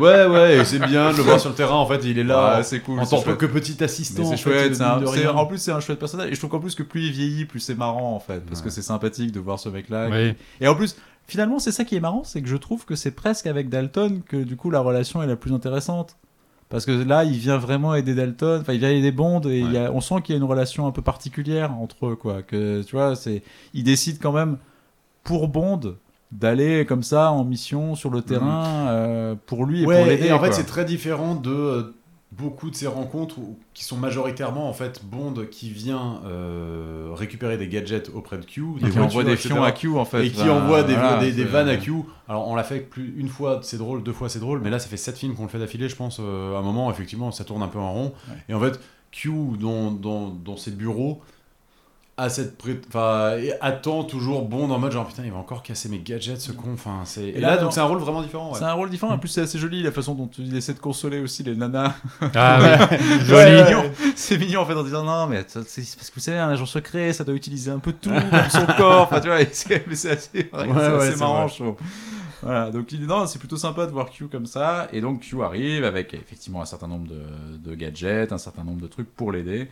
Speaker 2: Ouais, ouais, et c'est bien de le voir sur le terrain. En fait, il est là
Speaker 4: Ouais, c'est cool.
Speaker 2: en
Speaker 4: c'est
Speaker 2: tant
Speaker 4: chouette.
Speaker 2: que petit assistant.
Speaker 4: Mais
Speaker 2: en
Speaker 4: c'est
Speaker 2: fait,
Speaker 4: chouette,
Speaker 2: de
Speaker 4: c'est un-
Speaker 2: mine de
Speaker 4: c'est-
Speaker 2: rien.
Speaker 4: en plus c'est un chouette personnage. Et je trouve qu'en plus que plus il vieillit, plus c'est marrant en fait, parce que c'est sympathique de voir ce mec-là.
Speaker 3: Oui.
Speaker 4: Et en plus, finalement, c'est ça qui est marrant, c'est que je trouve que c'est presque avec Dalton que du coup la relation est la plus intéressante. Parce que là, il vient vraiment aider Dalton, enfin il vient aider Bond, et il y a- on sent qu'il y a une relation un peu particulière entre eux, quoi. Que tu vois, c'est, il décide quand même pour Bond d'aller comme ça en mission sur le terrain euh, pour lui et pour
Speaker 2: Mm. Ouais,
Speaker 4: l'aider.
Speaker 2: et en fait,
Speaker 4: quoi.
Speaker 2: c'est très différent de euh, beaucoup de ces rencontres où- qui sont majoritairement en fait Bond qui vient euh, récupérer des gadgets auprès de Q,
Speaker 4: Et qui envoie
Speaker 2: voitures,
Speaker 4: des
Speaker 2: etc.,
Speaker 4: fions à Q en fait.
Speaker 2: Et qui
Speaker 4: Enfin,
Speaker 2: envoie des,
Speaker 4: ben, voilà,
Speaker 2: des, des
Speaker 4: c'est-
Speaker 2: vannes à Q. Alors on l'a fait plus une fois, c'est drôle, deux fois c'est drôle, mais là ça fait sept films qu'on le fait d'affilée, je pense. euh, à un moment, effectivement, ça tourne un peu en rond.
Speaker 4: Ouais.
Speaker 2: Et en fait, Q dans, dans, dans ses bureaux a cette pré- enfin, et attend toujours Bond en mode genre putain il va encore casser mes gadgets ce con. Enfin c'est et,
Speaker 4: Et
Speaker 2: là,
Speaker 4: là,
Speaker 2: donc
Speaker 4: non.
Speaker 2: c'est un rôle vraiment différent. ouais.
Speaker 4: C'est un rôle différent, en plus c'est assez joli la façon dont il essaie de consoler aussi les
Speaker 2: *laughs*
Speaker 4: nanas.
Speaker 3: Ah oui,
Speaker 4: C'est
Speaker 3: joli.
Speaker 4: mignon. C'est mignon en fait en disant non mais ça, c'est c'est parce que vous savez un agent secret ça doit utiliser un peu tout dans
Speaker 2: *laughs*
Speaker 4: son corps. Enfin, tu vois, et c'est mais c'est assez, c'est
Speaker 2: ouais,
Speaker 4: assez
Speaker 2: c'est vrai.
Speaker 4: marrant je trouve. Voilà donc il non c'est plutôt sympa de voir Q comme ça et donc Q arrive avec effectivement un certain nombre de, de gadgets, un certain nombre de trucs pour l'aider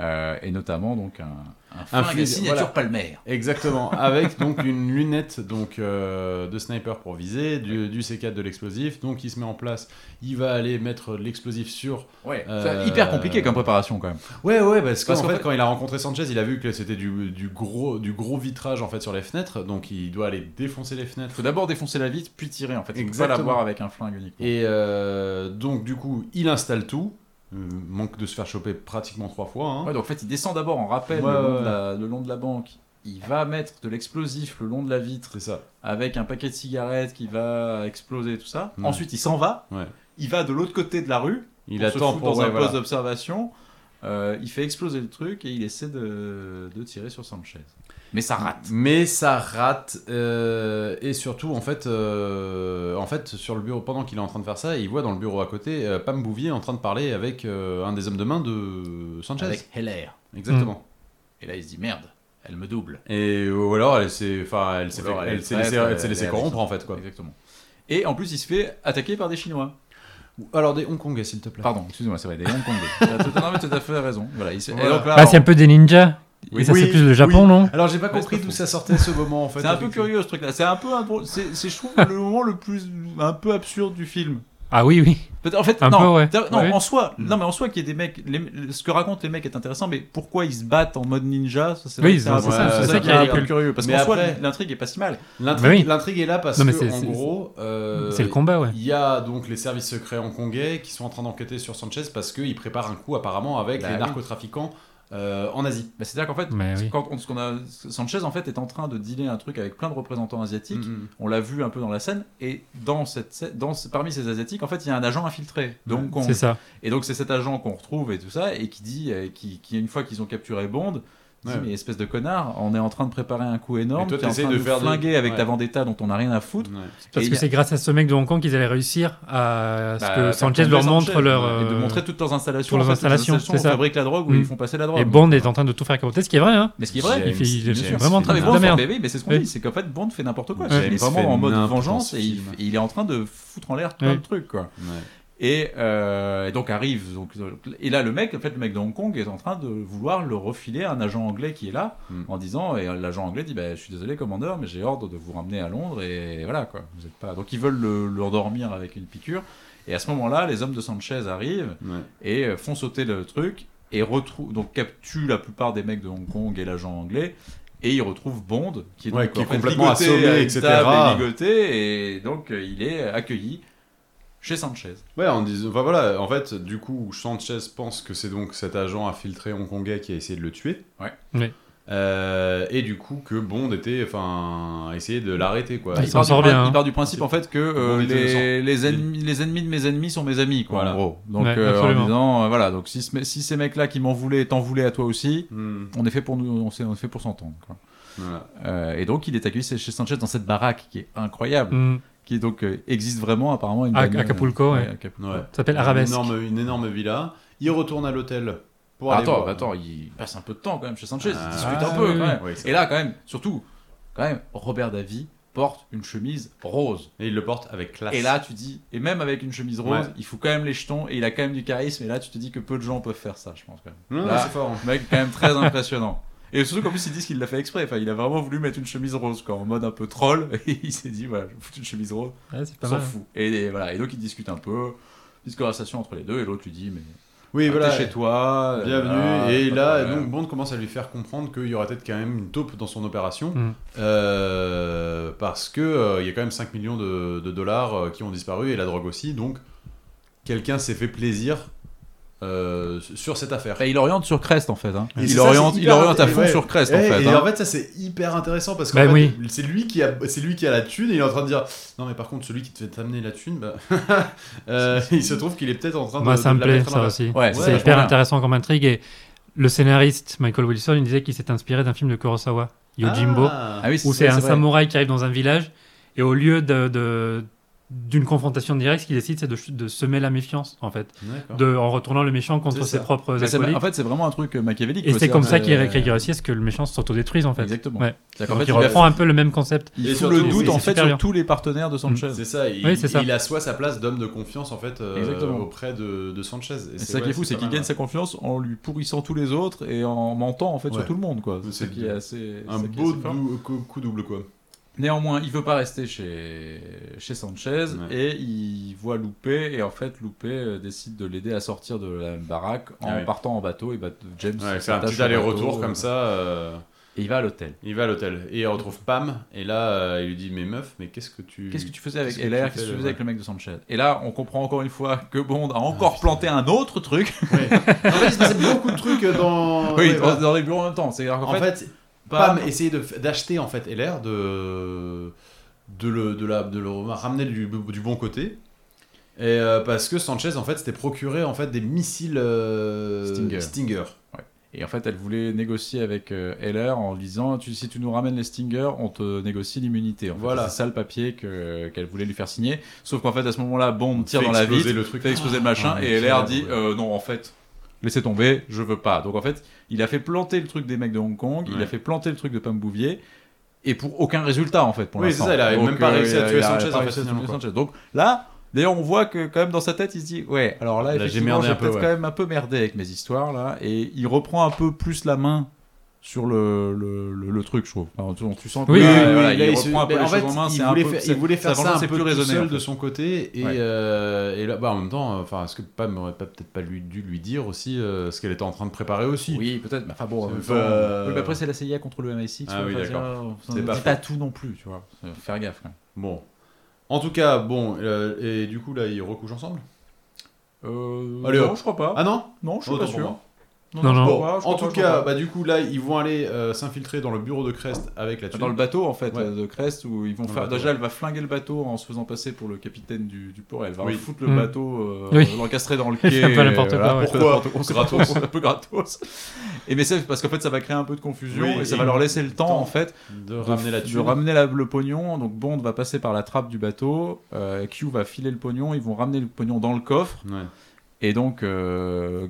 Speaker 4: Euh, et notamment donc un,
Speaker 2: Un
Speaker 4: flingue à
Speaker 2: fusil, voilà.
Speaker 4: Palmer. *laughs*
Speaker 2: Exactement, avec donc une lunette donc euh, de sniper pour viser, du, du C4 de l'explosif. Donc il se met en place, il va aller mettre de l'explosif sur.
Speaker 4: Ouais,
Speaker 2: Euh,
Speaker 4: c'est hyper compliqué comme préparation quand même.
Speaker 2: Ouais, ouais, parce qu'en
Speaker 4: Parce qu'en
Speaker 2: fait,
Speaker 4: fait-
Speaker 2: quand il a rencontré Sanchez, il a vu que c'était du, du gros du gros vitrage en fait sur les fenêtres, donc il doit aller défoncer les
Speaker 4: Il
Speaker 2: fenêtres.
Speaker 4: faut d'abord défoncer la vitre, puis tirer en fait. Il faut pas
Speaker 2: Exactement.
Speaker 4: l'avoir avec un flingue uniquement.
Speaker 2: Et euh, donc du coup, il installe tout. Euh, manque de se faire choper pratiquement trois fois. hein.
Speaker 4: Ouais, donc en fait, il descend d'abord en rappel
Speaker 2: Ouais,
Speaker 4: le, long
Speaker 2: ouais,
Speaker 4: de la, le long de la banque. Il va mettre de l'explosif le long de la vitre
Speaker 2: C'est ça.
Speaker 4: avec un paquet de cigarettes qui va exploser tout ça.
Speaker 2: Ouais.
Speaker 4: Ensuite, il s'en va.
Speaker 2: Ouais.
Speaker 4: Il va de l'autre côté de la rue.
Speaker 2: Il
Speaker 4: pour se
Speaker 2: attend
Speaker 4: foutre
Speaker 2: pour
Speaker 4: dans
Speaker 2: ouais,
Speaker 4: un
Speaker 2: voilà.
Speaker 4: poste d'observation. Euh, il fait exploser le truc et il essaie de, de tirer sur Sanchez. Mais ça rate.
Speaker 2: Mais ça rate. euh, et surtout, en fait, euh, en fait, sur le bureau, pendant qu'il est en train de faire ça, il voit dans le bureau à côté euh, Pam Bouvier en train de parler avec euh, un des hommes de main de Sanchez.
Speaker 4: Avec Heller.
Speaker 2: Exactement.
Speaker 4: Et là, il se dit merde, elle me double.
Speaker 2: Et euh, ou alors elle s'est, enfin, elle s'est,
Speaker 4: Ou alors,
Speaker 2: fait-
Speaker 4: elle
Speaker 2: elle
Speaker 4: est
Speaker 2: s'est
Speaker 4: prête,
Speaker 2: laissée,
Speaker 4: elle
Speaker 2: elle s'est
Speaker 4: est
Speaker 2: laissée
Speaker 4: avec
Speaker 2: corrompre
Speaker 4: son-
Speaker 2: en fait quoi.
Speaker 4: Exactement. Et en plus, il se fait attaquer par des Chinois.
Speaker 2: Ou Alors des Hongkongais s'il te plaît.
Speaker 4: Pardon, excusez-moi, c'est vrai, des Hongkongais. *laughs* T'as tout- non, mais t'as tout à fait raison. Voilà, il se- et
Speaker 2: Voilà.
Speaker 4: donc là,
Speaker 3: Bah,
Speaker 4: on-
Speaker 3: c'est un peu des ninjas.
Speaker 2: Oui.
Speaker 3: Et ça,
Speaker 2: Oui, Euh,
Speaker 3: c'est plus le Japon,
Speaker 2: oui.
Speaker 3: non
Speaker 2: Alors j'ai pas
Speaker 4: Ouais,
Speaker 2: compris
Speaker 4: c'est pas
Speaker 2: d'où
Speaker 4: faux.
Speaker 2: ça sortait ce moment en fait.
Speaker 4: C'est un peu
Speaker 2: effectivement.
Speaker 4: curieux ce truc-là. C'est un peu un drôle- C'est, c'est, je trouve le moment le plus un peu absurde du film.
Speaker 3: Ah oui, oui.
Speaker 4: Peut- En fait,
Speaker 3: Un
Speaker 4: non,
Speaker 3: peu, ouais.
Speaker 4: t'as- non,
Speaker 3: Ouais.
Speaker 4: en soi, non, mais en soi, qu'il y ait des mecs, les- ce que racontent les mecs est intéressant, mais pourquoi ils se battent en mode ninja ça, c'est, vrai
Speaker 3: Oui,
Speaker 4: que
Speaker 3: c'est ça,
Speaker 4: un peu-
Speaker 2: c'est ça
Speaker 4: ça
Speaker 2: qui
Speaker 4: qui
Speaker 2: est
Speaker 4: est un peu
Speaker 3: ridicule.
Speaker 4: curieux. Parce
Speaker 2: Mais
Speaker 4: qu'en soi,
Speaker 2: après-
Speaker 4: l'intrigue est pas si mal.
Speaker 2: L'intrigue,
Speaker 3: Bah oui.
Speaker 2: l'intrigue est là parce
Speaker 3: Non, mais
Speaker 2: que
Speaker 3: c'est-
Speaker 2: en
Speaker 3: c'est-
Speaker 2: gros, euh,
Speaker 3: c'est le combat, ouais.
Speaker 2: Il y a donc les services secrets hongkongais qui sont en train d'enquêter sur Sanchez parce qu'ils préparent un coup apparemment avec
Speaker 4: Bah
Speaker 2: les
Speaker 4: oui.
Speaker 2: narcotrafiquants euh, en Asie.
Speaker 4: Bah, c'est-à-dire qu'en fait,
Speaker 3: Mais oui.
Speaker 4: quand on- ce qu'on a, Sanchez en fait est en train de dealer un truc avec plein de représentants asiatiques.
Speaker 2: Mhm.
Speaker 4: On l'a vu un peu dans la scène. Et dans cette, scè- dans, ce- parmi ces asiatiques, en fait, il y a un agent infiltré. de Hong Kong.
Speaker 3: C'est ça.
Speaker 4: Et donc c'est cet agent qu'on retrouve et tout ça, et qui dit, euh, qui, qui, une fois qu'ils ont capturé Bond, Tu te dis,
Speaker 2: Ouais.
Speaker 4: mais espèce de connard, on est en train de préparer un coup
Speaker 2: Et
Speaker 4: énorme.
Speaker 2: toi,
Speaker 4: t'es en
Speaker 2: t'essayes
Speaker 4: train
Speaker 2: de
Speaker 4: nous
Speaker 2: faire des-
Speaker 4: flinguer avec ta
Speaker 2: Ouais.
Speaker 4: vendetta dont on n'a rien à foutre.
Speaker 2: Ouais.
Speaker 3: Parce
Speaker 4: Et
Speaker 3: que
Speaker 4: il y a-
Speaker 3: c'est grâce à ce mec de Hong Kong qu'ils allaient réussir à ce
Speaker 4: Bah,
Speaker 3: que
Speaker 4: faire
Speaker 3: Sanchez
Speaker 4: tomber
Speaker 3: leur montre leur.
Speaker 4: ouais, Et de
Speaker 3: euh,
Speaker 4: montrer toutes leurs installations.
Speaker 3: leurs
Speaker 4: en fait, toutes les
Speaker 3: installations,
Speaker 4: où
Speaker 3: c'est ça.
Speaker 4: ils fabriquent la drogue, où
Speaker 3: Mm.
Speaker 4: ils font passer la drogue.
Speaker 3: Et Bond est en train de tout faire capoter, ce qui est vrai, hein.
Speaker 4: Mais ce qui est vrai,
Speaker 3: Il fait- il est
Speaker 4: James
Speaker 3: vraiment en
Speaker 4: Non,
Speaker 3: train
Speaker 4: mais
Speaker 3: de
Speaker 4: bon,
Speaker 3: faire de la merde.
Speaker 4: mais oui, mais c'est ce qu'on
Speaker 3: Oui.
Speaker 4: dit, c'est qu'en fait Bond fait n'importe quoi.
Speaker 2: Ouais,
Speaker 4: Il est
Speaker 2: James fait
Speaker 4: vraiment en mode
Speaker 2: n'importe
Speaker 4: vengeance
Speaker 2: ce
Speaker 4: et il,
Speaker 2: film.
Speaker 4: il est en train de foutre en l'air plein
Speaker 3: Oui.
Speaker 4: de trucs quoi.
Speaker 2: Ouais.
Speaker 4: Et, euh, et donc arrive donc et là le mec en fait le mec de Hong Kong est en train de vouloir le refiler à un agent anglais qui est là
Speaker 6: Hmm.
Speaker 2: Mm.
Speaker 4: en disant et l'agent anglais dit bah, je suis désolé commandeur mais j'ai ordre de vous ramener à Londres et voilà quoi vous êtes pas donc ils veulent le, le endormir avec une piqûre et à ce moment-là les hommes de Sanchez arrivent
Speaker 2: Ouais.
Speaker 4: et euh, font sauter le truc et retrouvent donc capturent la plupart des mecs de Hong Kong et l'agent anglais et ils retrouvent Bond qui est,
Speaker 6: Ouais,
Speaker 4: donc,
Speaker 6: qui est
Speaker 4: en fait,
Speaker 6: complètement
Speaker 4: ligoté
Speaker 6: assommé,
Speaker 4: à une
Speaker 6: etc..
Speaker 4: table et ligoté et donc euh, il est accueilli chez Sanchez
Speaker 2: Ouais, en disant. Enfin voilà, en fait, du coup, Sanchez pense que c'est donc cet agent infiltré hongkongais qui a essayé de le tuer.
Speaker 4: Ouais.
Speaker 3: Ouais.
Speaker 2: Euh, et du coup, que Bond était. Enfin, essayé de l'arrêter, quoi.
Speaker 3: Il
Speaker 4: Ah, il
Speaker 3: s'en
Speaker 4: part, du,
Speaker 3: sort
Speaker 4: prin-
Speaker 3: bien, hein.
Speaker 4: il part du principe en fait que euh,
Speaker 2: Bon, il est
Speaker 4: les, les ennemis, les ennemis de mes ennemis sont mes amis quoi
Speaker 2: Voilà.
Speaker 4: en gros donc
Speaker 3: Ouais,
Speaker 4: euh, en
Speaker 3: absolument.
Speaker 4: disant euh, voilà donc si, ce- si ces mecs là qui m'en voulaient t'en voulaient à toi aussi
Speaker 2: Hmm,
Speaker 4: on est fait pour nous on s'est- on est fait pour s'entendre quoi.
Speaker 2: voilà.
Speaker 4: Euh, et donc il est accueilli chez Sanchez dans cette baraque qui est incroyable
Speaker 3: Mm.
Speaker 4: qui donc euh, existe vraiment apparemment une
Speaker 3: À-
Speaker 4: bannière-
Speaker 3: Acapulco, ouais.
Speaker 4: Acapulco.
Speaker 2: Ouais.
Speaker 3: Ça s'appelle Arabesque.
Speaker 2: Une énorme, une énorme villa. Il retourne à l'hôtel pour aller
Speaker 4: attends,
Speaker 2: voir. euh.
Speaker 4: bah attends, il passe un peu de temps quand même chez Sanchez,
Speaker 2: Ah,
Speaker 4: il discute
Speaker 3: oui,
Speaker 4: un peu
Speaker 3: oui.
Speaker 4: quand même.
Speaker 2: Ouais, c'est
Speaker 4: Et là quand même, surtout, quand même, Robert Davy porte une chemise rose.
Speaker 2: Et il le porte avec
Speaker 3: Bah,
Speaker 2: classe.
Speaker 4: Et là tu dis, et même avec une chemise rose,
Speaker 2: Ouais.
Speaker 4: il faut quand même les jetons et il a quand même du charisme. Et là tu te dis que peu de gens peuvent faire ça, je pense quand même.
Speaker 2: Non,
Speaker 4: là-
Speaker 2: c'est fort. hein.
Speaker 4: Le mec est quand
Speaker 3: *laughs*
Speaker 4: même très impressionnant. Et surtout qu'en plus ils disent qu'il l'a fait exprès, enfin il a vraiment voulu mettre une chemise rose quoi, en mode un peu troll, *laughs* et il s'est dit voilà, je vais foutre une chemise rose,
Speaker 3: Ouais, c'est pas
Speaker 4: s'en
Speaker 3: mal.
Speaker 4: fout. Et, et voilà, et donc ils discutent un peu, petite conversation entre les deux, et l'autre lui dit mais
Speaker 2: Oui,
Speaker 4: Et voilà,
Speaker 2: voilà.
Speaker 4: chez toi. euh,
Speaker 2: Bienvenue.
Speaker 4: voilà,
Speaker 2: et là,
Speaker 4: voilà.
Speaker 2: donc Bond commence à lui faire comprendre qu'il y aura peut-être quand même une taupe dans son opération.
Speaker 3: Mm.
Speaker 2: Euh, parce que euh, il y a quand même 5 millions de, de dollars euh, qui ont disparu et la drogue aussi. Donc, quelqu'un s'est fait plaisir euh, sur cette affaire.
Speaker 4: Bah, il oriente sur Crest en fait. hein.
Speaker 2: Et c'est
Speaker 4: Il
Speaker 2: ça,
Speaker 4: oriente,
Speaker 2: c'est
Speaker 4: il
Speaker 2: hyper
Speaker 4: oriente à
Speaker 2: inté-
Speaker 4: fond
Speaker 2: ouais.
Speaker 4: sur Crest en
Speaker 2: Eh,
Speaker 4: fait.
Speaker 2: et
Speaker 4: hein.
Speaker 2: en fait, ça c'est hyper intéressant parce qu'en
Speaker 3: Bah
Speaker 2: fait,
Speaker 3: oui.
Speaker 2: c'est lui qui a, c'est lui qui a la thune et il est en train de dire non mais par contre celui qui te fait t'amener la thune, bah, *laughs* euh, il se trouve qu'il est peut-être en train
Speaker 3: Moi,
Speaker 2: de,
Speaker 3: ça
Speaker 2: de
Speaker 3: me
Speaker 2: la
Speaker 3: plaît,
Speaker 2: mettre à
Speaker 3: ça
Speaker 2: l'envers.
Speaker 3: aussi.
Speaker 4: Ouais,
Speaker 3: c'est
Speaker 4: vachement
Speaker 3: hyper
Speaker 4: bien.
Speaker 3: intéressant comme intrigue. Et le scénariste, Michael Wilson, il disait qu'il s'est inspiré d'un film de Kurosawa, Yojimbo,
Speaker 2: Ah.
Speaker 4: oui,
Speaker 3: où
Speaker 4: ça,
Speaker 3: c'est un
Speaker 4: vrai.
Speaker 3: samouraï qui arrive dans un village et au lieu de. de- d'une confrontation directe, ce qu'il décide, c'est de, de semer la méfiance, en fait,
Speaker 2: D'accord.
Speaker 3: de, en retournant le méchant contre
Speaker 2: C'est
Speaker 3: ses
Speaker 2: ça.
Speaker 3: propres
Speaker 4: Mais c'est-
Speaker 3: acolytes.
Speaker 4: En fait, c'est vraiment un truc euh, machiavélique.
Speaker 3: et
Speaker 4: quoi.
Speaker 3: c'est comme ça
Speaker 4: euh,
Speaker 3: qu'il récrée réussit, que le méchant s'autodétruise, en fait.
Speaker 4: Exactement.
Speaker 3: Ouais.
Speaker 4: C'est-à-dire qu'en
Speaker 3: Donc
Speaker 4: fait,
Speaker 3: il
Speaker 4: il,
Speaker 3: reprend un peu le même concept.
Speaker 4: il
Speaker 2: Et
Speaker 4: fout
Speaker 2: surtout,
Speaker 4: le doute
Speaker 3: c'est
Speaker 4: en fait
Speaker 3: super
Speaker 4: sur
Speaker 3: bien.
Speaker 4: tous les partenaires de Sanchez.
Speaker 2: C'est ça, il,
Speaker 3: Oui, c'est ça.
Speaker 2: il assoit sa place d'homme de confiance en fait euh,
Speaker 4: Exactement.
Speaker 2: auprès de, de Sanchez. Et
Speaker 4: Et c'est ça qui
Speaker 2: ouais,
Speaker 4: est fou, c'est
Speaker 2: pas
Speaker 4: qu'il
Speaker 2: mal,
Speaker 4: gagne
Speaker 2: ouais.
Speaker 4: sa confiance en lui pourrissant tous les autres et en mentant en fait sur
Speaker 2: Ouais.
Speaker 4: tout le monde quoi. C'est
Speaker 2: C'est
Speaker 4: ça qui est assez.
Speaker 2: un
Speaker 4: ça qui est
Speaker 2: beau
Speaker 4: assez fort.
Speaker 2: dou- coup, coup double quoi.
Speaker 4: Néanmoins, il veut pas rester chez, chez Sanchez
Speaker 2: Ouais.
Speaker 4: et il voit Loupé et en fait Loupé euh, décide de l'aider à sortir de la baraque en
Speaker 2: Ah ouais.
Speaker 4: partant en bateau et bah, James
Speaker 2: Ouais, c'est un
Speaker 4: s'attache
Speaker 2: petit
Speaker 4: au
Speaker 2: aller-retour
Speaker 4: bateau,
Speaker 2: comme
Speaker 4: euh,
Speaker 2: ça. euh,
Speaker 4: Et il va à l'hôtel.
Speaker 2: il va à l'hôtel et il retrouve Pam et là euh, il lui dit mais meuf mais qu'est-ce que tu
Speaker 4: Qu'est-ce que tu faisais avec
Speaker 2: Qu'est-ce que tu
Speaker 4: LR Qu'est-ce que
Speaker 2: fais,
Speaker 4: tu
Speaker 2: ouais.
Speaker 4: faisais
Speaker 2: Ah,
Speaker 4: avec le mec de Sanchez Et là, on comprend encore une fois que Bond a encore planté un autre truc.
Speaker 2: *laughs* En fait, il se passait beaucoup de trucs euh, dans.
Speaker 4: *laughs* oui,
Speaker 2: Ouais,
Speaker 4: dans-
Speaker 2: voilà.
Speaker 4: dans les bureaux en même temps. C'est en,
Speaker 2: En
Speaker 4: fait,
Speaker 2: fait, Pam essayait de f- d'acheter en fait LR de de le de la de le ramener du, du bon côté. Et euh, parce que Sanchez en fait s'était procuré en fait des missiles euh,
Speaker 4: Stinger. et en fait, elle voulait négocier avec euh, LR en lui disant tu, si tu nous ramènes les Stingers, on te négocie l'immunité. En fait,
Speaker 2: Voilà.
Speaker 4: C'est ça le papier que- qu'elle voulait lui faire signer. Sauf qu'en fait, à ce moment-là, Bond tire
Speaker 2: Fait
Speaker 4: dans la
Speaker 2: exploser
Speaker 4: vitre.
Speaker 2: le truc.
Speaker 4: fait exploser le machin
Speaker 2: Ah, ouais,
Speaker 4: et LR
Speaker 2: c'est
Speaker 4: dit
Speaker 2: vrai,
Speaker 4: euh, non en fait laissez tomber je veux pas donc en fait il a fait planter le truc des mecs de Hong Kong il
Speaker 2: Ouais.
Speaker 4: a fait planter le truc de Pam Bouvier et pour aucun résultat en fait pour
Speaker 2: Oui,
Speaker 4: l'instant
Speaker 2: c'est ça, il a
Speaker 4: Donc,
Speaker 2: même pas
Speaker 4: euh,
Speaker 2: réussi à
Speaker 4: il a-
Speaker 2: tuer
Speaker 4: il a
Speaker 2: Sanchez,
Speaker 4: pas
Speaker 2: en fait,
Speaker 4: réussi à tuer
Speaker 2: finalement, quoi.
Speaker 4: Sanchez. donc là D'ailleurs, on voit que quand même dans sa tête, il se dit ouais. Alors là,
Speaker 2: Là, j'ai
Speaker 4: effectivement,
Speaker 2: merdé
Speaker 4: j'ai
Speaker 2: un peu,
Speaker 4: peut-être
Speaker 2: ouais.
Speaker 4: quand même un peu merdé avec mes histoires là, et il reprend un peu plus la main sur le, le, le- le truc, je trouve. Enfin, tu, tu sens que
Speaker 3: Oui,
Speaker 4: là,
Speaker 3: oui, oui,
Speaker 4: voilà, il,
Speaker 2: là, se-
Speaker 4: reprend un peu
Speaker 2: mais
Speaker 4: les
Speaker 2: en
Speaker 4: choses
Speaker 2: fait,
Speaker 4: en main. c'est
Speaker 2: il
Speaker 4: un
Speaker 2: voulait,
Speaker 4: peu-
Speaker 2: faire,
Speaker 4: c'est-
Speaker 2: il voulait faire
Speaker 4: sa
Speaker 2: ça,
Speaker 4: volonté
Speaker 2: un peu
Speaker 4: plus
Speaker 2: tout
Speaker 4: raisonnée, en
Speaker 2: seul
Speaker 4: fait.
Speaker 2: de son côté. Et,
Speaker 4: Ouais.
Speaker 2: euh, et là, bah, en même temps, enfin, est-ce que Pam n'aurait pas peut-être pas lui, dû lui dire aussi euh, ce qu'elle était en train de préparer aussi
Speaker 4: Oui, peut-être, mais enfin bon. euh, en
Speaker 2: C'est
Speaker 4: même temps,
Speaker 2: pas-
Speaker 4: oui, mais après, c'est la CIA contre le MI6.
Speaker 2: Ah oui,
Speaker 4: d'accord.
Speaker 2: C'est pas
Speaker 4: Dis
Speaker 2: faux.
Speaker 4: oh, pas tout non plus, tu vois. Euh, Faire gaffe. Quand
Speaker 2: Bon. En tout cas, bon, euh, et du coup, là, ils recouchent ensemble
Speaker 4: même. Euh,
Speaker 2: Allez,
Speaker 4: non,
Speaker 2: hop.
Speaker 4: je crois pas.
Speaker 2: Ah non
Speaker 4: non, je suis
Speaker 2: Autant
Speaker 4: pas
Speaker 2: pour
Speaker 4: sûr.
Speaker 2: moi.
Speaker 3: Non, non.
Speaker 4: je
Speaker 2: Bon,
Speaker 4: crois pas, Ah. je
Speaker 2: en
Speaker 4: crois
Speaker 2: tout
Speaker 4: pas, je
Speaker 2: cas,
Speaker 4: crois pas.
Speaker 2: bah, du coup, là, ils vont aller euh, s'infiltrer dans le bureau de Crest avec la thune.
Speaker 4: dans le bateau en fait
Speaker 2: Ouais.
Speaker 4: euh, de Crest où ils vont
Speaker 2: Dans le
Speaker 4: faire
Speaker 2: bateau,
Speaker 4: déjà elle va flinguer le bateau en se faisant passer pour le capitaine du, du port elle va
Speaker 2: Oui.
Speaker 4: foutre le
Speaker 3: Mm.
Speaker 4: bateau euh,
Speaker 3: Oui.
Speaker 4: l'encastrer dans le
Speaker 3: *laughs* Elle
Speaker 4: quai
Speaker 3: fait un peu n'importe
Speaker 4: voilà,
Speaker 3: quoi, ouais.
Speaker 4: pourquoi *laughs* gratos gratos un peu gratos et mais c'est parce qu'en fait ça va créer un peu de confusion
Speaker 2: Oui,
Speaker 4: et ça
Speaker 2: et
Speaker 4: va leur laisser le temps
Speaker 2: temps
Speaker 4: en fait
Speaker 2: de
Speaker 4: de
Speaker 2: ramener la
Speaker 4: de
Speaker 2: thune.
Speaker 4: ramener la- le pognon donc Bond va passer par la trappe du bateau euh, Q va filer le pognon ils vont ramener le pognon dans le coffre
Speaker 2: Ouais.
Speaker 4: *laughs* et donc, euh,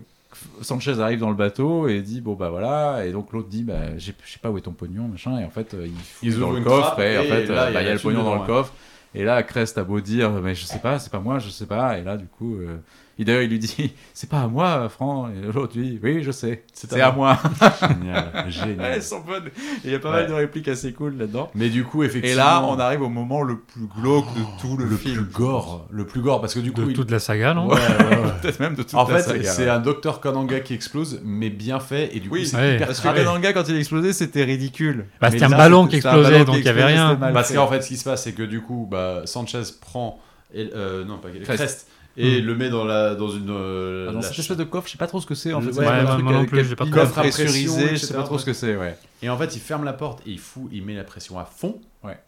Speaker 4: Sanchez arrive dans le bateau et dit Bon, bah voilà. Et donc, l'autre dit Bah, j'ai- je sais pas où est ton pognon, machin. Et en fait, euh, il fouille
Speaker 2: Ils
Speaker 4: dans
Speaker 2: ouvrent
Speaker 4: le
Speaker 2: une
Speaker 4: coffre.
Speaker 2: trappe
Speaker 4: Et, en
Speaker 2: et
Speaker 4: fait,
Speaker 2: là,
Speaker 4: euh, bah, il y a le
Speaker 2: dessus
Speaker 4: pognon dans
Speaker 2: dedans,
Speaker 4: le
Speaker 2: ouais.
Speaker 4: coffre. Et là, Crest a beau dire Mais je sais pas, c'est pas moi, je sais pas. Et là, du coup, euh, il- d'ailleurs, il lui dit *laughs* C'est pas à moi, Franck. Et l'autre lui dit Oui, je sais,
Speaker 2: C'est
Speaker 4: c'est
Speaker 2: à
Speaker 4: à *laughs* moi.
Speaker 2: Génial, génial.
Speaker 4: Elles sont bonnes. Et Il y a pas
Speaker 2: Ouais.
Speaker 4: mal de répliques assez cool là-dedans.
Speaker 2: Mais du coup, effectivement.
Speaker 4: Et là, on arrive au moment le plus glauque de tout Oh, le,
Speaker 2: le
Speaker 4: film.
Speaker 2: plus gore. Le plus gore, parce que du coup.
Speaker 3: De
Speaker 2: il-
Speaker 3: toute la saga, non
Speaker 2: Ouais, ouais, ouais.
Speaker 4: *laughs* Peut-être même de toute
Speaker 2: En
Speaker 4: la
Speaker 2: fait,
Speaker 4: saga.
Speaker 2: c'est un docteur Kananga qui explose, mais bien fait, et du coup,
Speaker 4: Oui.
Speaker 2: c'est
Speaker 3: Ah Ouais.
Speaker 2: hyper
Speaker 4: Parce que
Speaker 2: cramé.
Speaker 4: Kananga, quand il explosait, c'était ridicule.
Speaker 3: Bah,
Speaker 4: Mais
Speaker 3: c'était un
Speaker 4: là,
Speaker 3: ballon
Speaker 4: c'était-
Speaker 3: qui
Speaker 4: c'était un ballon
Speaker 3: explosait,
Speaker 4: qui
Speaker 3: donc il y avait
Speaker 4: explosait,
Speaker 3: rien. Bah,
Speaker 4: c'était mal
Speaker 2: Parce
Speaker 4: fait.
Speaker 2: qu'en fait, ce qui se passe, c'est que du coup, bah, Sanchez prend. et- euh, non, pas
Speaker 4: Crest. Hmm. Ah,
Speaker 2: Crest. Et le met dans, la, dans une. euh,
Speaker 4: Dans
Speaker 2: la
Speaker 4: cette
Speaker 2: ch-
Speaker 4: espèce de coffre, je sais pas trop ce que c'est en
Speaker 2: Ouais,
Speaker 4: fait.
Speaker 2: ouais,
Speaker 4: un
Speaker 2: moi
Speaker 4: truc
Speaker 3: non
Speaker 4: avec
Speaker 3: plus,
Speaker 4: un
Speaker 3: j'ai pas
Speaker 4: pile
Speaker 2: compris.
Speaker 4: à pressurisé,
Speaker 2: Coffre à pression,
Speaker 4: je sais pas
Speaker 2: etc.
Speaker 4: trop ce que c'est, ouais.
Speaker 2: Et en fait, il ferme la porte et il, fout, il met la pression à fond.
Speaker 4: Ouais.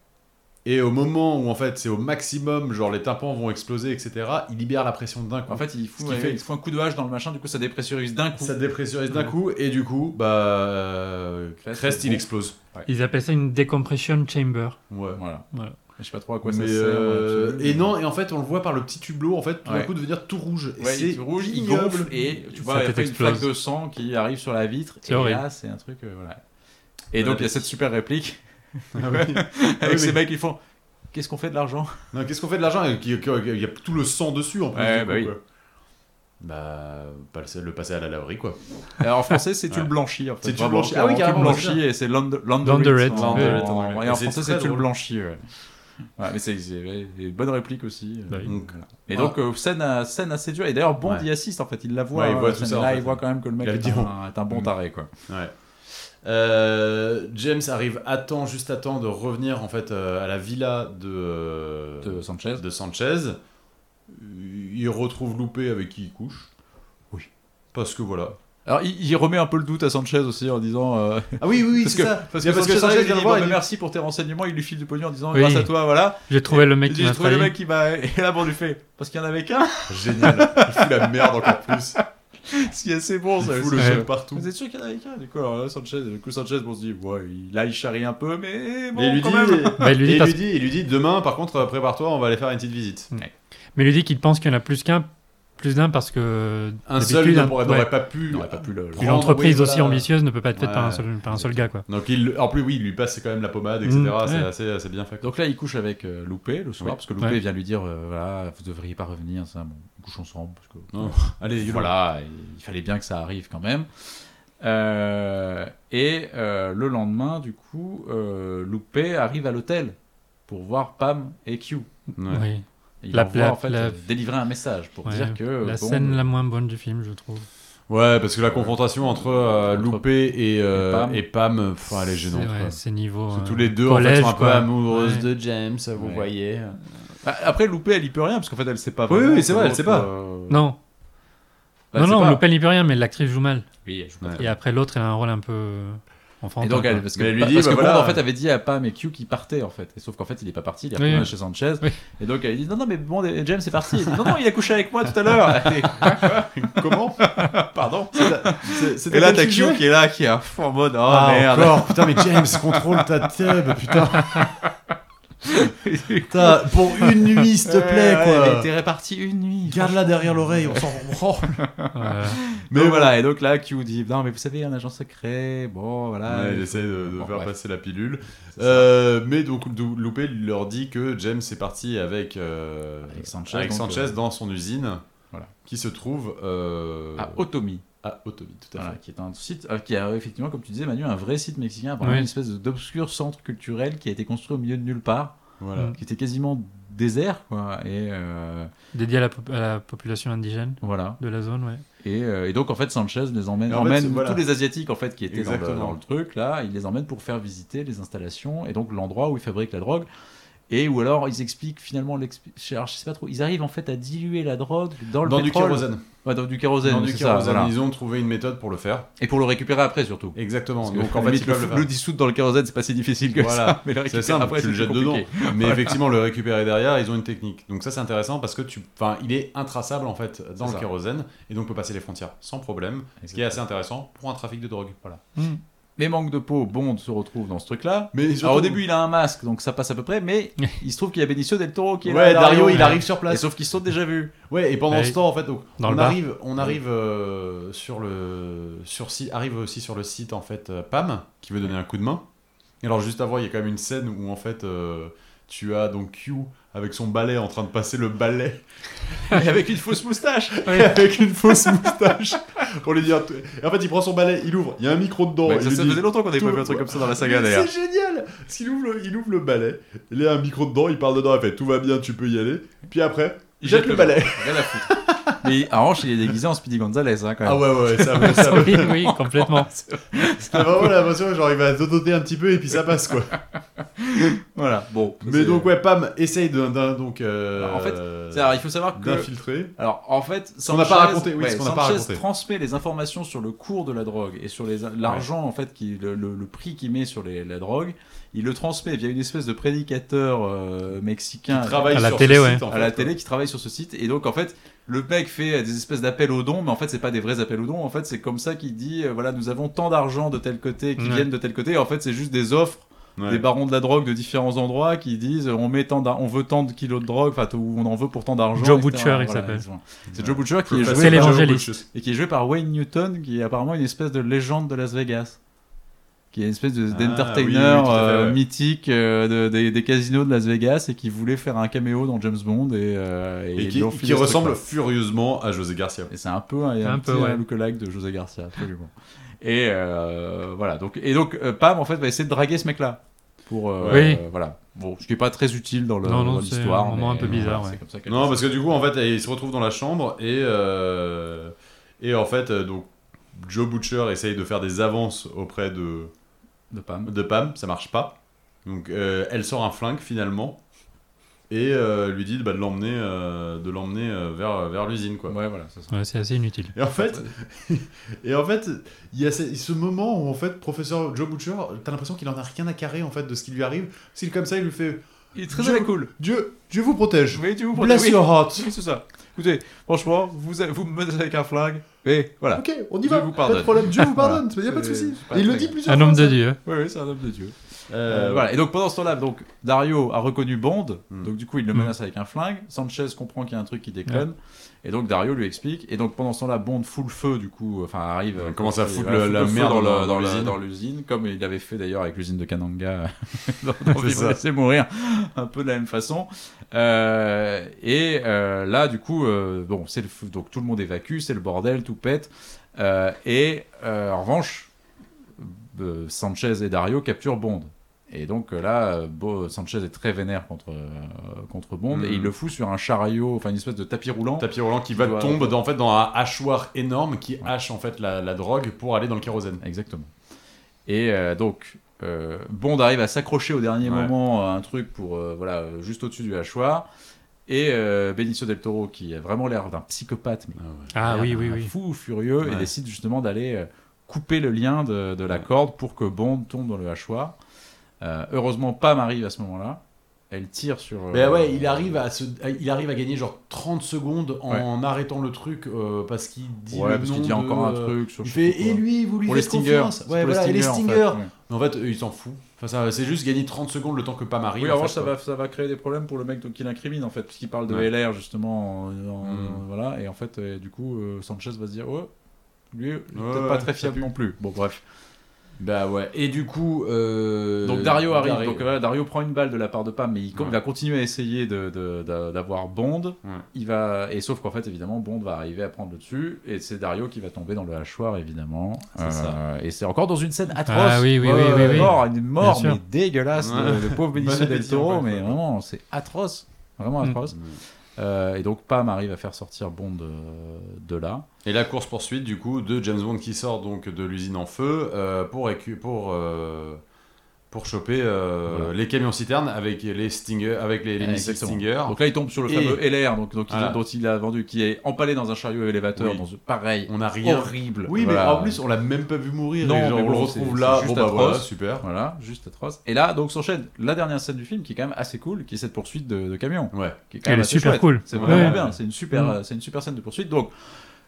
Speaker 2: Et au moment où en fait c'est au maximum, genre les tympans vont exploser, etc., il libère la pression d'un coup.
Speaker 4: En fait, il
Speaker 2: Ce
Speaker 4: fout,
Speaker 2: qui
Speaker 4: ouais,
Speaker 2: fait-
Speaker 4: il fout un coup de hache dans le machin, du coup ça dépressurise d'un coup.
Speaker 2: ça dépressurise d'un coup et du coup, bah, euh,
Speaker 4: Crest,
Speaker 2: Crest
Speaker 4: c'est
Speaker 2: il
Speaker 4: bon.
Speaker 2: explose.
Speaker 3: Ils appellent ça une decompression chamber.
Speaker 2: Ouais.
Speaker 4: Voilà.
Speaker 3: Voilà.
Speaker 4: Je sais pas trop à quoi ça
Speaker 2: Mais,
Speaker 4: sert.
Speaker 2: euh,
Speaker 4: absolument.
Speaker 2: et non, et en fait on le voit par le petit tubleau en fait tout d'un
Speaker 4: Ouais.
Speaker 2: coup devenir tout rouge. Et
Speaker 4: Ouais,
Speaker 2: c'est
Speaker 4: il rouge, il
Speaker 2: ignoble.
Speaker 4: gonfle et tu vois
Speaker 3: Ça
Speaker 4: il y a
Speaker 3: fait
Speaker 4: fait une
Speaker 3: explose.
Speaker 4: flaque de sang qui arrive sur la vitre.
Speaker 3: C'est
Speaker 4: Et
Speaker 3: horrible.
Speaker 4: là, c'est un truc euh, voilà. Et
Speaker 2: Bah,
Speaker 4: donc il y
Speaker 2: la
Speaker 4: a cette super réplique
Speaker 3: *laughs*
Speaker 2: Ah
Speaker 4: *laughs*
Speaker 2: oui.
Speaker 4: avec
Speaker 2: mais-
Speaker 4: ces mecs qui font. Qu'est-ce qu'on fait de l'argent
Speaker 2: Non, qu'est-ce qu'on fait de l'argent Il y a- il y a tout le sang dessus en plus.
Speaker 4: Ouais,
Speaker 2: du
Speaker 4: bah
Speaker 2: coup,
Speaker 4: oui.
Speaker 2: quoi. Bah, pas le- le passer à la laverie quoi.
Speaker 4: Alors, Euh, en français, c'est tu
Speaker 2: Ouais.
Speaker 4: le blanchis. En fait.
Speaker 2: C'est tu le
Speaker 4: Vraiment,
Speaker 2: blanchis. Ah oui,
Speaker 4: tu
Speaker 2: carrément,
Speaker 4: le
Speaker 2: c'est
Speaker 4: blanchis et c'est land-
Speaker 3: Landerette,
Speaker 4: landerette. en-
Speaker 2: ouais.
Speaker 4: en-
Speaker 2: Landerette en anglais.
Speaker 4: Et en
Speaker 2: C'est
Speaker 4: français,
Speaker 2: très
Speaker 4: c'est tu le
Speaker 2: drôle.
Speaker 4: blanchis. Ouais. Ouais, mais c'est c'est- ouais, et bonne réplique aussi.
Speaker 3: Bah oui.
Speaker 2: Donc,
Speaker 4: Voilà. Et
Speaker 2: voilà.
Speaker 4: donc, euh, scène, à- scène assez dure. Et d'ailleurs, Bond
Speaker 2: Ouais.
Speaker 4: y assiste en fait. Il la voit.
Speaker 2: Ouais, Mm. il
Speaker 4: euh,
Speaker 2: voit
Speaker 4: la
Speaker 2: tout
Speaker 4: scène.
Speaker 2: ça,
Speaker 4: Et
Speaker 2: en
Speaker 4: Là,
Speaker 2: fait.
Speaker 4: il voit quand même que le mec
Speaker 2: Il a le
Speaker 4: est
Speaker 2: diamant.
Speaker 4: un, *laughs* est un bon taré. Quoi.
Speaker 2: Ouais. Euh, James arrive à temps, juste à temps, de revenir en fait euh, à la villa de, euh,
Speaker 4: De Sanchez.
Speaker 2: de Sanchez. Il retrouve Loupé avec qui il couche.
Speaker 4: Oui.
Speaker 2: Parce que voilà.
Speaker 4: Alors, il, il remet un peu le doute à Sanchez aussi en disant. euh, *laughs*
Speaker 2: Ah oui, oui, oui,
Speaker 4: parce
Speaker 2: c'est
Speaker 4: que,
Speaker 2: ça.
Speaker 4: Parce
Speaker 2: Il y
Speaker 4: que,
Speaker 2: a- parce que
Speaker 4: Sanchez,
Speaker 2: Sanchez
Speaker 4: il
Speaker 2: vient
Speaker 4: dit,
Speaker 2: le voir,
Speaker 4: bon,
Speaker 2: il
Speaker 4: bah,
Speaker 2: dit-
Speaker 4: merci pour tes renseignements. Il lui file du pognon en disant
Speaker 3: Oui.
Speaker 4: grâce à toi, voilà.
Speaker 3: J'ai trouvé le
Speaker 4: Il
Speaker 3: mec
Speaker 4: dit
Speaker 3: qui
Speaker 4: j'ai
Speaker 3: m'a
Speaker 4: trouvé le
Speaker 3: trahi.
Speaker 4: mec qui m'a. *laughs* Et là, Bond lui fait parce qu'il y en avait qu'un. *laughs*
Speaker 2: Génial. Il fout la merde encore plus.
Speaker 4: Si c'est bon,
Speaker 2: Il
Speaker 4: ça
Speaker 2: fout
Speaker 4: ça-
Speaker 2: le
Speaker 3: Ouais.
Speaker 2: jeu partout.
Speaker 4: Vous êtes sûr qu'il y en avait qu'un Du coup, alors là, Sanchez, du coup, Sanchez, on se dit, ouais, il- là, il charrie un peu, mais bon,
Speaker 2: Mais il lui
Speaker 4: quand
Speaker 2: dit,
Speaker 4: même.
Speaker 2: *laughs*
Speaker 3: Bah, il lui
Speaker 2: et
Speaker 3: dit
Speaker 2: il
Speaker 3: parce-
Speaker 2: lui dit, il lui dit, demain, par contre, euh, prépare-toi, on va aller faire une petite visite.
Speaker 3: Mais il lui dit qu'il pense qu'il y en a plus qu'un, plus d'un parce que
Speaker 2: Un
Speaker 3: d'habitude,
Speaker 2: seul n'aurait
Speaker 3: ouais.
Speaker 2: n'aurait pas pu.
Speaker 4: Il n'aurait pas pu le. le-
Speaker 3: Une entreprise
Speaker 2: oui,
Speaker 3: aussi
Speaker 2: voilà.
Speaker 3: ambitieuse ne peut pas être faite par, un
Speaker 2: Ouais.
Speaker 3: seul, par un seul gars, quoi.
Speaker 2: Donc il, en plus, oui, il lui passe quand même la pommade, etc.
Speaker 3: Mm,
Speaker 2: c'est
Speaker 3: ouais.
Speaker 2: assez, assez bien fait.
Speaker 4: Donc là, il couche avec euh, Loupé le soir,
Speaker 2: Oui.
Speaker 4: parce que Loupé
Speaker 3: Ouais.
Speaker 4: vient lui dire, euh, voilà, vous devriez pas revenir, ça, bon, on couche ensemble, parce que
Speaker 2: Non. Allez, voilà.
Speaker 4: voilà, il fallait bien que ça arrive quand même. Euh, et euh, le lendemain, du coup, euh, Loupé arrive à l'hôtel pour voir Pam et Q.
Speaker 2: Ouais.
Speaker 3: Oui.
Speaker 4: Et Il
Speaker 3: La-
Speaker 4: envoie,
Speaker 3: la-
Speaker 4: en fait,
Speaker 3: la-
Speaker 4: euh, délivrer un message pour
Speaker 3: Ouais,
Speaker 4: dire que
Speaker 3: La
Speaker 4: euh, bon,
Speaker 3: scène la moins bonne du film, je trouve.
Speaker 2: Ouais, parce que la confrontation entre, euh,
Speaker 4: Entre
Speaker 2: Loupé et, euh,
Speaker 4: et Pam.
Speaker 2: et Pam, euh, pff, elle est gênante.
Speaker 3: C'est- ouais,
Speaker 2: quoi.
Speaker 3: C'est niveau.
Speaker 2: Parce que
Speaker 3: euh,
Speaker 2: tous les deux
Speaker 3: collège,
Speaker 2: en fait, sont un peu
Speaker 3: quoi.
Speaker 2: amoureuses
Speaker 3: Ouais.
Speaker 2: de James, vous
Speaker 4: Ouais.
Speaker 2: voyez.
Speaker 4: Bah, Après, Loupé, elle y peut rien, parce qu'en fait, elle sait pas.
Speaker 2: Oui,
Speaker 4: vraiment
Speaker 2: oui, c'est vrai, elle
Speaker 4: comment,
Speaker 2: sait pas.
Speaker 4: euh,
Speaker 3: Non,
Speaker 4: bah,
Speaker 3: non,
Speaker 4: elle sait
Speaker 3: non,
Speaker 4: pas.
Speaker 3: le Pen n'y peut rien, mais l'actrice joue mal.
Speaker 4: Oui, elle joue pas
Speaker 2: Ouais.
Speaker 4: très
Speaker 3: Et après, l'autre, elle a un rôle un peu euh, enfant.
Speaker 4: Et donc, elle, parce que,
Speaker 2: Mais elle lui
Speaker 4: pa-
Speaker 2: dit,
Speaker 4: parce
Speaker 2: bah
Speaker 4: que
Speaker 2: voilà.
Speaker 4: Bond, en fait, avait dit à Pam et Q qu'ils partaient, en fait. Et sauf qu'en fait, il est pas parti, il est
Speaker 3: Oui,
Speaker 4: retourné
Speaker 3: oui.
Speaker 4: chez Sanchez.
Speaker 3: Oui.
Speaker 4: Et donc, elle dit, non, non, mais Bond et James, c'est parti. Il dit, non, non, il a couché avec moi tout à *laughs* l'heure. Et-
Speaker 2: euh, Comment
Speaker 4: Pardon.
Speaker 2: C'est- c'est
Speaker 4: Et là,
Speaker 2: quel
Speaker 4: t'as
Speaker 2: sujet
Speaker 4: Q qui est là, qui est à fond en mode, oh
Speaker 2: Ah,
Speaker 4: merde. *laughs*
Speaker 2: encore. Putain, mais James, contrôle ta tête, putain. Putain, pour une nuit, s'il te plaît,
Speaker 4: Ouais, ouais, Elle
Speaker 2: quoi.
Speaker 4: était répartie une nuit.
Speaker 2: Garde-la derrière l'oreille, on s'en rend.
Speaker 3: euh,
Speaker 4: Mais voilà, et donc là, Q dit, non, mais vous savez, un agent secret, bon, voilà.
Speaker 2: Ouais, il essaie de, de
Speaker 4: euh, Bon,
Speaker 2: faire
Speaker 4: bref.
Speaker 2: passer la pilule.
Speaker 4: ça.
Speaker 2: Euh, mais donc, Dou- Loupé leur dit que James est parti avec, euh,
Speaker 4: Avec Sanchez,
Speaker 2: avec
Speaker 4: donc,
Speaker 2: Sanchez
Speaker 4: euh,
Speaker 2: dans son usine,
Speaker 4: Voilà.
Speaker 2: qui se trouve euh,
Speaker 4: À Otomi,
Speaker 2: à Otobi, tout à
Speaker 4: voilà, qui est un site, euh, qui a effectivement, comme tu disais, Manu, un vrai site mexicain, vraiment
Speaker 3: Oui.
Speaker 4: une espèce de- d'obscur centre culturel qui a été construit au milieu de nulle part.
Speaker 2: fait. Voilà.
Speaker 3: Mm.
Speaker 4: qui était quasiment désert, quoi. Et euh,
Speaker 3: Dédiée à la, pop- à la population indigène
Speaker 4: voilà.
Speaker 3: de la zone, ouais.
Speaker 4: Et, euh, et donc, en fait, Sanchez les emmène,
Speaker 2: Et en fait,
Speaker 4: emmène
Speaker 2: c'est- voilà.
Speaker 4: tous les Asiatiques, en fait, qui étaient dans le,
Speaker 2: Exactement.
Speaker 4: dans le truc, là, il les emmène pour faire visiter les installations et donc l'endroit où ils fabriquent la drogue. Et ou alors, ils expliquent finalement, l'expli- je alors, je sais pas trop, ils arrivent en fait à diluer la drogue dans le
Speaker 2: Dans du
Speaker 4: pétrole.
Speaker 2: kérosène.
Speaker 4: Ouais, dans du kérosène,
Speaker 2: Dans du
Speaker 4: c'est ça,
Speaker 2: kérosène,
Speaker 4: voilà.
Speaker 2: ils ont trouvé une méthode pour le faire.
Speaker 4: Et pour le récupérer après, surtout.
Speaker 2: Exactement.
Speaker 4: Parce que,
Speaker 2: Donc en
Speaker 4: à
Speaker 2: fait,
Speaker 4: la
Speaker 2: ils
Speaker 4: limite,
Speaker 2: peuvent
Speaker 4: le,
Speaker 2: le faire.
Speaker 4: le dissoudre dans le kérosène, c'est pas si difficile que
Speaker 2: Voilà.
Speaker 4: ça. Mais le
Speaker 2: C'est
Speaker 4: récupérer
Speaker 2: simple,
Speaker 4: après,
Speaker 2: tu le
Speaker 4: c'est
Speaker 2: jettes
Speaker 4: plus
Speaker 2: dedans.
Speaker 4: compliqué.
Speaker 2: *laughs* Mais effectivement, le récupérer derrière, ils ont une technique. Donc ça, c'est intéressant parce que tu, enfin, il est intraçable en fait dans
Speaker 4: C'est
Speaker 2: le
Speaker 4: ça.
Speaker 2: kérosène et donc peut passer les frontières sans problème, ce qui est assez intéressant pour un trafic de drogue. Voilà.
Speaker 4: Les manques de peau, Bond se retrouve dans ce truc-là.
Speaker 2: Mais
Speaker 4: Alors au début, il a un masque, donc ça passe à peu près, *laughs* mais il se trouve qu'il y a Benicio del Toro qui est
Speaker 2: ouais,
Speaker 4: là.
Speaker 2: Dario, il
Speaker 4: ouais.
Speaker 2: arrive sur
Speaker 4: Et
Speaker 2: place.
Speaker 4: sauf qu'ils se sont déjà *laughs* vus.
Speaker 2: Ouais, et pendant
Speaker 3: Ouais.
Speaker 2: ce temps, en fait, donc,
Speaker 3: Dans
Speaker 2: on
Speaker 3: le bar.
Speaker 2: arrive, on arrive euh, sur le, sur si, arrive aussi sur le site en fait euh, Pam qui veut donner un coup de main. Et alors juste avant, il y a quand même une scène où en fait, euh, tu as donc Q avec son balai en train de passer le balai
Speaker 4: *laughs* Et avec une fausse moustache.
Speaker 3: Ouais.
Speaker 2: *laughs* avec une fausse moustache pour lui dire. tout- Et en fait, il prend son balai, il ouvre, il y a un micro dedans.
Speaker 4: Ouais,
Speaker 2: il
Speaker 4: ça,
Speaker 2: lui
Speaker 4: ça
Speaker 2: dit-
Speaker 4: faisait longtemps qu'on n'avait
Speaker 2: tout-
Speaker 4: pas vu un truc comme ça dans la saga
Speaker 2: Mais
Speaker 4: d'ailleurs.
Speaker 2: C'est génial Parce qu'il ouvre, le- il ouvre le balai, il y a un micro dedans, il parle dedans, il fait tout va bien, tu peux y aller. Puis après, il jette le balai.
Speaker 4: *laughs* Rien à foutre. Mais en revanche, il est déguisé en Speedy Gonzalez hein, quand même.
Speaker 2: Ah ouais, ouais, ça va, ça va.
Speaker 3: *laughs* oui, oui, complètement.
Speaker 2: T'as vraiment l'impression, genre, il va dodoter un petit peu et puis ça passe
Speaker 4: *laughs*
Speaker 2: quoi.
Speaker 4: Voilà, bon.
Speaker 2: Mais
Speaker 4: c'est- Bah,
Speaker 2: donc, ouais, Pam essaye d'un. d'un- donc, euh,
Speaker 4: En fait, c'est- Alors, il faut savoir que.
Speaker 2: d'infiltrer.
Speaker 4: Alors, en fait,
Speaker 2: qu'on n'a
Speaker 4: Sanchez,
Speaker 2: pas raconté, oui,
Speaker 4: ouais,
Speaker 2: ce qu'on n'a pas
Speaker 4: Sanchez
Speaker 2: raconté.
Speaker 4: transmet les informations sur le cours de la drogue et sur les- l'argent, en fait, qui, le, le- le prix qu'il met sur les- la drogue. Il le transmet via une espèce de prédicateur euh, mexicain
Speaker 2: Il travaille
Speaker 3: à la
Speaker 2: sur
Speaker 3: télé,
Speaker 2: ce
Speaker 3: ouais.
Speaker 2: site, en
Speaker 4: à
Speaker 2: fait,
Speaker 4: la
Speaker 2: quoi.
Speaker 4: télé qui travaille sur ce site. Et donc, en fait, le mec fait des espèces d'appels aux dons, mais en fait, c'est pas des vrais appels aux dons. En fait, c'est comme ça qu'il dit euh, voilà, nous avons tant d'argent de tel côté qui
Speaker 3: Ouais.
Speaker 4: viennent de tel côté. Et en fait, c'est juste des offres
Speaker 2: Ouais.
Speaker 4: des barons de la drogue de différents endroits qui disent euh, on met tant d'ar- on veut tant de kilos de drogue, enfin, t- ou on en veut pour tant d'argent.
Speaker 3: Joe
Speaker 4: etc.
Speaker 3: Butcher, il
Speaker 4: Voilà,
Speaker 3: s'appelle.
Speaker 4: ils ont- C'est Joe Butcher qui est
Speaker 2: Professeur
Speaker 4: joué
Speaker 3: C'est
Speaker 4: par-
Speaker 3: l'évangéliste.
Speaker 4: et qui est joué par Wayne Newton, qui est apparemment une espèce de légende de Las Vegas, qui est une espèce de-
Speaker 2: Ah,
Speaker 4: d'entertainer
Speaker 2: oui, oui, tout à fait,
Speaker 4: euh,
Speaker 2: ouais.
Speaker 4: mythique euh, de- des, des casinos de Las Vegas et qui voulait faire un caméo dans James Bond et, euh, et
Speaker 2: Et
Speaker 4: lui
Speaker 2: qui,
Speaker 4: ont
Speaker 2: qui
Speaker 4: filé ce
Speaker 2: ressemble
Speaker 4: truc-là.
Speaker 2: furieusement à José Garcia.
Speaker 4: Et c'est un peu un,
Speaker 3: Un
Speaker 4: un
Speaker 3: peu,
Speaker 4: petit,
Speaker 3: ouais.
Speaker 4: euh, lookalike de José Garcia, absolument. Et euh, voilà. Donc et donc euh, Pam en fait va essayer de draguer ce mec-là pour euh,
Speaker 3: Oui.
Speaker 4: euh, voilà. Bon, ce qui est pas très utile dans le-
Speaker 3: Non, non,
Speaker 4: dans
Speaker 3: c'est
Speaker 4: l'histoire.
Speaker 3: un moment
Speaker 4: mais
Speaker 3: un peu bizarre,
Speaker 4: voilà,
Speaker 3: ouais.
Speaker 4: c'est comme ça qu'elle
Speaker 2: Non,
Speaker 4: fait
Speaker 2: parce que du coup, en fait, il se retrouve dans la chambre et, euh, et en fait, euh, donc Joe Butcher essaye de faire des avances auprès de,
Speaker 4: de Pam.
Speaker 2: de Pam, ça marche pas. Donc euh, elle sort un flingue finalement et euh, lui dit bah, de l'emmener euh, de l'emmener euh, vers, vers l'usine quoi.
Speaker 4: Ouais, voilà, c'est ça.
Speaker 3: Ouais, c'est assez inutile.
Speaker 2: Et en fait, *laughs* et en fait, il y a ce, ce moment où en fait, professeur Joe Butcher, t'as l'impression qu'il en a rien à carrer en fait de ce qui lui arrive. Parce qu'il comme ça, il lui fait
Speaker 4: Il est très
Speaker 2: Joe-
Speaker 4: très cool.
Speaker 2: Dieu, Dieu vous protège.
Speaker 4: Oui, tu vous
Speaker 2: Bless
Speaker 4: protégez.
Speaker 2: your heart.
Speaker 4: Oui, c'est ça. Écoutez, franchement, vous, vous me menacez avec un flingue. Et voilà.
Speaker 2: Ah, Ok, on y
Speaker 4: Dieu
Speaker 2: va.
Speaker 4: vous
Speaker 2: Pas
Speaker 4: pardonne.
Speaker 2: de problème. Dieu *laughs* vous
Speaker 4: Voilà.
Speaker 2: pardonne. Il y a pas de
Speaker 4: C'est-
Speaker 2: souci.
Speaker 4: c'est pas
Speaker 2: Et Il le
Speaker 4: très
Speaker 2: dit
Speaker 4: grave.
Speaker 2: plusieurs
Speaker 3: Un
Speaker 2: fois.
Speaker 3: homme de
Speaker 2: ça.
Speaker 3: Dieu.
Speaker 4: Oui, oui, c'est un homme de Dieu.
Speaker 2: Euh, voilà.
Speaker 4: voilà. Et donc pendant ce temps-là, donc Dario a reconnu Bond.
Speaker 2: Hmm.
Speaker 4: Donc du coup, il le
Speaker 3: Hmm.
Speaker 4: menace avec un flingue. Sanchez comprend qu'il y a un truc qui déconne. Et donc Dario lui explique. Et donc pendant ce temps-là, Bond fout le feu. Du coup, enfin arrive.
Speaker 2: Il
Speaker 4: euh,
Speaker 2: commence à
Speaker 4: il-
Speaker 2: foutre
Speaker 4: voilà,
Speaker 2: le-
Speaker 4: fout
Speaker 2: la
Speaker 4: feu
Speaker 2: merde dans
Speaker 4: dans, la-
Speaker 2: la-
Speaker 4: dans la-
Speaker 2: l'usine.
Speaker 4: dans l'usine, comme il avait fait d'ailleurs avec l'usine de Kananga. *laughs* dans dans
Speaker 2: C'est
Speaker 4: Vivre
Speaker 2: ça.
Speaker 4: et laisser mourir, un peu de la même façon. Euh, et euh, là, du coup, euh, bon, c'est le fou- donc tout le monde évacue, c'est le bordel, tout pète. Euh, et euh, en revanche, euh, Sanchez et Dario capturent Bond. Et donc euh, là, euh, Bo- Sanchez est très vénère contre, euh, contre Bond
Speaker 2: Mhm.
Speaker 4: et il le fout sur un chariot, enfin une espèce de tapis roulant.
Speaker 2: Tapis roulant qui va
Speaker 4: doit-
Speaker 2: tombe dans, en fait dans un hachoir énorme qui hache en fait la, la drogue pour aller dans le kérosène.
Speaker 4: Exactement. Et euh, donc, euh, Bond arrive à s'accrocher au dernier
Speaker 2: Ouais.
Speaker 4: moment à un truc pour, euh, voilà, euh, juste au-dessus du hachoir. Et euh, Benicio del Toro, qui a vraiment l'air d'un psychopathe, mais
Speaker 3: Ah
Speaker 4: l'air
Speaker 3: oui,
Speaker 4: d'un
Speaker 3: oui, oui.
Speaker 4: fou, furieux, et
Speaker 2: Ouais.
Speaker 4: décide justement d'aller euh, couper le lien de, de la corde pour que Bond tombe dans le hachoir. Euh, heureusement, Pam arrive à ce moment-là. Elle tire sur.
Speaker 2: Ben
Speaker 4: euh,
Speaker 2: ouais, il arrive à se, il arrive à gagner genre 30 secondes en arrêtant le truc euh, parce qu'il dit
Speaker 4: Ouais,
Speaker 2: le
Speaker 4: parce
Speaker 2: nom
Speaker 4: qu'il dit
Speaker 2: de-
Speaker 4: encore un truc. Sur
Speaker 2: Il
Speaker 4: je
Speaker 2: fait
Speaker 4: sais pas
Speaker 2: et
Speaker 4: quoi.
Speaker 2: lui, vous lui
Speaker 4: Pour les
Speaker 2: faites
Speaker 4: stingers.
Speaker 2: confiance.
Speaker 4: c'est
Speaker 2: Ouais,
Speaker 4: pour
Speaker 2: voilà, et les
Speaker 4: en fait,
Speaker 2: stingers.
Speaker 4: ouais.
Speaker 2: Mais en fait, eux, ils s'en foutent. Enfin, ça, c'est juste gagner 30 secondes le temps que Pam arrive.
Speaker 4: Oui,
Speaker 2: en
Speaker 4: en revanche,
Speaker 2: fait,
Speaker 4: ça
Speaker 2: quoi.
Speaker 4: va, ça va créer des problèmes pour le mec donc, qui l'incrimine, en fait, parce qu'il parle de
Speaker 2: Ouais.
Speaker 4: LR, justement, en- en-
Speaker 2: Mm.
Speaker 4: voilà, et en fait, euh, du coup, euh, Sanchez va se dire, oh, lui, il est
Speaker 2: Ouais,
Speaker 4: peut-être pas très
Speaker 2: ça
Speaker 4: fiable
Speaker 2: pue.
Speaker 4: non plus. Bon, bref.
Speaker 2: Bah ouais. Et du coup, euh,
Speaker 4: Donc, Dario arrive,
Speaker 2: Dario-
Speaker 4: donc voilà, Dario prend une balle de la part de Pam, mais il, comme
Speaker 2: Ouais.
Speaker 4: il va continuer à essayer de- de- d'a- d'avoir Bond,
Speaker 2: Ouais.
Speaker 4: il va, et sauf qu'en fait, évidemment, Bond va arriver à prendre le dessus, et c'est Dario qui va tomber dans le hachoir, évidemment, Euh,
Speaker 2: C'est ça.
Speaker 4: et c'est encore dans une scène atroce,
Speaker 3: Ah oui, oui,
Speaker 4: Ouais,
Speaker 3: oui, oui,
Speaker 4: ouais,
Speaker 3: oui.
Speaker 4: mort, une mort,
Speaker 3: Bien sûr.
Speaker 4: mais dégueulasse,
Speaker 2: Ouais.
Speaker 4: le, le
Speaker 2: *laughs*
Speaker 4: pauvre
Speaker 2: Bon
Speaker 4: Benicio del
Speaker 2: appétit, encore
Speaker 4: Toro,
Speaker 2: une
Speaker 4: mais
Speaker 2: fois.
Speaker 4: vraiment, c'est atroce, vraiment
Speaker 3: Mm.
Speaker 4: atroce. Euh, et donc Pam arrive à faire sortir Bond euh, de là.
Speaker 2: Et la course poursuite du coup de James Bond qui sort donc de l'usine en feu euh, pour récu- pour euh, pour choper euh,
Speaker 4: Voilà.
Speaker 2: les camions citernes avec les Stinger, avec les, les
Speaker 4: Ouais,
Speaker 2: missiles
Speaker 4: exactement.
Speaker 2: Stinger.
Speaker 4: Donc là, il tombe sur le
Speaker 2: Ah. Et-
Speaker 4: fameux LR donc, donc, il-
Speaker 2: Voilà.
Speaker 4: dont il a vendu, qui est empalé dans un chariot élévateur,
Speaker 2: Oui.
Speaker 4: dans ce pareil,
Speaker 2: on a rien.
Speaker 4: horrible.
Speaker 2: Oui, mais
Speaker 4: Voilà.
Speaker 2: en plus, on l'a même pas vu mourir.
Speaker 4: Non,
Speaker 2: et genre, on
Speaker 4: mais
Speaker 2: le
Speaker 4: bon,
Speaker 2: retrouve
Speaker 4: c'est-
Speaker 2: là.
Speaker 4: c'est
Speaker 2: Bon,
Speaker 4: juste
Speaker 2: bah voilà,
Speaker 4: atroce.
Speaker 2: super.
Speaker 4: Voilà, juste atroce. Et là, donc s'enchaîne la dernière scène du film qui est quand même assez cool, qui est cette poursuite de, de camion.
Speaker 2: Ouais.
Speaker 4: Qui
Speaker 3: Elle
Speaker 4: quand même
Speaker 3: est
Speaker 4: assez
Speaker 3: super
Speaker 4: chouette.
Speaker 3: cool.
Speaker 4: Ah, bah, C'est vraiment
Speaker 3: Ouais.
Speaker 4: bien, c'est une, super,
Speaker 3: Mm.
Speaker 4: euh, c'est une super scène de poursuite. Donc,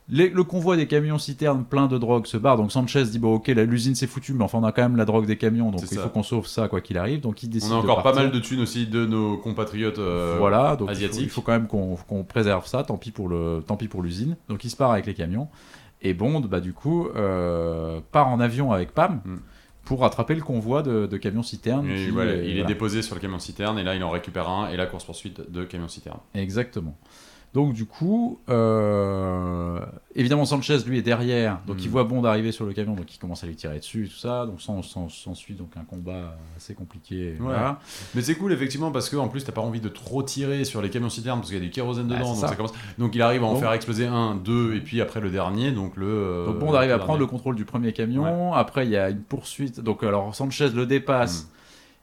Speaker 4: les- le convoi des camions citernes plein de drogue se barre. Donc Sanchez dit bon, ok, la- l'usine c'est foutu, mais enfin on a quand même la drogue des camions, donc
Speaker 2: C'est
Speaker 4: il
Speaker 2: ça.
Speaker 4: faut qu'on sauve ça quoi qu'il arrive. Donc il décide.
Speaker 2: On a encore
Speaker 4: de
Speaker 2: pas
Speaker 4: partir.
Speaker 2: mal de thunes aussi de nos compatriotes. euh,
Speaker 4: voilà, donc il faut-
Speaker 2: asiatiques.
Speaker 4: il faut quand même qu'on qu'on préserve ça. Tant pis pour le, tant pis pour l'usine. Donc il se part avec les camions. Et Bond, bah du coup, euh, part en avion avec Pam
Speaker 2: Mm.
Speaker 4: pour attraper le convoi de, de camions citernes.
Speaker 2: et
Speaker 4: qui,
Speaker 2: voilà,
Speaker 4: euh,
Speaker 2: il est
Speaker 4: voilà.
Speaker 2: déposé sur le camion citerne et là il en récupère un et la course poursuite de camion citerne.
Speaker 4: Exactement. Donc du coup, euh, évidemment Sanchez lui est derrière, donc
Speaker 2: Mm.
Speaker 4: il voit Bond arriver sur le camion, donc il commence à lui tirer dessus, et tout ça, donc s'en s'en- s'ensuit donc un combat assez compliqué. voilà.
Speaker 2: Mais c'est cool effectivement parce que en plus t'as pas envie de trop tirer sur les camions citernes parce qu'il y a du kérosène
Speaker 4: Ah,
Speaker 2: dedans donc
Speaker 4: c'est ça.
Speaker 2: ça commence. Donc il arrive à en
Speaker 4: Bon.
Speaker 2: faire exploser un, deux et puis après le dernier donc le. euh,
Speaker 4: Donc Bond arrive à
Speaker 2: le
Speaker 4: prendre le contrôle du premier camion. Après, il y a une poursuite. Donc alors Sanchez le dépasse.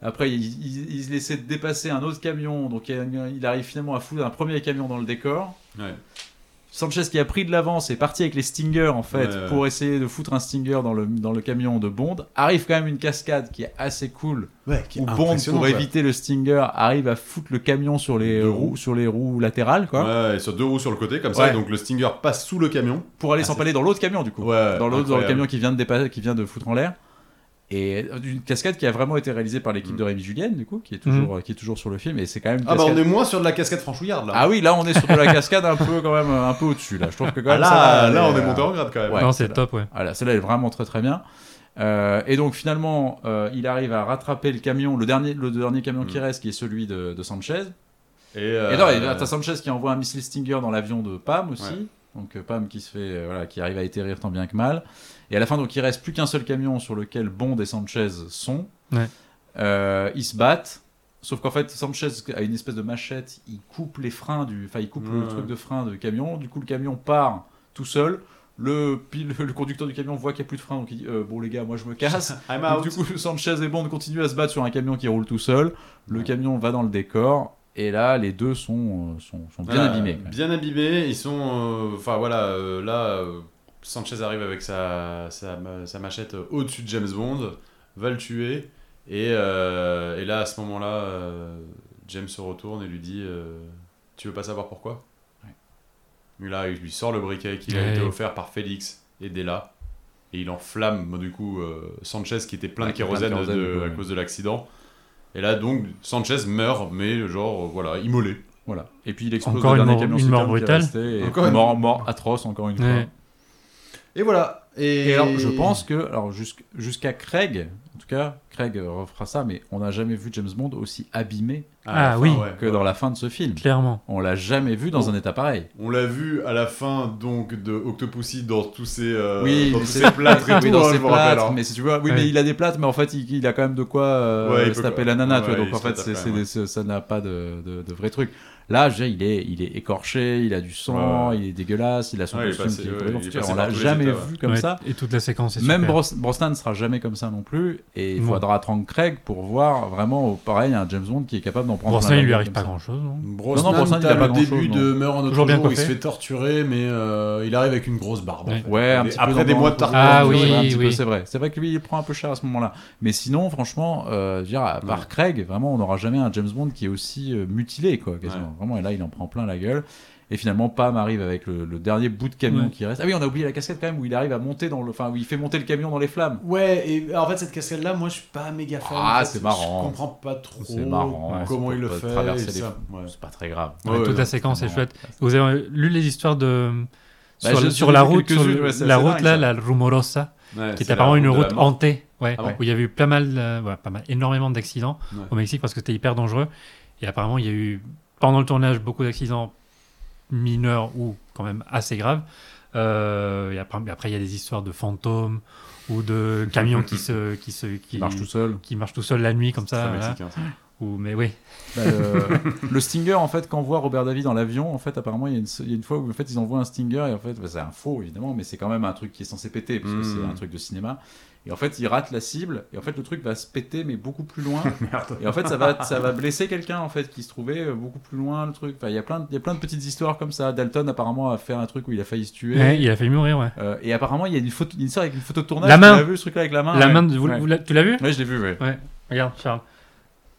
Speaker 2: Mm.
Speaker 4: Après, il, il, il essaie de dépasser un autre camion. Donc il y a une- il arrive finalement à foutre un premier camion dans le décor.
Speaker 2: Ouais.
Speaker 4: Sanchez qui a pris de l'avance est parti avec les Stingers en
Speaker 2: Ouais,
Speaker 4: fait
Speaker 2: ouais.
Speaker 4: pour essayer de foutre un Stinger dans le, dans le camion de Bond. Arrive quand même une cascade qui est assez cool
Speaker 6: Ouais, qui est
Speaker 4: où Bond
Speaker 6: impressionnant,
Speaker 4: pour
Speaker 6: quoi.
Speaker 4: éviter le Stinger arrive à foutre le camion sur les
Speaker 2: Deux
Speaker 4: roues,
Speaker 2: roues.
Speaker 4: sur les roues latérales quoi
Speaker 2: Ouais, et sur deux roues sur le côté comme
Speaker 4: Ouais.
Speaker 2: ça et donc le Stinger passe sous le camion.
Speaker 4: pour aller
Speaker 2: Ah,
Speaker 4: s'empaler dans l'autre camion du coup
Speaker 2: Ouais.
Speaker 4: dans l'autre dans le
Speaker 2: Euh, incroyable.
Speaker 4: camion qui vient de dépasser, qui vient de foutre en l'air et une cascade qui a vraiment été réalisée par l'équipe
Speaker 2: Mm.
Speaker 4: de Rémi Julien du coup qui est toujours euh, qui est toujours sur le film et c'est quand même une
Speaker 2: Ah bah
Speaker 4: cascade-
Speaker 2: on est moins sur de la cascade franchouillarde là.
Speaker 4: Ah oui là on est sur de la cascade un peu quand même un peu au-dessus là je trouve que quand
Speaker 2: Ah,
Speaker 4: même
Speaker 2: là,
Speaker 4: ça va,
Speaker 2: là,
Speaker 4: elle
Speaker 2: on
Speaker 4: est,
Speaker 2: est monté
Speaker 4: euh,
Speaker 2: en grade quand même.
Speaker 4: ouais.
Speaker 3: non, c'est
Speaker 4: celle-là.
Speaker 3: top, ouais.
Speaker 4: voilà celle-là elle est vraiment très très bien Euh, et donc finalement euh, il arrive à rattraper le camion le dernier le dernier camion qui
Speaker 2: Mm.
Speaker 4: reste qui est celui de, de Sanchez
Speaker 2: Et, euh,
Speaker 4: et non, et t'as Sanchez qui envoie un missile Stinger dans l'avion de Pam aussi.
Speaker 2: Ouais.
Speaker 4: Donc euh, Pam qui se fait, euh, voilà, qui arrive à atterrir tant bien que mal. Et à la fin, donc il reste plus qu'un seul camion sur lequel Bond et Sanchez sont.
Speaker 3: Ouais.
Speaker 4: Euh, ils se battent. Sauf qu'en fait, Sanchez a une espèce de machette. Il coupe les freins du, enfin il coupe le
Speaker 2: Ouais.
Speaker 4: truc de frein du camion. Du coup, le camion part tout seul. Le, pile, *laughs* le conducteur du camion voit qu'il n'y a plus de frein, donc il dit euh, Bon, les gars, moi je me casse.
Speaker 2: I'm
Speaker 4: Donc,
Speaker 2: out.
Speaker 4: du coup, Sanchez et Bond continuent à se battre sur un camion qui roule tout seul. Le
Speaker 2: Ouais.
Speaker 4: camion va dans le décor. Et là, les deux sont, euh, sont, sont bien
Speaker 2: Voilà,
Speaker 4: abîmés. quoi.
Speaker 2: Bien abîmés, ils sont. euh, Enfin voilà, euh, là, euh, Sanchez arrive avec sa, sa, sa machette euh, au-dessus de James Bond, va le tuer, et, euh, et là, à ce moment-là, euh, James se retourne et lui dit euh, Tu veux pas savoir pourquoi
Speaker 4: Ouais.
Speaker 2: Et là, il lui sort le briquet qui lui a
Speaker 3: Ouais.
Speaker 2: été offert par Félix et Della, et il enflamme, bon, du coup, euh, Sanchez qui était plein
Speaker 4: Ouais,
Speaker 2: de
Speaker 4: qui est plein de
Speaker 2: kérosène,
Speaker 4: kérosène,
Speaker 2: de-
Speaker 4: du coup,
Speaker 2: à
Speaker 4: ouais.
Speaker 2: cause de l'accident. Et là, donc, Sanchez meurt, mais genre, euh, voilà, immolé.
Speaker 4: Voilà. Et puis il explose
Speaker 3: Encore
Speaker 4: le
Speaker 3: une
Speaker 4: dernier
Speaker 3: mort-
Speaker 4: camion
Speaker 3: une
Speaker 4: citerne
Speaker 3: mort
Speaker 4: qui est
Speaker 3: brutale.
Speaker 4: resté, et
Speaker 2: Encore une-
Speaker 4: mort, mort atroce, encore une
Speaker 3: Ouais.
Speaker 2: Et voilà.
Speaker 4: fois.
Speaker 2: Et,
Speaker 4: Et alors, je pense que, alors jusqu'- jusqu'à Craig, en tout cas, Craig euh, refera ça, mais on n'a jamais vu James Bond aussi abîmé
Speaker 2: À la
Speaker 3: Ah,
Speaker 2: fin,
Speaker 3: oui.
Speaker 2: ouais.
Speaker 4: que dans la fin de ce film.
Speaker 3: Clairement.
Speaker 4: On l'a jamais vu dans un état pareil.
Speaker 2: On l'a vu à la fin donc de Octopussy dans tous ses, euh,
Speaker 4: Oui,
Speaker 2: dans
Speaker 4: mais
Speaker 2: tous
Speaker 4: *laughs* c'est-
Speaker 2: ses plâtres
Speaker 6: *laughs*
Speaker 2: et
Speaker 4: Oui,
Speaker 2: tout,
Speaker 4: dans
Speaker 2: hein,
Speaker 4: ses
Speaker 2: je me rappelle.
Speaker 4: plâtres,
Speaker 2: hein.
Speaker 4: mais si tu vois, oui,
Speaker 3: Ouais.
Speaker 4: mais il a des plâtres, mais en fait, il, il a quand même de quoi euh,
Speaker 2: Ouais, il
Speaker 4: se
Speaker 2: peut
Speaker 4: taper
Speaker 2: quoi.
Speaker 4: la nana,
Speaker 2: Ouais,
Speaker 4: tu vois,
Speaker 2: ouais,
Speaker 4: donc
Speaker 2: il
Speaker 4: en
Speaker 2: se
Speaker 4: fait,
Speaker 2: tape
Speaker 4: c'est-
Speaker 2: quand
Speaker 4: c'est
Speaker 2: même,
Speaker 4: des- c'est- ça n'a pas de, de, de vrai truc. Là, je veux dire, il est, il est écorché, il a du sang,
Speaker 2: Ouais.
Speaker 4: il est dégueulasse, il a son
Speaker 2: Ouais, il est
Speaker 4: costume
Speaker 2: passé-
Speaker 4: qui est
Speaker 2: ouais,
Speaker 4: complètement
Speaker 2: il est
Speaker 4: foutu.
Speaker 2: passé
Speaker 4: On
Speaker 2: par
Speaker 4: l'a
Speaker 2: tous les
Speaker 4: jamais
Speaker 2: états,
Speaker 4: vu comme
Speaker 3: Ouais,
Speaker 4: ça.
Speaker 3: Et toute la séquence est
Speaker 4: Même
Speaker 3: super.
Speaker 4: Bros- Brosnan ne sera jamais comme ça non plus, et il
Speaker 3: Non.
Speaker 4: faudra attendre Craig pour voir vraiment, pareil, un James Bond qui est capable d'en prendre
Speaker 3: Brosnan, il lui
Speaker 4: avion
Speaker 3: arrive
Speaker 4: comme
Speaker 3: pas
Speaker 4: ça.
Speaker 3: grand-chose, non
Speaker 2: Brosnan,
Speaker 4: Non, non, Brosnan, il
Speaker 2: t'as
Speaker 4: a pas
Speaker 2: le
Speaker 4: grand-chose,
Speaker 2: début de
Speaker 4: non.
Speaker 2: Meurt en autre
Speaker 3: Toujours bien
Speaker 2: jour, il se
Speaker 3: coiffé.
Speaker 2: fait torturer, mais euh, il arrive avec une grosse barbe. en
Speaker 3: Ouais.
Speaker 2: fait.
Speaker 4: Ouais, un
Speaker 2: Et
Speaker 4: petit peu
Speaker 2: après
Speaker 4: dans
Speaker 2: des
Speaker 4: le
Speaker 2: mois de
Speaker 4: ventre,
Speaker 2: tartine.
Speaker 3: Ah
Speaker 4: ouais,
Speaker 3: oui,
Speaker 4: un petit
Speaker 3: oui.
Speaker 4: peu, c'est vrai. C'est vrai que lui, il prend un peu cher à ce moment-là. Mais sinon, franchement, euh, je veux dire, à part Craig, vraiment, on n'aura jamais un James Bond qui est aussi euh, mutilé, quoi, quasiment.
Speaker 2: Ouais.
Speaker 4: Vraiment, et là, il en prend plein la gueule. Et finalement, Pam arrive avec le, le dernier bout de camion
Speaker 3: Ouais.
Speaker 4: qui reste. Ah oui, on a oublié la casquette quand même où il arrive à monter dans le, enfin où il fait monter le camion dans les flammes.
Speaker 6: Ouais, et en fait, cette cascade-là, moi, je suis pas méga fan.
Speaker 4: Ah,
Speaker 6: en fait.
Speaker 4: c'est marrant.
Speaker 6: Je comprends pas trop
Speaker 4: C'est marrant, ouais,
Speaker 6: comment
Speaker 4: c'est
Speaker 6: il le
Speaker 4: pour
Speaker 6: fait.
Speaker 4: traverser
Speaker 6: et
Speaker 4: les-
Speaker 6: ça. Ouais.
Speaker 4: C'est pas très grave.
Speaker 3: Ouais,
Speaker 2: Ouais,
Speaker 3: toute
Speaker 2: ouais,
Speaker 3: la séquence est
Speaker 4: vraiment.
Speaker 3: chouette. Vous avez lu les histoires de.
Speaker 4: Bah,
Speaker 3: sur,
Speaker 4: j'ai-
Speaker 3: sur
Speaker 4: j'ai
Speaker 3: la
Speaker 4: lu
Speaker 3: route, sur
Speaker 4: quelques-unes,
Speaker 3: le-
Speaker 4: ouais, c'est
Speaker 3: la
Speaker 4: assez
Speaker 3: route
Speaker 4: dingue,
Speaker 3: là,
Speaker 4: ça.
Speaker 3: la Rumorosa,
Speaker 2: Ouais,
Speaker 3: qui
Speaker 2: c'est
Speaker 3: est apparemment
Speaker 2: la
Speaker 3: une
Speaker 2: de la
Speaker 3: route
Speaker 2: mort.
Speaker 3: hantée, ouais,
Speaker 2: Ah bon
Speaker 3: où il y a eu pas mal, euh, voilà, pas mal, énormément d'accidents
Speaker 2: Ouais.
Speaker 3: au Mexique parce que c'était hyper dangereux. Et apparemment, il y a eu pendant le tournage beaucoup d'accidents mineurs ou quand même assez graves. Euh, et après, après, il y a des histoires de fantômes ou de camions qui se qui se qui
Speaker 4: Il marche tout seul.
Speaker 3: qui marchent tout seuls la nuit comme ça.
Speaker 2: Très
Speaker 3: voilà.
Speaker 2: mexicain, ça.
Speaker 3: Ou, mais oui,
Speaker 4: Bah, le, le Stinger, en fait, qu'envoie Robert David dans l'avion, en fait, apparemment, il y, a une, il y a une fois où en fait, ils envoient un Stinger, et en fait, bah, c'est un faux, évidemment, mais c'est quand même un truc qui est censé péter, parce que
Speaker 2: Mm.
Speaker 3: Hmm.
Speaker 4: c'est un truc de cinéma. Et en fait, il rate la cible, et en fait, le truc va se péter, mais beaucoup
Speaker 3: *laughs*
Speaker 4: plus loin. Et en fait, ça va, ça va blesser quelqu'un, en fait, qui se trouvait euh, beaucoup plus loin, le truc. Enfin, il y a plein de- il y a plein de petites histoires comme ça. Dalton, apparemment, a fait un truc où il a failli se tuer.
Speaker 3: Ouais, il a failli mourir, ouais.
Speaker 4: Euh, et apparemment, il y a une photo, une histoire avec une photo de tournage.
Speaker 3: La main.
Speaker 4: Tu l'as vu, ce truc-là, avec la main
Speaker 3: la
Speaker 4: Ah ouais.
Speaker 3: main, de, vous-
Speaker 4: Ouais.
Speaker 3: vous l'a- tu l'as vu
Speaker 4: Ouais, je l'ai vu, ouais.
Speaker 3: Ouais, regarde, Charles.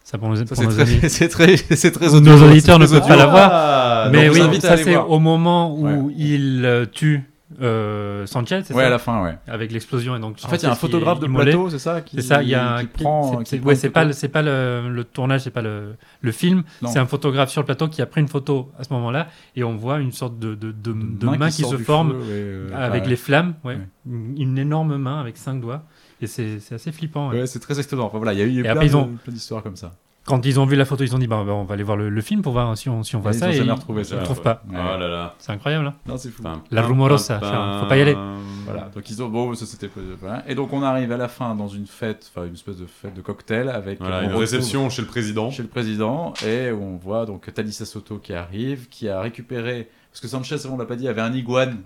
Speaker 3: Ça pour nos,
Speaker 4: Ça,
Speaker 3: pour
Speaker 4: c'est
Speaker 3: nos
Speaker 4: très,
Speaker 3: amis.
Speaker 4: *laughs* c'est très, c'est très audio.
Speaker 3: Nos auditeurs ne
Speaker 4: C'est
Speaker 3: peuvent
Speaker 4: très
Speaker 3: pas
Speaker 4: audio.
Speaker 3: la voir,
Speaker 2: Ah,
Speaker 3: mais
Speaker 4: donc,
Speaker 3: oui,
Speaker 4: je vous invite à
Speaker 3: ça
Speaker 4: aller
Speaker 3: c'est
Speaker 4: voir.
Speaker 3: au moment où
Speaker 4: Ouais.
Speaker 3: il euh, tue euh, Sanchez, c'est
Speaker 4: Ouais,
Speaker 3: ça
Speaker 4: à la fin, ouais.
Speaker 3: Avec l'explosion et donc.
Speaker 4: En fait, il y a un
Speaker 3: Sanchez qui
Speaker 4: photographe
Speaker 3: est
Speaker 4: de
Speaker 3: immolé.
Speaker 4: plateau, c'est ça qui,
Speaker 3: C'est ça, il y a un.
Speaker 4: qui prend.
Speaker 3: c'est-
Speaker 4: qui
Speaker 3: c'est-
Speaker 4: prend
Speaker 3: ouais,
Speaker 4: une
Speaker 3: c'est
Speaker 4: photo.
Speaker 3: pas, le- c'est pas le, le tournage, c'est pas le, le film.
Speaker 4: Non.
Speaker 3: C'est un photographe sur le plateau qui a pris une photo à ce moment-là et on voit une sorte de, de, de, de main, qui,
Speaker 4: sort
Speaker 3: se
Speaker 4: du
Speaker 3: forme
Speaker 4: feu, et, euh,
Speaker 3: avec
Speaker 4: ouais.
Speaker 3: les flammes. Ouais.
Speaker 4: Ouais.
Speaker 3: Une, une énorme main avec cinq doigts et c'est c'est assez flippant. ouais.
Speaker 4: Ouais, c'est très étonnant. Enfin, voilà, il y a eu il y a eu
Speaker 3: Et
Speaker 4: plein
Speaker 3: après, ils
Speaker 4: de-
Speaker 3: ont-
Speaker 4: plein d'histoires comme ça.
Speaker 3: Quand ils ont vu la photo, ils ont dit bah, bah, on va aller voir le, le film pour voir si on, si on voit
Speaker 4: Et ils
Speaker 3: ça.
Speaker 4: ont
Speaker 3: et
Speaker 4: jamais
Speaker 3: ils-
Speaker 4: retrouvé
Speaker 3: ils
Speaker 4: ça,
Speaker 3: le trouvent
Speaker 4: ouais.
Speaker 3: pas.
Speaker 2: Oh là là.
Speaker 3: C'est incroyable. hein.
Speaker 4: Non, c'est fou.
Speaker 2: Pam,
Speaker 3: La
Speaker 2: pam,
Speaker 3: rumorosa,
Speaker 2: pam,
Speaker 3: Charles,
Speaker 2: pam.
Speaker 3: faut pas y aller.
Speaker 4: Voilà, donc ils ont bon, ça c'était voilà. Et donc on arrive à la fin dans une fête, enfin une espèce de fête de cocktail avec
Speaker 2: Voilà,
Speaker 4: on
Speaker 2: une
Speaker 4: retrouve
Speaker 2: réception chez le président.
Speaker 4: chez le président et où on voit donc Talissa Soto qui arrive, qui a récupéré parce que Sanchez, on l'a pas dit, avait un iguane.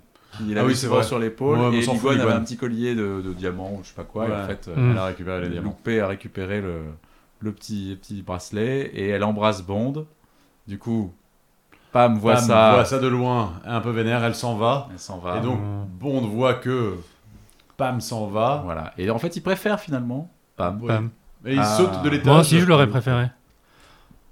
Speaker 4: Il
Speaker 2: Ah
Speaker 4: avait
Speaker 2: oui,
Speaker 4: souvent
Speaker 2: c'est vrai.
Speaker 4: sur l'épaule
Speaker 2: Ouais, on
Speaker 4: et
Speaker 2: s'en fout,
Speaker 4: l'iguane avait
Speaker 2: l'iguane.
Speaker 4: un petit collier de, de diamants ou je sais pas quoi. Et
Speaker 2: Ouais.
Speaker 4: en fait, euh,
Speaker 3: Mm.
Speaker 2: Elle a récupéré les diamants.
Speaker 4: Loupé a récupéré le, le petit, le petit bracelet et elle embrasse Bond. Du coup, Pam voit
Speaker 2: Pam
Speaker 4: ça.
Speaker 2: voit ça de loin, un peu vénère, elle s'en va.
Speaker 4: Elle s'en va.
Speaker 2: Et donc, Bond voit que Pam s'en va.
Speaker 4: voilà. Et en fait, il préfère finalement Pam.
Speaker 2: ah. Ouais.
Speaker 3: Bam.
Speaker 2: Et il
Speaker 4: Ah.
Speaker 2: saute de l'étage.
Speaker 3: Moi aussi, je l'aurais préféré.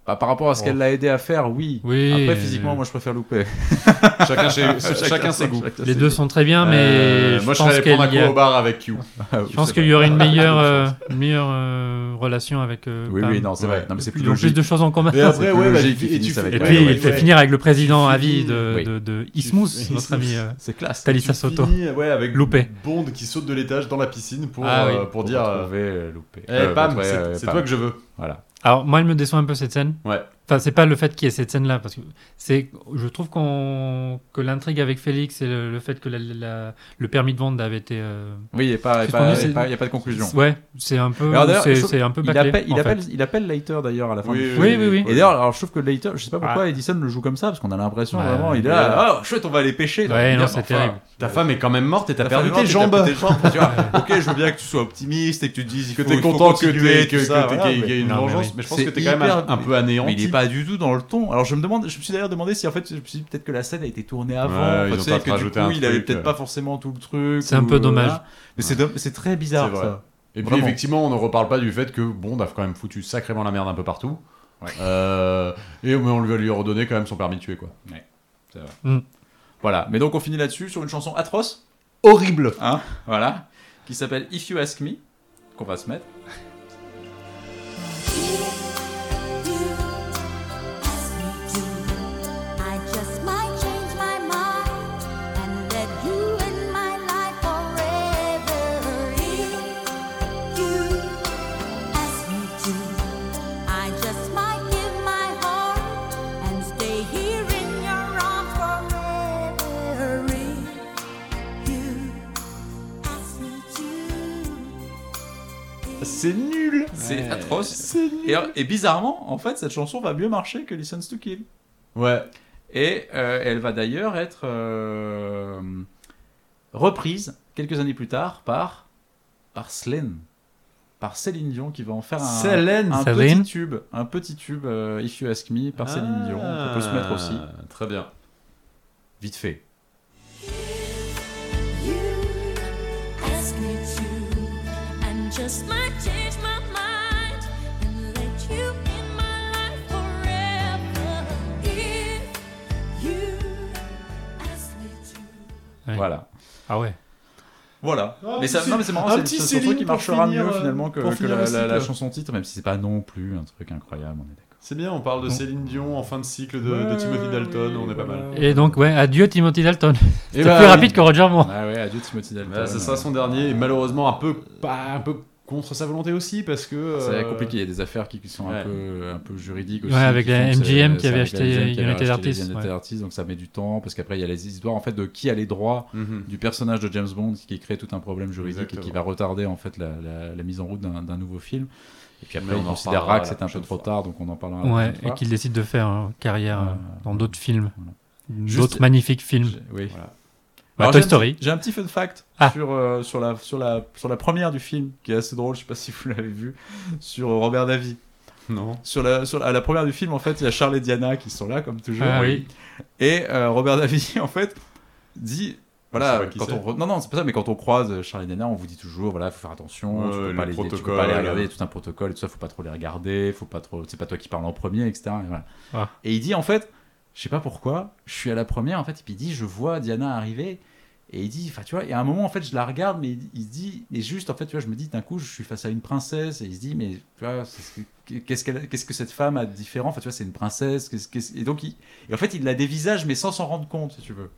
Speaker 4: Bah, par rapport à ce qu'elle l'a aidé à faire, oui.
Speaker 3: Oui.
Speaker 4: Après,
Speaker 3: euh,
Speaker 4: physiquement, moi, je préfère louper.
Speaker 2: *laughs* Chacun, chez- Euh, chacun ses goûts.
Speaker 4: Chacun
Speaker 3: Les
Speaker 4: ses
Speaker 3: deux
Speaker 4: goûts.
Speaker 3: sont très bien, mais
Speaker 2: Euh,
Speaker 3: je
Speaker 2: moi, je
Speaker 3: pense
Speaker 2: serais allé
Speaker 3: qu'il
Speaker 2: prendre un
Speaker 3: y
Speaker 2: coup
Speaker 3: a-
Speaker 2: au bar avec *laughs* Q.
Speaker 4: Ah
Speaker 3: je pense qu'il y
Speaker 4: *laughs*
Speaker 3: aurait une meilleure, euh, une meilleure euh, relation avec. euh,
Speaker 4: Oui,
Speaker 3: Pam.
Speaker 4: oui, non, c'est vrai. Non, mais c'est plus
Speaker 3: Ils ont plus
Speaker 4: logique.
Speaker 3: de choses en commun.
Speaker 2: Et après,
Speaker 4: plus
Speaker 2: ouais, bah,
Speaker 4: logique
Speaker 2: tu-
Speaker 4: qu'ils
Speaker 2: et tu
Speaker 4: finissent
Speaker 2: fais-
Speaker 4: avec-
Speaker 3: Et
Speaker 2: ouais,
Speaker 3: puis,
Speaker 2: ouais,
Speaker 3: il fait
Speaker 2: ouais.
Speaker 3: finir avec le président
Speaker 2: Tu
Speaker 3: à vie
Speaker 2: finis-
Speaker 3: de,
Speaker 4: oui.
Speaker 3: de, de
Speaker 4: *laughs*
Speaker 3: Ismouth, notre ami euh,
Speaker 4: C'est classe.
Speaker 3: Talissa
Speaker 2: Tu
Speaker 3: Soto.
Speaker 2: finis, ouais, avec
Speaker 3: Loupé.
Speaker 2: Bond qui saute de l'étage dans la piscine pour,
Speaker 3: Ah oui.
Speaker 2: euh, pour dire euh,
Speaker 4: louper. Euh,
Speaker 2: Eh, Pam, c'est c'est toi que je veux.
Speaker 4: Voilà.
Speaker 3: Alors, moi, elle me déçoit un peu cette scène.
Speaker 2: Ouais.
Speaker 3: Enfin, c'est pas le fait qu'il y ait cette scène-là, parce que c'est, je trouve qu'on, que l'intrigue avec Félix et le, le fait que la- la- le permis de vente avait été. euh,
Speaker 4: Oui, il n'y a pas, y a
Speaker 3: Suspendu,
Speaker 4: pas-
Speaker 3: c'est-
Speaker 4: y a pas- y a pas de conclusion.
Speaker 3: Ouais, c'est un peu,
Speaker 4: Alors, d'ailleurs,
Speaker 3: c'est,
Speaker 4: je trouve-
Speaker 3: c'est un peu
Speaker 4: Il
Speaker 3: bâclé.
Speaker 4: appelle, il,
Speaker 3: en
Speaker 4: appelle,
Speaker 3: fait.
Speaker 4: il appelle Later d'ailleurs à la fin. du film.
Speaker 3: Oui, oui, oui.
Speaker 4: Et d'ailleurs, alors je trouve que Later, je sais pas pourquoi Edison le joue comme ça, parce qu'on a l'impression
Speaker 3: Ouais.
Speaker 4: vraiment, il est là, oh chouette, on va aller pêcher. Donc,
Speaker 3: Ouais,
Speaker 4: il
Speaker 3: non,
Speaker 4: dit,
Speaker 3: c'est
Speaker 4: enfin,
Speaker 3: terrible.
Speaker 2: Ta femme est quand même morte et t'as
Speaker 4: t'as
Speaker 2: perdu
Speaker 4: fait le
Speaker 2: tes
Speaker 4: mort,
Speaker 2: jambes.
Speaker 4: t'as perdu tes jambes, tu vois. ok, je veux bien que tu sois optimiste et que tu te dises
Speaker 2: Que
Speaker 4: tu
Speaker 2: t'es content que t'aies que- que t'aies- qu'il y ait une
Speaker 3: Non, mais
Speaker 2: vengeance,
Speaker 3: oui.
Speaker 2: mais je pense que
Speaker 4: C'est
Speaker 2: t'es quand même
Speaker 4: hyper-
Speaker 2: un un peu anéanti.
Speaker 4: mais il est pas du tout dans le ton. Alors je me demande, je me suis d'ailleurs demandé si en fait, je me suis dit peut-être que la scène a été tournée avant,
Speaker 2: Ouais,
Speaker 4: Enfin,
Speaker 2: ils
Speaker 4: tu
Speaker 2: ont
Speaker 4: sais,
Speaker 2: peut-être
Speaker 4: que du
Speaker 2: rajouté un
Speaker 4: coup il avait
Speaker 2: truc,
Speaker 4: peut-être
Speaker 2: euh.
Speaker 4: pas forcément tout le truc.
Speaker 3: C'est un
Speaker 4: ou,
Speaker 3: peu
Speaker 4: euh,
Speaker 3: dommage.
Speaker 4: voilà. Mais c'est dom- c'est très bizarre
Speaker 2: C'est vrai.
Speaker 4: ça.
Speaker 2: Et puis
Speaker 4: Vraiment.
Speaker 2: effectivement, on ne reparle pas du fait que Bond a quand même foutu sacrément la merde un peu partout.
Speaker 4: Ouais.
Speaker 2: Euh, et mais on lui a lui redonné quand même son permis de tuer quoi.
Speaker 4: Voilà. Mais donc on finit là-dessus sur une chanson atroce.
Speaker 2: Horrible.
Speaker 4: hein, voilà, qui s'appelle If You Ask Me, qu'on va se mettre.
Speaker 5: I just might change my mind and let you in my life forever. If you ask me to, I just might give my heart and stay here in your arms forever. If you ask me to.
Speaker 2: C'est nul.
Speaker 4: C'est atroce. Et, et bizarrement, en fait, cette chanson va mieux marcher que Listen to Kill.
Speaker 2: Ouais.
Speaker 4: Et euh, elle va d'ailleurs être euh, reprise quelques années plus tard par, par Slane, par Céline Dion, qui va en faire un,
Speaker 2: Céline.
Speaker 4: un
Speaker 3: Céline.
Speaker 4: petit tube, un petit tube euh, If You Ask Me par Céline Dion. On peut se mettre aussi,
Speaker 2: Ah, Très bien.
Speaker 4: vite fait.
Speaker 5: You ask me to, and just might change my mind and let you in my life forever. If you ask me to.
Speaker 3: Ouais.
Speaker 4: Voilà.
Speaker 3: Ah ouais.
Speaker 4: Voilà.
Speaker 2: Ah,
Speaker 4: mais ça,
Speaker 2: c'est-
Speaker 4: non, mais c'est marrant,
Speaker 2: un
Speaker 4: c'est le
Speaker 2: petit
Speaker 4: seul
Speaker 2: Céline
Speaker 4: truc qui
Speaker 2: pour
Speaker 4: marchera
Speaker 2: finir,
Speaker 4: mieux
Speaker 2: euh,
Speaker 4: finalement que,
Speaker 2: pour
Speaker 4: que
Speaker 2: finir
Speaker 4: la,
Speaker 2: le
Speaker 4: la- la
Speaker 2: cycle.
Speaker 4: chanson titre, même si c'est pas non plus un truc incroyable, on est d'accord.
Speaker 2: C'est bien. On parle de Céline Dion en fin de cycle de, de Timothy Dalton. on est pas mal.
Speaker 3: Et donc, ouais, adieu Timothy Dalton.
Speaker 2: Et
Speaker 3: *laughs*
Speaker 4: bah
Speaker 2: bah,
Speaker 3: C'est plus rapide que Roger Moore.
Speaker 4: Ah ouais, adieu Timothy Dalton.
Speaker 2: ce sera son dernier. Et malheureusement, un peu, pas, un peu contre sa volonté aussi, parce que.
Speaker 4: C'est
Speaker 2: euh,
Speaker 4: compliqué, il y a des affaires qui qui sont
Speaker 2: ouais.
Speaker 4: un, peu, un peu juridiques aussi.
Speaker 3: Ouais, avec
Speaker 4: qui
Speaker 3: la
Speaker 4: font que c'est-
Speaker 3: MGM qui
Speaker 4: c'est
Speaker 3: avait
Speaker 4: avec la
Speaker 3: acheté
Speaker 4: MGM qui avait
Speaker 3: United
Speaker 4: racheté
Speaker 3: Artists,
Speaker 4: United
Speaker 3: ouais.
Speaker 4: Artists, donc ça met du temps, parce qu'après il y a les histoires en fait de qui a les droits
Speaker 2: mhm.
Speaker 4: du personnage de James Bond qui crée tout un problème juridique et qui
Speaker 2: Exactement.
Speaker 4: va retarder en fait la, la- la mise en route d'un d'un nouveau film. Et puis après
Speaker 2: Mais on
Speaker 4: on
Speaker 2: en
Speaker 4: considérera
Speaker 2: reparlera
Speaker 4: que
Speaker 2: la
Speaker 4: c'est un peu
Speaker 2: prochaine
Speaker 4: trop
Speaker 2: fois.
Speaker 4: tard, donc on en parlera.
Speaker 3: Ouais,
Speaker 4: la prochaine
Speaker 3: et
Speaker 4: fois.
Speaker 3: qu'il décide de faire euh, carrière euh, dans d'autres films,
Speaker 4: Voilà.
Speaker 3: d'autres magnifiques films.
Speaker 4: J'ai- Oui.
Speaker 2: Voilà.
Speaker 3: Bah,
Speaker 4: Alors,
Speaker 3: Toy
Speaker 4: j'ai un
Speaker 3: Story.
Speaker 4: petit- J'ai un petit fun fact
Speaker 3: Ah.
Speaker 4: sur, euh, sur, la, sur, la, sur la première du film, qui est assez drôle, je sais pas si vous l'avez vu, sur euh, Robert Davi.
Speaker 2: Non.
Speaker 4: Sur la, sur la, à la première du film, en fait, il y a Charles et Diana qui sont là, comme toujours.
Speaker 3: Ah oui.
Speaker 4: Et euh, Robert Davi, *laughs* en fait, dit.
Speaker 2: On sait
Speaker 4: Voilà,
Speaker 2: pas qui
Speaker 4: quand
Speaker 2: c'est.
Speaker 4: on re- non, non, c'est pas ça, mais quand on croise Charles et Diana, on vous dit toujours, voilà, faut faire attention, tu
Speaker 2: Ouais,
Speaker 4: peux
Speaker 2: le
Speaker 4: pas les, tu peux
Speaker 2: protocole,
Speaker 4: pas les
Speaker 2: euh.
Speaker 4: regarder, il y a tout un protocole, et tout ça, faut pas trop les regarder, faut pas trop, c'est pas toi qui parles en premier, etc. Et, voilà.
Speaker 3: Ah.
Speaker 4: Et il dit, en fait, je sais pas pourquoi, je suis à la première, en fait, et puis il dit, je vois Diana arriver, et il dit, enfin, tu vois, et à un moment, en fait, je la regarde, mais il, il se dit, et juste, en fait, tu vois, je me dis, d'un coup, je suis face à une princesse, et il se dit, mais, tu vois, c'est- c'est- qu'est-ce qu'elle- qu'est-ce que cette femme a de différent Enfin, tu vois, c'est une princesse, qu'est-ce- qu'est-ce- et donc, il, et en fait, il la dévisage, mais sans s'en rendre compte, si tu veux.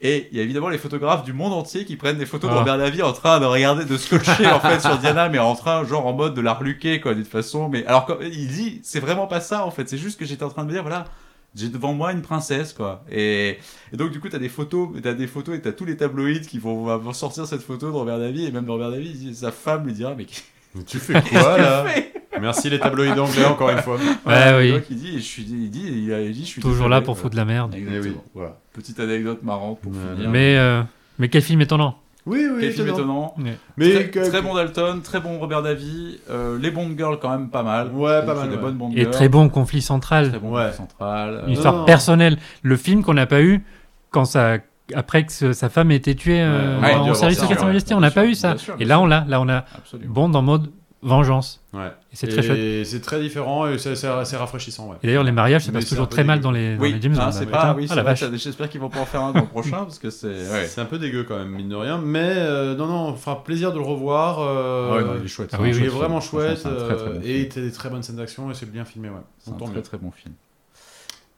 Speaker 4: Et il y a évidemment les photographes du monde entier qui prennent des photos
Speaker 3: Ah.
Speaker 4: de Robert Davi en train de regarder, de scotcher en fait sur Diana, mais en train, genre en mode de la reluquer, quoi, d'une façon. Mais alors, comme, il dit, c'est vraiment pas ça, en fait. C'est juste que j'étais en train de me dire, voilà, j'ai devant moi une princesse, quoi. Et, et donc, du coup, t'as des photos, t'as des photos et t'as tous les tabloïds qui vont, vont sortir cette photo de Robert Davi, et même de Robert Davi, il dit- sa femme lui dira, mais *laughs* qu'est-ce
Speaker 2: Mais Tu fais quoi
Speaker 4: que
Speaker 2: là
Speaker 4: tu fais
Speaker 2: Merci les tabloïds anglais encore une fois.
Speaker 4: *laughs* Voilà,
Speaker 3: oui.
Speaker 4: et donc, il dit, je suis, il dit, il a- il dit, je suis
Speaker 3: Toujours là
Speaker 4: désolé, euh,
Speaker 3: pour
Speaker 4: voilà.
Speaker 3: foutre de la merde.
Speaker 4: Exactement.
Speaker 2: Eh voilà.
Speaker 4: Petite anecdote marrante pour
Speaker 2: Ouais,
Speaker 4: finir.
Speaker 3: Mais, euh, mais quel film étonnant.
Speaker 2: Oui, oui,
Speaker 4: Quel film
Speaker 2: étonnant.
Speaker 4: étonnant.
Speaker 2: Mais
Speaker 4: très,
Speaker 2: que-
Speaker 4: très bon Dalton, très bon Robert Davi, euh, les Bond Girls quand même pas mal.
Speaker 2: Ouais, pas
Speaker 4: C'est
Speaker 2: mal,
Speaker 4: Des
Speaker 2: ouais.
Speaker 4: bonnes Bond
Speaker 3: Et
Speaker 4: Girls.
Speaker 3: très bon conflit
Speaker 4: Très
Speaker 3: central.
Speaker 4: bon
Speaker 2: Ouais.
Speaker 4: Bond Central. euh,
Speaker 3: Une histoire
Speaker 2: non.
Speaker 3: personnelle. Le film qu'on n'a pas eu quand ça. Après que ce- sa femme ait été tuée euh,
Speaker 2: Ouais, on a dû
Speaker 3: en
Speaker 2: avoir
Speaker 3: service
Speaker 2: ça,
Speaker 3: secret
Speaker 2: ouais.
Speaker 3: de Sa Majesté, on
Speaker 4: Bien
Speaker 3: n'a pas
Speaker 4: sûr,
Speaker 3: eu ça.
Speaker 4: bien sûr,
Speaker 3: Et
Speaker 4: bien
Speaker 3: là,
Speaker 4: sûr.
Speaker 3: on l'a. Là, on a
Speaker 4: Absolument.
Speaker 3: Bond en mode vengeance.
Speaker 2: Ouais.
Speaker 3: Et c'est très
Speaker 2: Et
Speaker 3: chouette.
Speaker 2: C'est très différent et c'est c'est- c'est rafraîchissant. Ouais.
Speaker 3: Et d'ailleurs, les mariages, ça
Speaker 2: Mais
Speaker 3: passe
Speaker 2: c'est un
Speaker 3: toujours
Speaker 2: peu
Speaker 3: très mal
Speaker 2: dégueu.
Speaker 3: dans les, dans
Speaker 4: Oui,
Speaker 3: les James
Speaker 4: ah,
Speaker 3: Bond.
Speaker 4: c'est
Speaker 3: là.
Speaker 4: pas,
Speaker 3: Putain.
Speaker 4: oui,
Speaker 3: Ah,
Speaker 4: c'est
Speaker 3: la
Speaker 4: vrai,
Speaker 3: vache.
Speaker 4: ça- j'espère qu'ils vont pas en faire un dans le prochain parce que c'est. Ouais.
Speaker 2: C'est un peu dégueu quand même, mine de rien. Mais euh, non, non, enfin, plaisir de le revoir. euh,
Speaker 4: Ah ouais, non, il est chouette.
Speaker 3: Ah
Speaker 4: c'est
Speaker 3: oui,
Speaker 4: un
Speaker 2: il
Speaker 3: oui,
Speaker 2: est
Speaker 4: chouette film.
Speaker 2: vraiment
Speaker 4: Franchement,
Speaker 2: chouette
Speaker 4: c'est un très, très bon
Speaker 2: euh,
Speaker 4: film.
Speaker 2: et t'as des très bonnes scènes d'action et c'est bien filmé. Ouais.
Speaker 4: C'est
Speaker 2: On
Speaker 4: un
Speaker 2: tombe
Speaker 4: très très bon film.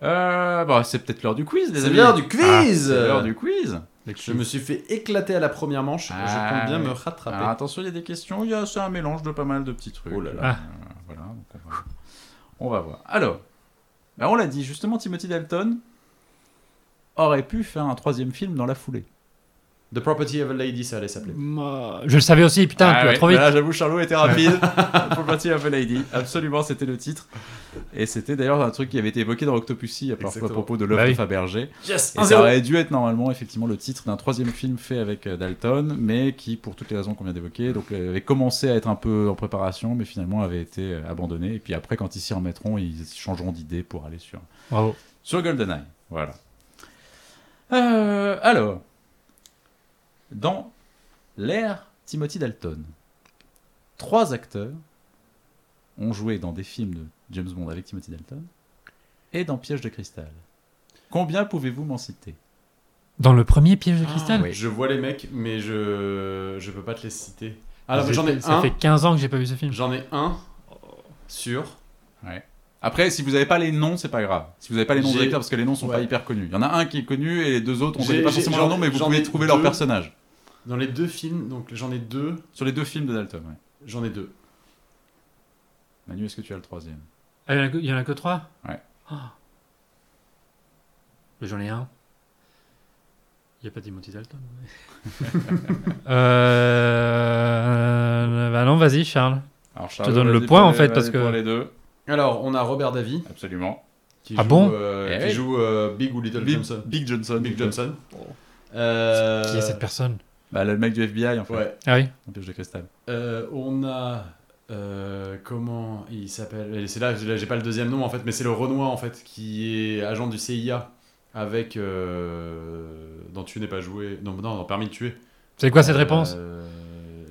Speaker 4: Euh, bah, c'est peut-être l'heure du quiz, les
Speaker 2: C'est
Speaker 4: amis.
Speaker 2: l'heure du
Speaker 4: Ah,
Speaker 2: quiz
Speaker 4: c'est l'heure du quiz.
Speaker 2: Je me suis fait éclater à la première manche. je
Speaker 4: Ah,
Speaker 2: compte bien
Speaker 4: ouais.
Speaker 2: me rattraper.
Speaker 4: Alors attention, il y a des questions. Il y a c'est un mélange de pas mal de petits trucs.
Speaker 2: Oh là là.
Speaker 3: Ah.
Speaker 4: Euh, voilà, donc on, va... on va voir. Alors, bah, on l'a dit justement, Timothy Dalton aurait pu faire un troisième film dans la foulée.
Speaker 2: The Property of a Lady, ça allait s'appeler.
Speaker 3: Moi, Je le savais aussi, putain,
Speaker 4: Ah
Speaker 3: tu vas
Speaker 4: ouais,
Speaker 3: trop vite.
Speaker 4: bah là, j'avoue, Charlot
Speaker 3: *laughs*
Speaker 4: était rapide. Pour partir of a Lady, absolument, c'était le titre. Et c'était d'ailleurs un truc qui avait été évoqué dans Octopussy à, propos- à
Speaker 2: Exactement.
Speaker 4: propos de l'œuvre
Speaker 3: Bah oui.
Speaker 4: de Fabergé.
Speaker 2: Yes
Speaker 4: Et ça aurait dû être normalement effectivement le titre d'un troisième film fait avec euh, Dalton, mais qui, pour toutes les raisons qu'on vient d'évoquer, donc euh, avait commencé à être un peu en préparation, mais finalement avait été euh, abandonné. Et puis après, quand ils s'y remettront, ils changeront d'idée pour aller sur
Speaker 3: Bravo.
Speaker 4: sur Goldeneye. Voilà. Euh, alors, dans l'ère Timothy Dalton, trois acteurs ont joué dans des films de James Bond avec Timothy Dalton et dans Piège de cristal. Combien pouvez-vous m'en citer
Speaker 3: Dans le premier piège de
Speaker 2: Ah.
Speaker 3: cristal
Speaker 4: oui.
Speaker 2: Je vois les mecs, mais je je peux pas te les citer.
Speaker 3: Ça
Speaker 2: Alors j'en ai
Speaker 3: fait- Ça
Speaker 2: un.
Speaker 3: fait 15 ans que j'ai pas vu ce film.
Speaker 2: J'en ai un sur.
Speaker 4: Après, si vous n'avez pas les noms, c'est pas grave. Si vous n'avez pas les noms des
Speaker 2: J'ai-
Speaker 4: acteurs, parce que les noms sont
Speaker 2: Ouais.
Speaker 4: pas hyper connus. Il y en a un qui est connu et les deux autres, on ne
Speaker 2: J'ai-
Speaker 4: connaît pas
Speaker 2: j'ai-
Speaker 4: forcément
Speaker 2: j'en-
Speaker 4: leur nom, mais vous
Speaker 2: j'en
Speaker 4: pouvez
Speaker 2: ai
Speaker 4: trouver leur
Speaker 2: deux.
Speaker 4: personnage.
Speaker 2: Dans les deux films, donc j'en ai deux.
Speaker 4: Sur les deux films de Dalton, ouais.
Speaker 2: J'en ai deux.
Speaker 4: Manu, est-ce que tu as le troisième
Speaker 3: Ah, il y en a que- il y en a que 3
Speaker 4: Ouais.
Speaker 3: J'en ai un. Il n'y a pas Timothy Dalton. euh... Bah non, vas-y, Charles.
Speaker 4: Alors, Charles,
Speaker 3: donne le
Speaker 4: vas-y
Speaker 3: point,
Speaker 4: pour
Speaker 3: en
Speaker 4: les-
Speaker 3: fait, parce
Speaker 4: vas-y pour
Speaker 3: que-
Speaker 4: les deux,
Speaker 2: Alors on a Robert Davi
Speaker 4: absolument.
Speaker 2: qui
Speaker 3: Ah
Speaker 2: joue,
Speaker 3: bon
Speaker 2: euh,
Speaker 4: Eh
Speaker 2: qui
Speaker 4: oui.
Speaker 2: joue euh, Big ou Little
Speaker 4: Big
Speaker 2: Johnson.
Speaker 4: Big Johnson.
Speaker 2: Big Johnson.
Speaker 4: Oh.
Speaker 2: Euh,
Speaker 3: Qui est cette personne
Speaker 4: Bah, le mec du FBI, en fait.
Speaker 2: Ouais.
Speaker 3: Ah oui
Speaker 4: Un piège de cristal.
Speaker 2: Euh, on a euh, comment il s'appelle Et C'est là, là, j'ai pas le deuxième nom en fait, mais c'est le Renoir en fait qui est agent du CIA avec euh, dans Tu n'es pas joué, non non dans Permis de tuer.
Speaker 3: C'est quoi cette réponse
Speaker 2: Euh,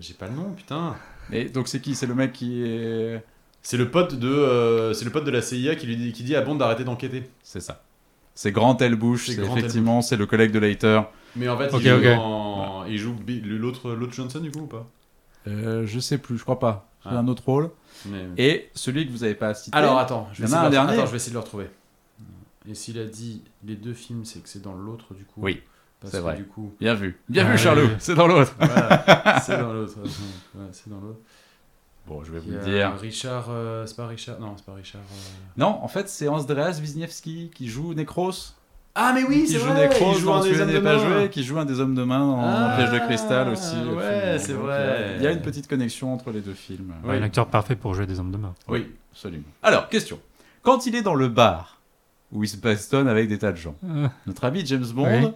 Speaker 2: J'ai pas le nom putain.
Speaker 4: Et donc, c'est qui C'est le mec qui est.
Speaker 2: C'est le pote de euh, c'est le pote de la CIA qui lui dit, qui dit à Bond d'arrêter d'enquêter.
Speaker 4: C'est ça. C'est Grand Elbouche,
Speaker 2: C'est
Speaker 4: c'est
Speaker 2: Grant
Speaker 4: effectivement, c'est le collègue de Leiter.
Speaker 2: Mais en fait
Speaker 3: Ok,
Speaker 2: il joue,
Speaker 3: ok.
Speaker 2: dans- il joue Bi- l'autre l'autre Johnson du coup ou pas
Speaker 4: Euh, je sais plus, je crois pas. C'est
Speaker 2: Ah.
Speaker 4: un autre rôle.
Speaker 2: Mais-
Speaker 4: Et celui que vous avez pas cité.
Speaker 2: Alors attends, je vais,
Speaker 4: Il y
Speaker 2: essayer
Speaker 4: en a un
Speaker 2: de le-
Speaker 4: dernier.
Speaker 2: attends, je vais essayer de le retrouver. Et s'il a dit les deux films, c'est que c'est dans l'autre du coup.
Speaker 4: Oui,
Speaker 2: Parce
Speaker 4: c'est
Speaker 2: que
Speaker 4: vrai.
Speaker 2: Du coup,
Speaker 4: Bien vu. Bien
Speaker 2: Ah
Speaker 3: Ouais.
Speaker 4: vu, Charlot. C'est dans l'autre.
Speaker 2: *laughs* Voilà, c'est dans l'autre. Ouais, c'est dans l'autre.
Speaker 4: Bon, je vais vous
Speaker 2: Il y
Speaker 4: le
Speaker 2: a
Speaker 4: dire.
Speaker 2: Richard. euh, c'est pas Richard. Non, c'est pas Richard. euh.
Speaker 4: Non, en fait, c'est Andreas Wisniewski qui joue Necros.
Speaker 2: Ah, mais oui,
Speaker 4: qui
Speaker 2: c'est
Speaker 4: joue
Speaker 2: vrai
Speaker 4: Necros
Speaker 2: Il joue
Speaker 4: dans
Speaker 2: un
Speaker 4: celui
Speaker 2: des
Speaker 4: qui
Speaker 2: hommes
Speaker 4: n'est
Speaker 2: de
Speaker 4: pas
Speaker 2: main.
Speaker 4: joué, qui joue un des hommes de main en
Speaker 2: Ah,
Speaker 4: Piège de Cristal aussi. le
Speaker 2: ouais,
Speaker 4: film.
Speaker 2: c'est
Speaker 4: Donc, euh,
Speaker 2: vrai.
Speaker 4: Il y a une petite connexion entre les deux films.
Speaker 2: Oui.
Speaker 3: Un acteur parfait pour jouer des hommes de main.
Speaker 4: Oui, absolument. Alors, question. Quand il est dans le bar où il se bastonne avec des tas de gens, notre ami James Bond
Speaker 3: Oui.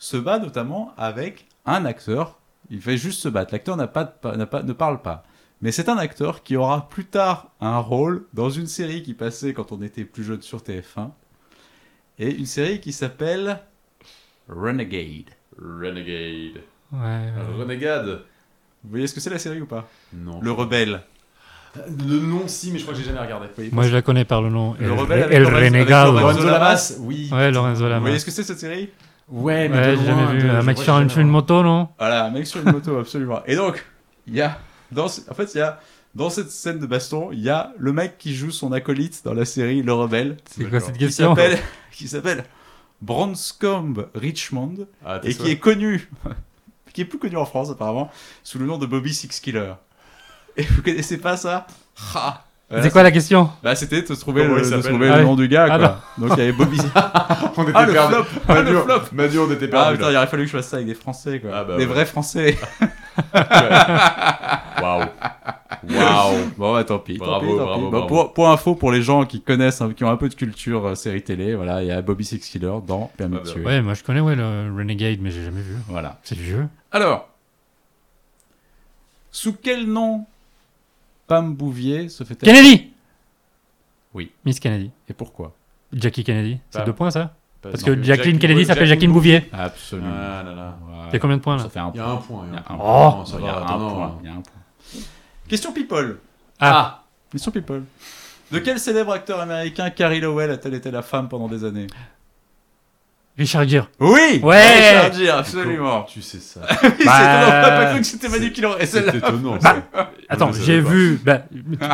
Speaker 4: se bat notamment avec un acteur. Il fait juste se battre. L'acteur n'a pas, de pa- n'a pas- ne parle pas. Mais c'est un acteur qui aura plus tard un rôle dans une série qui passait quand on était plus jeune sur TF1. Et une série qui s'appelle Renegade.
Speaker 2: Renegade.
Speaker 3: Ouais, ouais.
Speaker 2: euh, Renegade.
Speaker 4: Vous voyez ce que c'est la série ou pas
Speaker 2: Non.
Speaker 4: Le Rebelle.
Speaker 2: Le nom, si, mais je crois que j'ai jamais regardé.
Speaker 4: Vous voyez-
Speaker 3: Moi, je la connais par le nom.
Speaker 4: Le
Speaker 3: El-
Speaker 4: rebelle avec
Speaker 3: El
Speaker 4: Lorenzo- avec
Speaker 3: Renegado.
Speaker 4: Lorenzo Lamas.
Speaker 2: oui.
Speaker 3: Ouais, Lorenzo
Speaker 4: Vous
Speaker 3: Lamas.
Speaker 4: voyez ce que c'est cette série
Speaker 2: Ouais,
Speaker 3: Ouais, j'ai jamais vu. Un mec sur une, sur une moto, non
Speaker 4: Voilà, un Ah mec sur une moto, absolument. Et donc, il y a. Dans, ce- en fait, il y a. Dans cette scène de baston, il y a le mec qui joue son acolyte dans la série Le Rebelle,
Speaker 3: C'est quoi cette
Speaker 4: qui
Speaker 3: question
Speaker 4: s'appelle, *laughs* qui s'appelle Branscombe Richmond,
Speaker 2: Ah, t'es
Speaker 4: et qui est connu, *laughs* qui est plus connu en France apparemment, sous le nom de Bobby Six Killer. Et vous connaissez pas ça Ha Voilà,
Speaker 3: C'est quoi la question
Speaker 4: Bah, c'était de trouver
Speaker 2: Comment
Speaker 4: le,
Speaker 2: il
Speaker 4: de
Speaker 2: s'appelle
Speaker 4: trouver
Speaker 3: Ah
Speaker 4: le
Speaker 3: oui.
Speaker 4: nom du gars,
Speaker 3: Ah
Speaker 4: quoi. Donc il y avait Bobby.
Speaker 2: On était
Speaker 4: Ah, le
Speaker 2: perdus.
Speaker 4: flop Ah,
Speaker 2: Manu,
Speaker 4: le flop
Speaker 2: Manu, on était
Speaker 4: Ah
Speaker 2: perdus.
Speaker 4: putain, il aurait fallu que je fasse ça avec des Français, quoi.
Speaker 2: Ah, bah, ouais.
Speaker 4: des vrais *laughs* Français.
Speaker 2: Waouh. Waouh.
Speaker 4: *laughs* Bon bah tant pis. tant
Speaker 2: Bravo,
Speaker 4: pis, tant
Speaker 2: bravo,
Speaker 4: pis. Bon,
Speaker 2: bravo.
Speaker 4: Pour, pour info, pour les gens qui connaissent, hein, qui ont un peu de culture euh, série télé, voilà, il y a Bobby Six Killer dans Permis
Speaker 2: Ah,
Speaker 4: de
Speaker 2: bah,
Speaker 4: tuer.
Speaker 3: Ouais, moi je connais ouais, le Renegade, mais j'ai jamais vu.
Speaker 4: Voilà.
Speaker 3: C'est vieux.
Speaker 4: Alors, sous quel nom Pam Bouvier se fait-elle
Speaker 3: Kennedy
Speaker 4: Oui.
Speaker 3: Miss Kennedy.
Speaker 4: Et pourquoi
Speaker 3: Jackie Kennedy. C'est
Speaker 2: Pas-
Speaker 3: deux points ça Parce que
Speaker 2: Non,
Speaker 3: Jacqueline Kennedy s'appelle Jacqueline Bouvier.
Speaker 4: Absolument.
Speaker 2: Ah là là.
Speaker 3: Il y a combien de points
Speaker 4: Ça
Speaker 3: là
Speaker 4: fait un
Speaker 2: Il y
Speaker 4: point.
Speaker 2: a un point. il y a un point.
Speaker 4: Oh,
Speaker 2: Non, ça
Speaker 4: il y
Speaker 2: va,
Speaker 4: a un
Speaker 2: attends,
Speaker 4: point,
Speaker 2: non.
Speaker 4: il y a un point. Question people.
Speaker 3: Ah.
Speaker 4: Question people. De quel célèbre acteur américain Carrie Lowell a-t-elle été la femme pendant des années
Speaker 3: Richard Gere.
Speaker 4: Oui
Speaker 3: Ouais Bah,
Speaker 4: Richard Gere, absolument
Speaker 2: Tu sais ça.
Speaker 4: *laughs* C'est étonnant, on a pas cru que c'était Manu qui l'aurait.
Speaker 2: C'est étonnant. ça.
Speaker 3: Attends,
Speaker 2: Je le
Speaker 3: j'ai
Speaker 2: savais pas.
Speaker 3: vu. bah,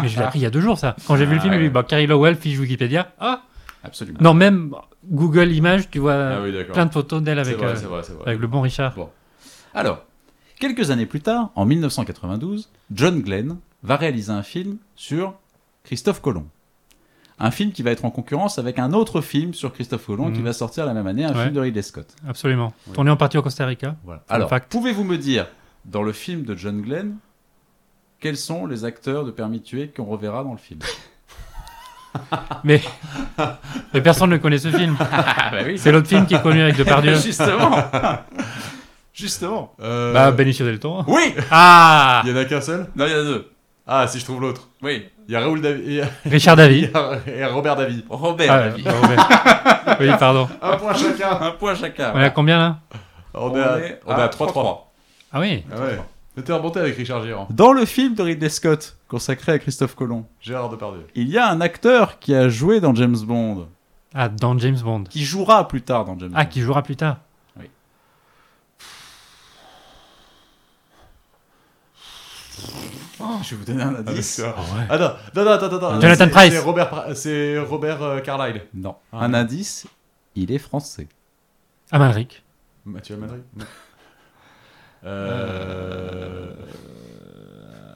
Speaker 3: mais je l'ai appris il y a deux jours ça. Quand j'ai vu le
Speaker 4: Ah,
Speaker 3: film, j'ai
Speaker 4: ouais.
Speaker 3: vu bah, Carrie Lowell, fiche Wikipédia. Ah
Speaker 4: Absolument.
Speaker 3: Non, même Google Images, tu vois
Speaker 2: Ah oui, d'accord.
Speaker 3: plein de photos d'elle
Speaker 2: C'est
Speaker 3: avec,
Speaker 2: vrai,
Speaker 3: euh,
Speaker 2: c'est vrai, c'est vrai.
Speaker 3: avec le bon Richard.
Speaker 4: Bon. Alors, quelques années plus tard, en 1992, John Glenn va réaliser un film sur Christophe Colomb. Un film qui va être en concurrence avec un autre film sur Christophe Colomb
Speaker 3: Mhm.
Speaker 4: qui va sortir la même année, un
Speaker 3: Ouais.
Speaker 4: film de Ridley Scott.
Speaker 3: Absolument. Tourné en partie au Costa Rica.
Speaker 4: Alors,
Speaker 3: fact.
Speaker 4: pouvez-vous me dire, dans le film de John Glenn, quels sont les acteurs de Permis de tuer qu'on reverra dans le
Speaker 2: *laughs*
Speaker 4: film
Speaker 3: Mais, mais personne ne connaît ce film.
Speaker 4: Ah bah oui,
Speaker 3: C'est l'autre film qui est connu avec
Speaker 2: *laughs*
Speaker 3: Depardieu.
Speaker 4: justement Justement
Speaker 2: Euh,
Speaker 3: Bah, Benicio del Toro.
Speaker 4: Oui
Speaker 3: Ah
Speaker 2: Il y en a qu'un seul
Speaker 4: Non, il y en a deux.
Speaker 2: Ah, si je trouve l'autre.
Speaker 4: Oui,
Speaker 2: Il y a Raoul David et,
Speaker 3: Richard
Speaker 4: *laughs*
Speaker 3: David.
Speaker 2: et Robert David.
Speaker 4: Robert.
Speaker 3: Ah,
Speaker 4: Davi.
Speaker 3: ouais. oui, pardon.
Speaker 2: Un *laughs* point chacun.
Speaker 4: Un point chacun.
Speaker 3: On est à combien là
Speaker 2: On est à- on est à 3-3.
Speaker 3: Ah oui.
Speaker 2: Ah ouais. T'étais remonté avec Richard Gérard.
Speaker 4: Dans le film de Ridley Scott, consacré à Christophe Colomb,
Speaker 2: Gérard Depardieu.
Speaker 4: il y a un acteur qui a joué dans James Bond,
Speaker 3: Ah, dans James Bond.
Speaker 4: qui jouera plus tard dans James
Speaker 3: Ah,
Speaker 4: Bond.
Speaker 3: qui jouera plus tard.
Speaker 4: Oui. Je vais vous donner un indice.
Speaker 2: Ah,
Speaker 3: Ah ouais.
Speaker 2: Attends, non, non, attends, attends.
Speaker 3: Jonathan
Speaker 2: C'est-
Speaker 3: Price.
Speaker 2: C'est Robert, Pra- c'est Robert euh, Carlyle.
Speaker 4: non,
Speaker 2: Ah.
Speaker 4: un indice, il est français.
Speaker 3: Amalric.
Speaker 2: Mathieu Madrid. Non. Euh...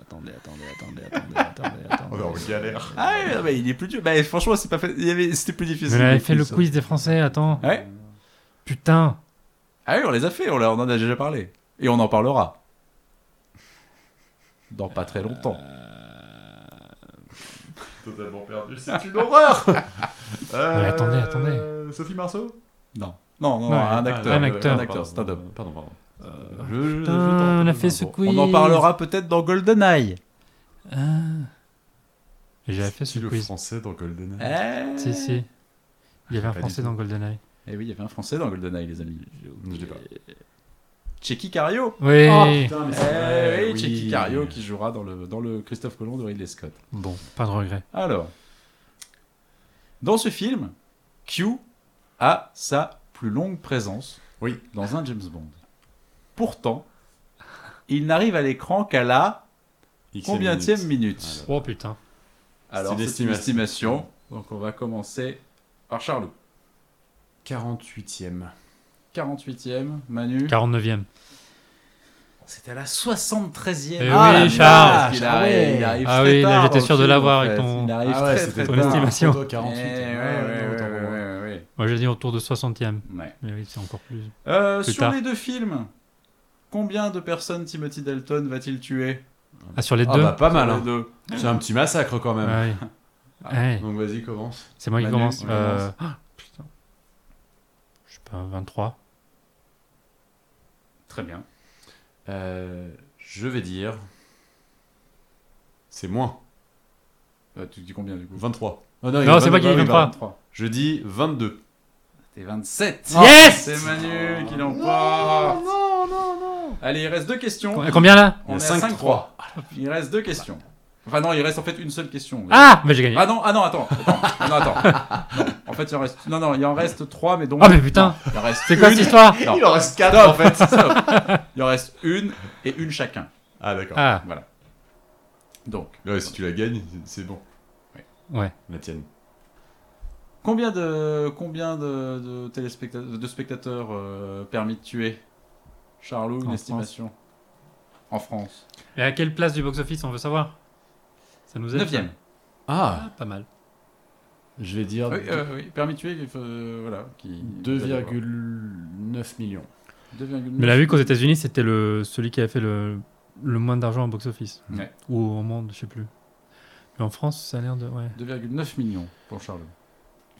Speaker 7: Attendez, attendez, attendez, attendez, attendez, attendez.
Speaker 2: *laughs* On est en galère.
Speaker 4: Ah oui, non, mais il est plus dur. Bah, franchement, c'est pas fait- il y avait- c'était plus
Speaker 3: Mais
Speaker 4: difficile.
Speaker 3: on avait fait le
Speaker 4: Ça.
Speaker 3: quiz des Français, attends.
Speaker 4: Ouais.
Speaker 3: Putain.
Speaker 4: Ah oui, on les a fait, on leur- on en a déjà parlé. Et on en parlera. Dans pas très longtemps.
Speaker 2: Totalement perdu. C'est une
Speaker 3: *laughs*
Speaker 2: horreur. Euh,
Speaker 3: Mais attendez, attendez.
Speaker 2: Sophie Marceau
Speaker 4: Non, non, non,
Speaker 3: Non,
Speaker 4: un
Speaker 2: Ah,
Speaker 4: acteur.
Speaker 3: un acteur.
Speaker 4: Un acteur, stand-up. Euh,
Speaker 2: Pardon, pardon. pardon.
Speaker 3: Putain, on a fait ce quiz.
Speaker 4: On en parlera peut-être dans GoldenEye.
Speaker 3: J'avais fait ce
Speaker 2: C'est le
Speaker 3: quiz.
Speaker 2: français dans GoldenEye.
Speaker 4: Eh
Speaker 3: Si, si. Il y avait un
Speaker 2: Pas
Speaker 3: Français
Speaker 2: du
Speaker 3: dans GoldenEye.
Speaker 4: Eh oui, il y avait un français dans GoldenEye, les amis.
Speaker 2: Je dis pas.
Speaker 4: Checky Cario
Speaker 3: Oui.
Speaker 2: mais
Speaker 4: Eh oui, Checky Cario qui jouera dans le, dans le Christophe Colomb de Ridley Scott.
Speaker 3: bon, pas de regret.
Speaker 4: Alors, dans ce film, Q a sa plus longue présence
Speaker 2: Oui.
Speaker 4: dans un James Bond. Pourtant, il n'arrive à l'écran qu'à la combientième minute
Speaker 3: Oh putain.
Speaker 4: Alors,
Speaker 2: C'est une
Speaker 4: c'est une
Speaker 2: estimation.
Speaker 4: estimation. Donc, on va commencer par Charlot.
Speaker 2: 48ème.
Speaker 4: 48e, Manu.
Speaker 3: 49ème.
Speaker 4: C'était la 73e.
Speaker 3: Eh Ah, oui, la Charles. vache,
Speaker 4: Il
Speaker 6: ah
Speaker 4: arrive,
Speaker 6: ouais.
Speaker 4: il arrive
Speaker 3: Ah
Speaker 4: très
Speaker 3: oui, là,
Speaker 4: tard
Speaker 3: j'étais
Speaker 4: dans le
Speaker 3: sûr de
Speaker 4: film,
Speaker 3: l'avoir
Speaker 4: en
Speaker 3: avec
Speaker 4: fait.
Speaker 3: ton-
Speaker 4: Il arrive
Speaker 6: Ah ouais,
Speaker 4: très,
Speaker 6: c'était
Speaker 4: très
Speaker 3: ton
Speaker 4: tard.
Speaker 6: pas un
Speaker 2: Ah,
Speaker 3: estimation.
Speaker 2: bah.
Speaker 6: photo
Speaker 4: Eh,
Speaker 6: 48,
Speaker 4: ouais,
Speaker 6: ouais,
Speaker 4: ouais,
Speaker 6: ouais, autant pour moi.
Speaker 4: ouais, ouais,
Speaker 3: Moi, j'ai dit autour de 60e.
Speaker 4: ouais. Ouais.
Speaker 3: Mais oui, c'est encore plus.
Speaker 4: Euh,
Speaker 3: Plus
Speaker 4: Sur
Speaker 3: tard.
Speaker 4: les deux films, combien de personnes Timothy Dalton va-t-il tuer
Speaker 3: Ah, sur les
Speaker 2: Ah
Speaker 3: deux
Speaker 2: bah pas
Speaker 4: Sur
Speaker 2: mal,
Speaker 4: les
Speaker 2: hein.
Speaker 4: deux.
Speaker 2: c'est un petit massacre quand même.
Speaker 3: Ouais. Ouais,
Speaker 2: Donc vas-y, commence.
Speaker 3: C'est moi qui
Speaker 4: Manu,
Speaker 3: commence.
Speaker 4: tu
Speaker 3: Euh, ah, putain. Je sais pas, 23.
Speaker 4: Très bien.
Speaker 2: Euh, je vais dire. C'est moins.
Speaker 4: Euh, tu dis combien du coup
Speaker 2: 23.
Speaker 3: il y a Non, c'est 22, pas qu'il y a
Speaker 4: Ah oui,
Speaker 3: 23.
Speaker 4: 23.
Speaker 2: Je dis 22.
Speaker 4: T'es 27.
Speaker 3: Yes
Speaker 4: C'est Manu qui l'emporte. Non, non, non. Allez, il reste deux questions.
Speaker 3: Com- Combien là
Speaker 4: On
Speaker 2: Il
Speaker 4: est
Speaker 2: y a 5-3.
Speaker 4: à 5-3. Il reste deux questions. Enfin non, il reste en fait une seule question.
Speaker 3: Ah Mais j'ai gagné.
Speaker 4: Ah non, ah non, attends, attends, non, attends.
Speaker 3: *laughs*
Speaker 4: Non, en fait, il en reste. Non, non, il en reste trois, mais donc.
Speaker 3: Ah, mais putain.
Speaker 4: Non, il en reste.
Speaker 3: C'est quoi
Speaker 4: une-
Speaker 3: cette histoire
Speaker 4: Non.
Speaker 6: Il en reste 4
Speaker 4: Stop.
Speaker 6: en fait.
Speaker 4: Stop. Il en reste une et une chacun.
Speaker 2: Ah d'accord.
Speaker 3: Ah,
Speaker 4: Donc,
Speaker 2: Ouais, si tu la gagnes, c'est bon.
Speaker 3: ouais.
Speaker 2: La tienne.
Speaker 4: combien de combien de, de téléspectateurs, de spectateurs euh, permis de tuer Charlot, une
Speaker 3: En
Speaker 4: estimation En France.
Speaker 3: Et à quelle place du box-office on veut savoir Ça nous aide.
Speaker 4: Neuvième.
Speaker 6: Ah,
Speaker 3: Ah, pas mal.
Speaker 6: je vais dire
Speaker 3: Ah
Speaker 4: Oui, euh, oui, permis de tuer, il faut- euh, voilà. Qui,
Speaker 6: 2,9 millions.
Speaker 4: 2,9.
Speaker 3: Mais la vu qu'aux États-Unis, c'était le celui qui a fait le, le moins d'argent en box-office.
Speaker 4: Ouais.
Speaker 3: Ou au monde, je sais plus. Mais en France, ça a l'air de. Ouais.
Speaker 4: 2,9 millions pour Charlot.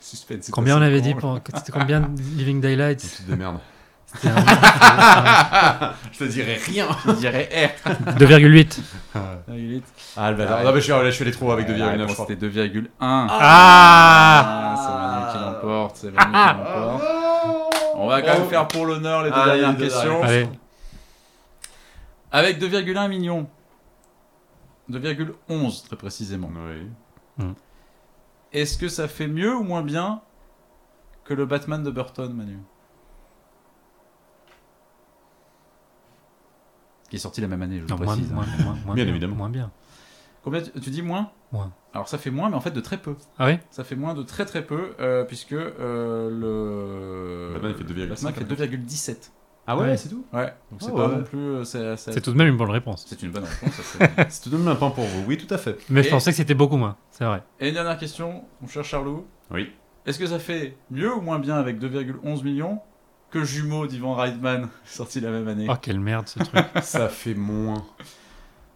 Speaker 4: Suspense. c'est
Speaker 3: Combien on
Speaker 4: pas si
Speaker 3: avait
Speaker 4: con,
Speaker 3: dit
Speaker 4: là.
Speaker 3: pour... C'était combien
Speaker 4: *laughs*
Speaker 3: de Living Daylights
Speaker 2: Tu te démerdes.
Speaker 3: C'était un-
Speaker 2: je te dirai rien.
Speaker 4: Je dirais
Speaker 3: *laughs*
Speaker 4: R.
Speaker 3: 2,8.
Speaker 4: Ah, il est
Speaker 2: Ah le bâtard.
Speaker 4: Ouais.
Speaker 2: Non, mais je, suis- là, je fais les trous avec
Speaker 4: Ouais, la
Speaker 2: 2,9
Speaker 4: réponse
Speaker 2: je crois.
Speaker 4: C'était 2,1. Ah,
Speaker 3: Ah
Speaker 4: c'est Manu qui l'emporte. C'est Manu qui l'emporte. On va quand même faire pour l'honneur les deux
Speaker 2: Allez,
Speaker 4: dernières
Speaker 2: Ah. les deux
Speaker 4: questions.
Speaker 3: Allez,
Speaker 4: Avec 2,1 millions. 2,11 très précisément.
Speaker 2: Oui.
Speaker 3: Hmm.
Speaker 4: Est-ce que ça fait mieux ou moins bien que le Batman de Burton, Manu Qui est sorti la même année, je le
Speaker 3: non, moins,
Speaker 4: précise. hein.
Speaker 3: moins, moins, moins
Speaker 2: Bien
Speaker 3: bien,
Speaker 2: évidemment.
Speaker 3: Moins bien.
Speaker 4: Combien tu, tu dis moins
Speaker 3: Moins.
Speaker 4: Alors ça fait moins, mais en fait de très peu.
Speaker 3: Ah oui
Speaker 4: Ça fait moins de très très peu, euh, puisque euh, le.
Speaker 2: Batman fait 2,5,
Speaker 4: Batman fait
Speaker 2: quand même.
Speaker 4: 2,17.
Speaker 2: Ah
Speaker 3: ouais,
Speaker 2: c'est tout
Speaker 4: Ouais, donc c'est
Speaker 2: Ah
Speaker 4: pas
Speaker 2: ouais.
Speaker 4: non
Speaker 2: *laughs*
Speaker 4: plus. euh, c'est- c'est-
Speaker 3: C'est tout de même une bonne réponse.
Speaker 4: c'est une bonne réponse. ça, c'est-
Speaker 2: C'est tout de même un point pour vous. Oui, tout à fait.
Speaker 3: Mais
Speaker 4: Et-
Speaker 3: je pensais que c'était beaucoup moins, c'est vrai.
Speaker 4: Et une dernière question, mon cher Charlot.
Speaker 2: Oui.
Speaker 4: Est-ce que ça fait mieux ou moins bien avec 2,11 millions que Jumeau d'Ivan Reitman, *laughs* sorti la même année
Speaker 2: Ah.
Speaker 3: Oh, quelle merde ce truc.
Speaker 2: Ça fait moins.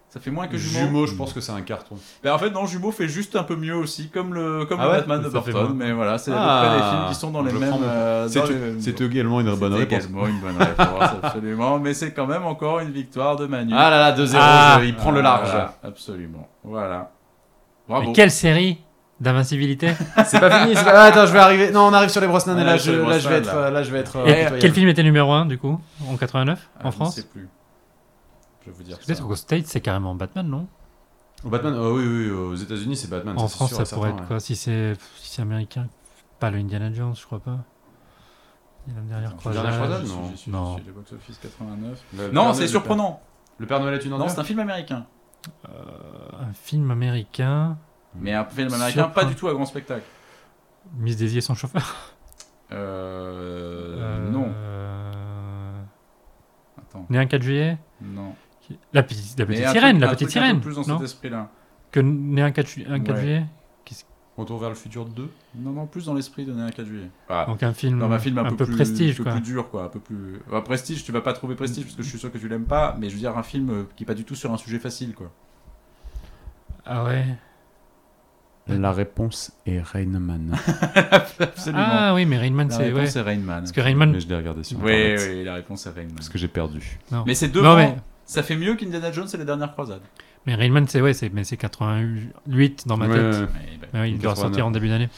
Speaker 4: Ça fait moins *laughs* que Jumeau.
Speaker 2: Jumeau, je pense que c'est un carton.
Speaker 4: Ben, en fait, non, Jumeau fait juste un peu mieux aussi, comme le, comme
Speaker 2: Ah
Speaker 4: le
Speaker 2: ouais
Speaker 4: Batman de
Speaker 3: Ça fait
Speaker 4: Burton.
Speaker 3: moins.
Speaker 4: Mais voilà, c'est à peu
Speaker 2: Ah.
Speaker 4: près les films qui sont dans les
Speaker 2: Je
Speaker 4: mêmes.
Speaker 2: prends mon-
Speaker 4: euh,
Speaker 2: C'est
Speaker 4: dans
Speaker 2: tout-
Speaker 4: les mêmes-
Speaker 2: C'est également une bonne
Speaker 4: C'est
Speaker 2: réponse.
Speaker 4: également une bonne
Speaker 2: *laughs*
Speaker 4: réponse, absolument. Mais c'est quand même encore une victoire de Manu.
Speaker 2: Ah là là, 2-0,
Speaker 3: Ah.
Speaker 2: je- il prend le large.
Speaker 4: Voilà, absolument. Voilà.
Speaker 3: Mais
Speaker 4: Bravo.
Speaker 3: quelle série d'invincibilité
Speaker 6: C'est pas fini. c'est pas- Ah, attends, je vais arriver. Non, on arrive sur les Brosnan et
Speaker 4: On
Speaker 6: là,
Speaker 4: arrive
Speaker 6: je,
Speaker 4: sur les
Speaker 6: là, je vais être,
Speaker 4: Brosnan,
Speaker 6: euh, là, je vais être. euh,
Speaker 3: Et
Speaker 6: impitoyable.
Speaker 3: quel film était numéro 1 du coup En 89
Speaker 4: Ah,
Speaker 3: En
Speaker 4: Je
Speaker 3: France
Speaker 4: ne sais plus. Je vais vous dire ça.
Speaker 3: Peut-être qu'au States c'est carrément Batman, non
Speaker 2: Au Batman, euh, oui, oui, aux États-Unis, c'est
Speaker 4: Ah,
Speaker 2: Batman.
Speaker 3: En
Speaker 2: c'est
Speaker 3: France
Speaker 2: sûr
Speaker 3: ça
Speaker 2: et
Speaker 3: pourrait
Speaker 2: certain,
Speaker 3: être quoi Si c'est si c'est américain, pas le Indiana Jones, je crois pas. Il y a la dernière
Speaker 4: Attends,
Speaker 2: Dernière
Speaker 3: croisade.
Speaker 2: croisade, non.
Speaker 4: J'y suis, j'y
Speaker 3: Non.
Speaker 4: suis, le box-office 89.
Speaker 2: ouais. Le Père
Speaker 4: Non,
Speaker 2: Noël,
Speaker 4: c'est
Speaker 2: le
Speaker 4: surprenant.
Speaker 2: Père- Le Père Noël est une hein.
Speaker 4: Non,
Speaker 2: ordure
Speaker 4: c'est un film américain.
Speaker 3: Un film américain,
Speaker 4: Mais un film américain,
Speaker 3: Surprenant.
Speaker 4: pas du tout un grand spectacle.
Speaker 3: Miss Daisy et son chauffeur.
Speaker 4: Euh,
Speaker 3: Euh,
Speaker 4: Non. Attends.
Speaker 3: Né un 4 juillet
Speaker 4: Non.
Speaker 3: Qui- La petite, la
Speaker 4: Mais
Speaker 3: petite
Speaker 4: un
Speaker 3: sirène,
Speaker 4: truc-
Speaker 3: la
Speaker 4: un
Speaker 3: petite
Speaker 4: truc un peu
Speaker 3: sirène.
Speaker 4: plus dans
Speaker 3: non
Speaker 4: cet esprit-là.
Speaker 3: Que né un 4, ju- un 4
Speaker 4: Ouais.
Speaker 3: juillet
Speaker 2: Retour vers le futur 2.
Speaker 4: Non, non, plus dans l'esprit de Néa 4 juillet. Ah.
Speaker 3: Donc Hmm. un film,
Speaker 4: Non, mais un film un, peu, plus,
Speaker 3: prestige
Speaker 4: un peu
Speaker 3: quoi.
Speaker 4: plus dur, quoi. Un peu plus. Enfin, prestige, tu vas pas trouver prestige parce que je suis sûr que tu l'aimes pas, mais je veux dire un film euh, qui est pas du tout sur un sujet facile, quoi.
Speaker 3: Ah ouais.
Speaker 6: La réponse est Rainman.
Speaker 4: Absolument.
Speaker 3: Ah oui, mais Rainman
Speaker 4: la
Speaker 3: c'est ouais.
Speaker 4: réponse est Rain Man.
Speaker 3: Parce que Rainman
Speaker 2: Mais je l'ai regardé sur
Speaker 4: Oui,
Speaker 2: Internet.
Speaker 4: oui, la réponse est Rain Man.
Speaker 2: Parce que j'ai perdu.
Speaker 4: Mais c'est deux
Speaker 3: Non, mais-
Speaker 4: Ça fait mieux qu'Indiana Jones et les dernières croisades.
Speaker 3: Mais Rainman, c'est ouais, c'est mais c'est 88 dans ma tête.
Speaker 4: Eh ben,
Speaker 3: Mais Ah oui, il doit
Speaker 2: 89.
Speaker 3: sortir en début d'année.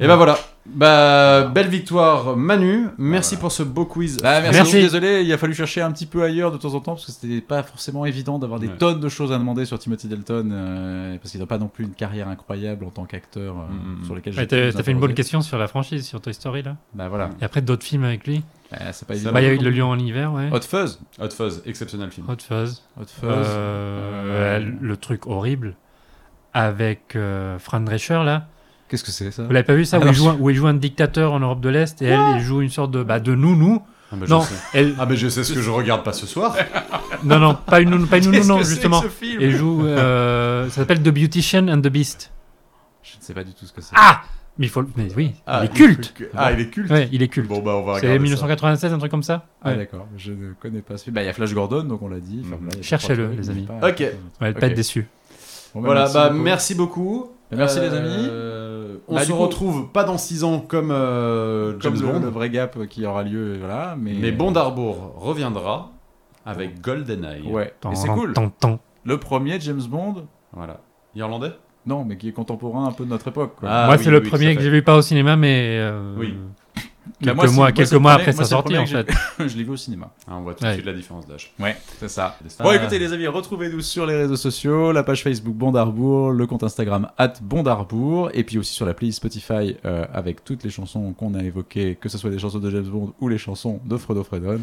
Speaker 2: Et bah voilà. Bah, belle victoire, Manu. Merci pour ce beau quiz.
Speaker 4: Bah, merci.
Speaker 3: Merci.
Speaker 4: Je suis désolé, il a fallu chercher un petit peu ailleurs de temps en temps parce que c'était pas forcément évident d'avoir des
Speaker 2: Ouais.
Speaker 4: tonnes de choses à demander sur Timothy Dalton euh, parce qu'il n'a pas non plus une carrière incroyable en tant qu'acteur euh,
Speaker 2: Mm, mm,
Speaker 4: sur lesquelles
Speaker 3: Ouais,
Speaker 4: j'ai
Speaker 3: T'as
Speaker 4: pu
Speaker 3: t'as fait une bonne
Speaker 4: m'interroger.
Speaker 3: question sur la franchise, sur Toy Story là.
Speaker 4: Bah voilà,
Speaker 3: Et après d'autres films avec lui.
Speaker 4: Euh, c'est pas
Speaker 2: Ça
Speaker 4: évident.
Speaker 3: Bah il y a eu Le Lion en hiver, ouais.
Speaker 4: Hot Fuzz.
Speaker 2: Hot Fuzz, exceptionnel film.
Speaker 3: Hot Fuzz.
Speaker 4: Hot Fuzz.
Speaker 3: Euh,
Speaker 4: Euh,
Speaker 3: Le truc horrible avec euh, Fran Drescher là.
Speaker 4: Qu'est-ce que c'est ça
Speaker 3: Vous l'avez pas vu ça où,
Speaker 4: Ah non,
Speaker 3: il joue un, où il joue un dictateur en Europe de l'Est et elle, elle joue une sorte de bah de nounou
Speaker 2: Ah bah, je
Speaker 3: Non,
Speaker 2: sais.
Speaker 3: elle,
Speaker 2: Ah, mais je sais ce que je regarde pas ce soir.
Speaker 3: non, non, pas une nounou, pas une nounou,
Speaker 4: Qu'est-ce
Speaker 3: non,
Speaker 4: que c'est que
Speaker 3: justement.
Speaker 4: ce film
Speaker 3: Elle joue. euh, ça s'appelle The Beautician and the Beast.
Speaker 4: Je ne sais pas du tout ce que c'est.
Speaker 3: Ah Mais il faut. le- Mais oui,
Speaker 2: Ah,
Speaker 3: il est culte.
Speaker 2: Ah, il est culte.
Speaker 3: Ouais, il est culte.
Speaker 2: Bon, bah, on va
Speaker 3: c'est
Speaker 2: regarder. ça.
Speaker 3: 1996, un truc comme ça.
Speaker 4: Ah,
Speaker 3: Ouais. Mm.
Speaker 4: d'accord, je ne connais pas ce film. Bah, il y a Flash Gordon, donc on l'a dit. Enfin,
Speaker 2: Mhm.
Speaker 4: voilà, il y a
Speaker 3: Cherchez-le,
Speaker 4: trois trucs,
Speaker 3: les
Speaker 4: mais
Speaker 3: amis.
Speaker 2: *laughs*
Speaker 4: pas-
Speaker 2: Ok.
Speaker 3: Ouais, elle va pas
Speaker 4: Ok.
Speaker 3: être déçu.
Speaker 4: Bon, bah,
Speaker 2: Voilà, bah,
Speaker 4: beaucoup.
Speaker 2: merci euh, beaucoup.
Speaker 4: Bah, merci, les amis.
Speaker 2: amis. On
Speaker 4: Bah,
Speaker 2: se
Speaker 4: du coup-
Speaker 2: retrouve pas dans 6 ans comme euh,
Speaker 4: Comme
Speaker 2: James
Speaker 4: le,
Speaker 2: Bond,
Speaker 4: le vrai gap qui aura lieu, voilà. Mais,
Speaker 2: mais Bond Arbour reviendra avec GoldenEye.
Speaker 4: Ouais,
Speaker 3: Tant,
Speaker 4: et c'est cool.
Speaker 3: tant, tant.
Speaker 4: Le premier James Bond,
Speaker 2: Voilà. Irlandais
Speaker 4: non, mais qui est contemporain un peu de notre époque. Quoi.
Speaker 2: Ah,
Speaker 3: moi,
Speaker 2: oui,
Speaker 3: c'est le
Speaker 2: oui,
Speaker 3: premier
Speaker 2: tout à
Speaker 3: que
Speaker 2: fait.
Speaker 3: j'ai vu pas au cinéma, mais. euh,
Speaker 2: Oui.
Speaker 3: Quelques
Speaker 4: moi, c'est-
Speaker 3: mois,
Speaker 4: moi,
Speaker 3: quelques
Speaker 4: c'est le
Speaker 3: mois
Speaker 4: premier-
Speaker 3: après
Speaker 4: moi,
Speaker 3: sa
Speaker 4: c'est le
Speaker 3: sortie,
Speaker 4: premier
Speaker 3: en
Speaker 4: que j'ai- *laughs*
Speaker 3: fait.
Speaker 4: je l'ai vu au cinéma.
Speaker 2: Ah, on voit tout
Speaker 3: Ouais.
Speaker 2: de suite la différence d'âge.
Speaker 4: Ouais, c'est ça.
Speaker 2: Ah. *laughs*
Speaker 4: Bon, écoutez, les amis, retrouvez-nous sur les réseaux sociaux, la page Facebook Bondarbourg, le compte Instagram at Bondarbourg, et puis aussi sur la playlist Spotify euh, avec toutes les chansons qu'on a évoquées, que ce soit des chansons de James Bond ou les chansons de Fredo Fredon.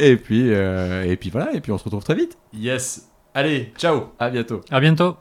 Speaker 4: et puis, euh, et puis voilà, et puis on se retrouve très vite.
Speaker 2: Yes. Allez, ciao
Speaker 4: À bientôt.
Speaker 3: À bientôt.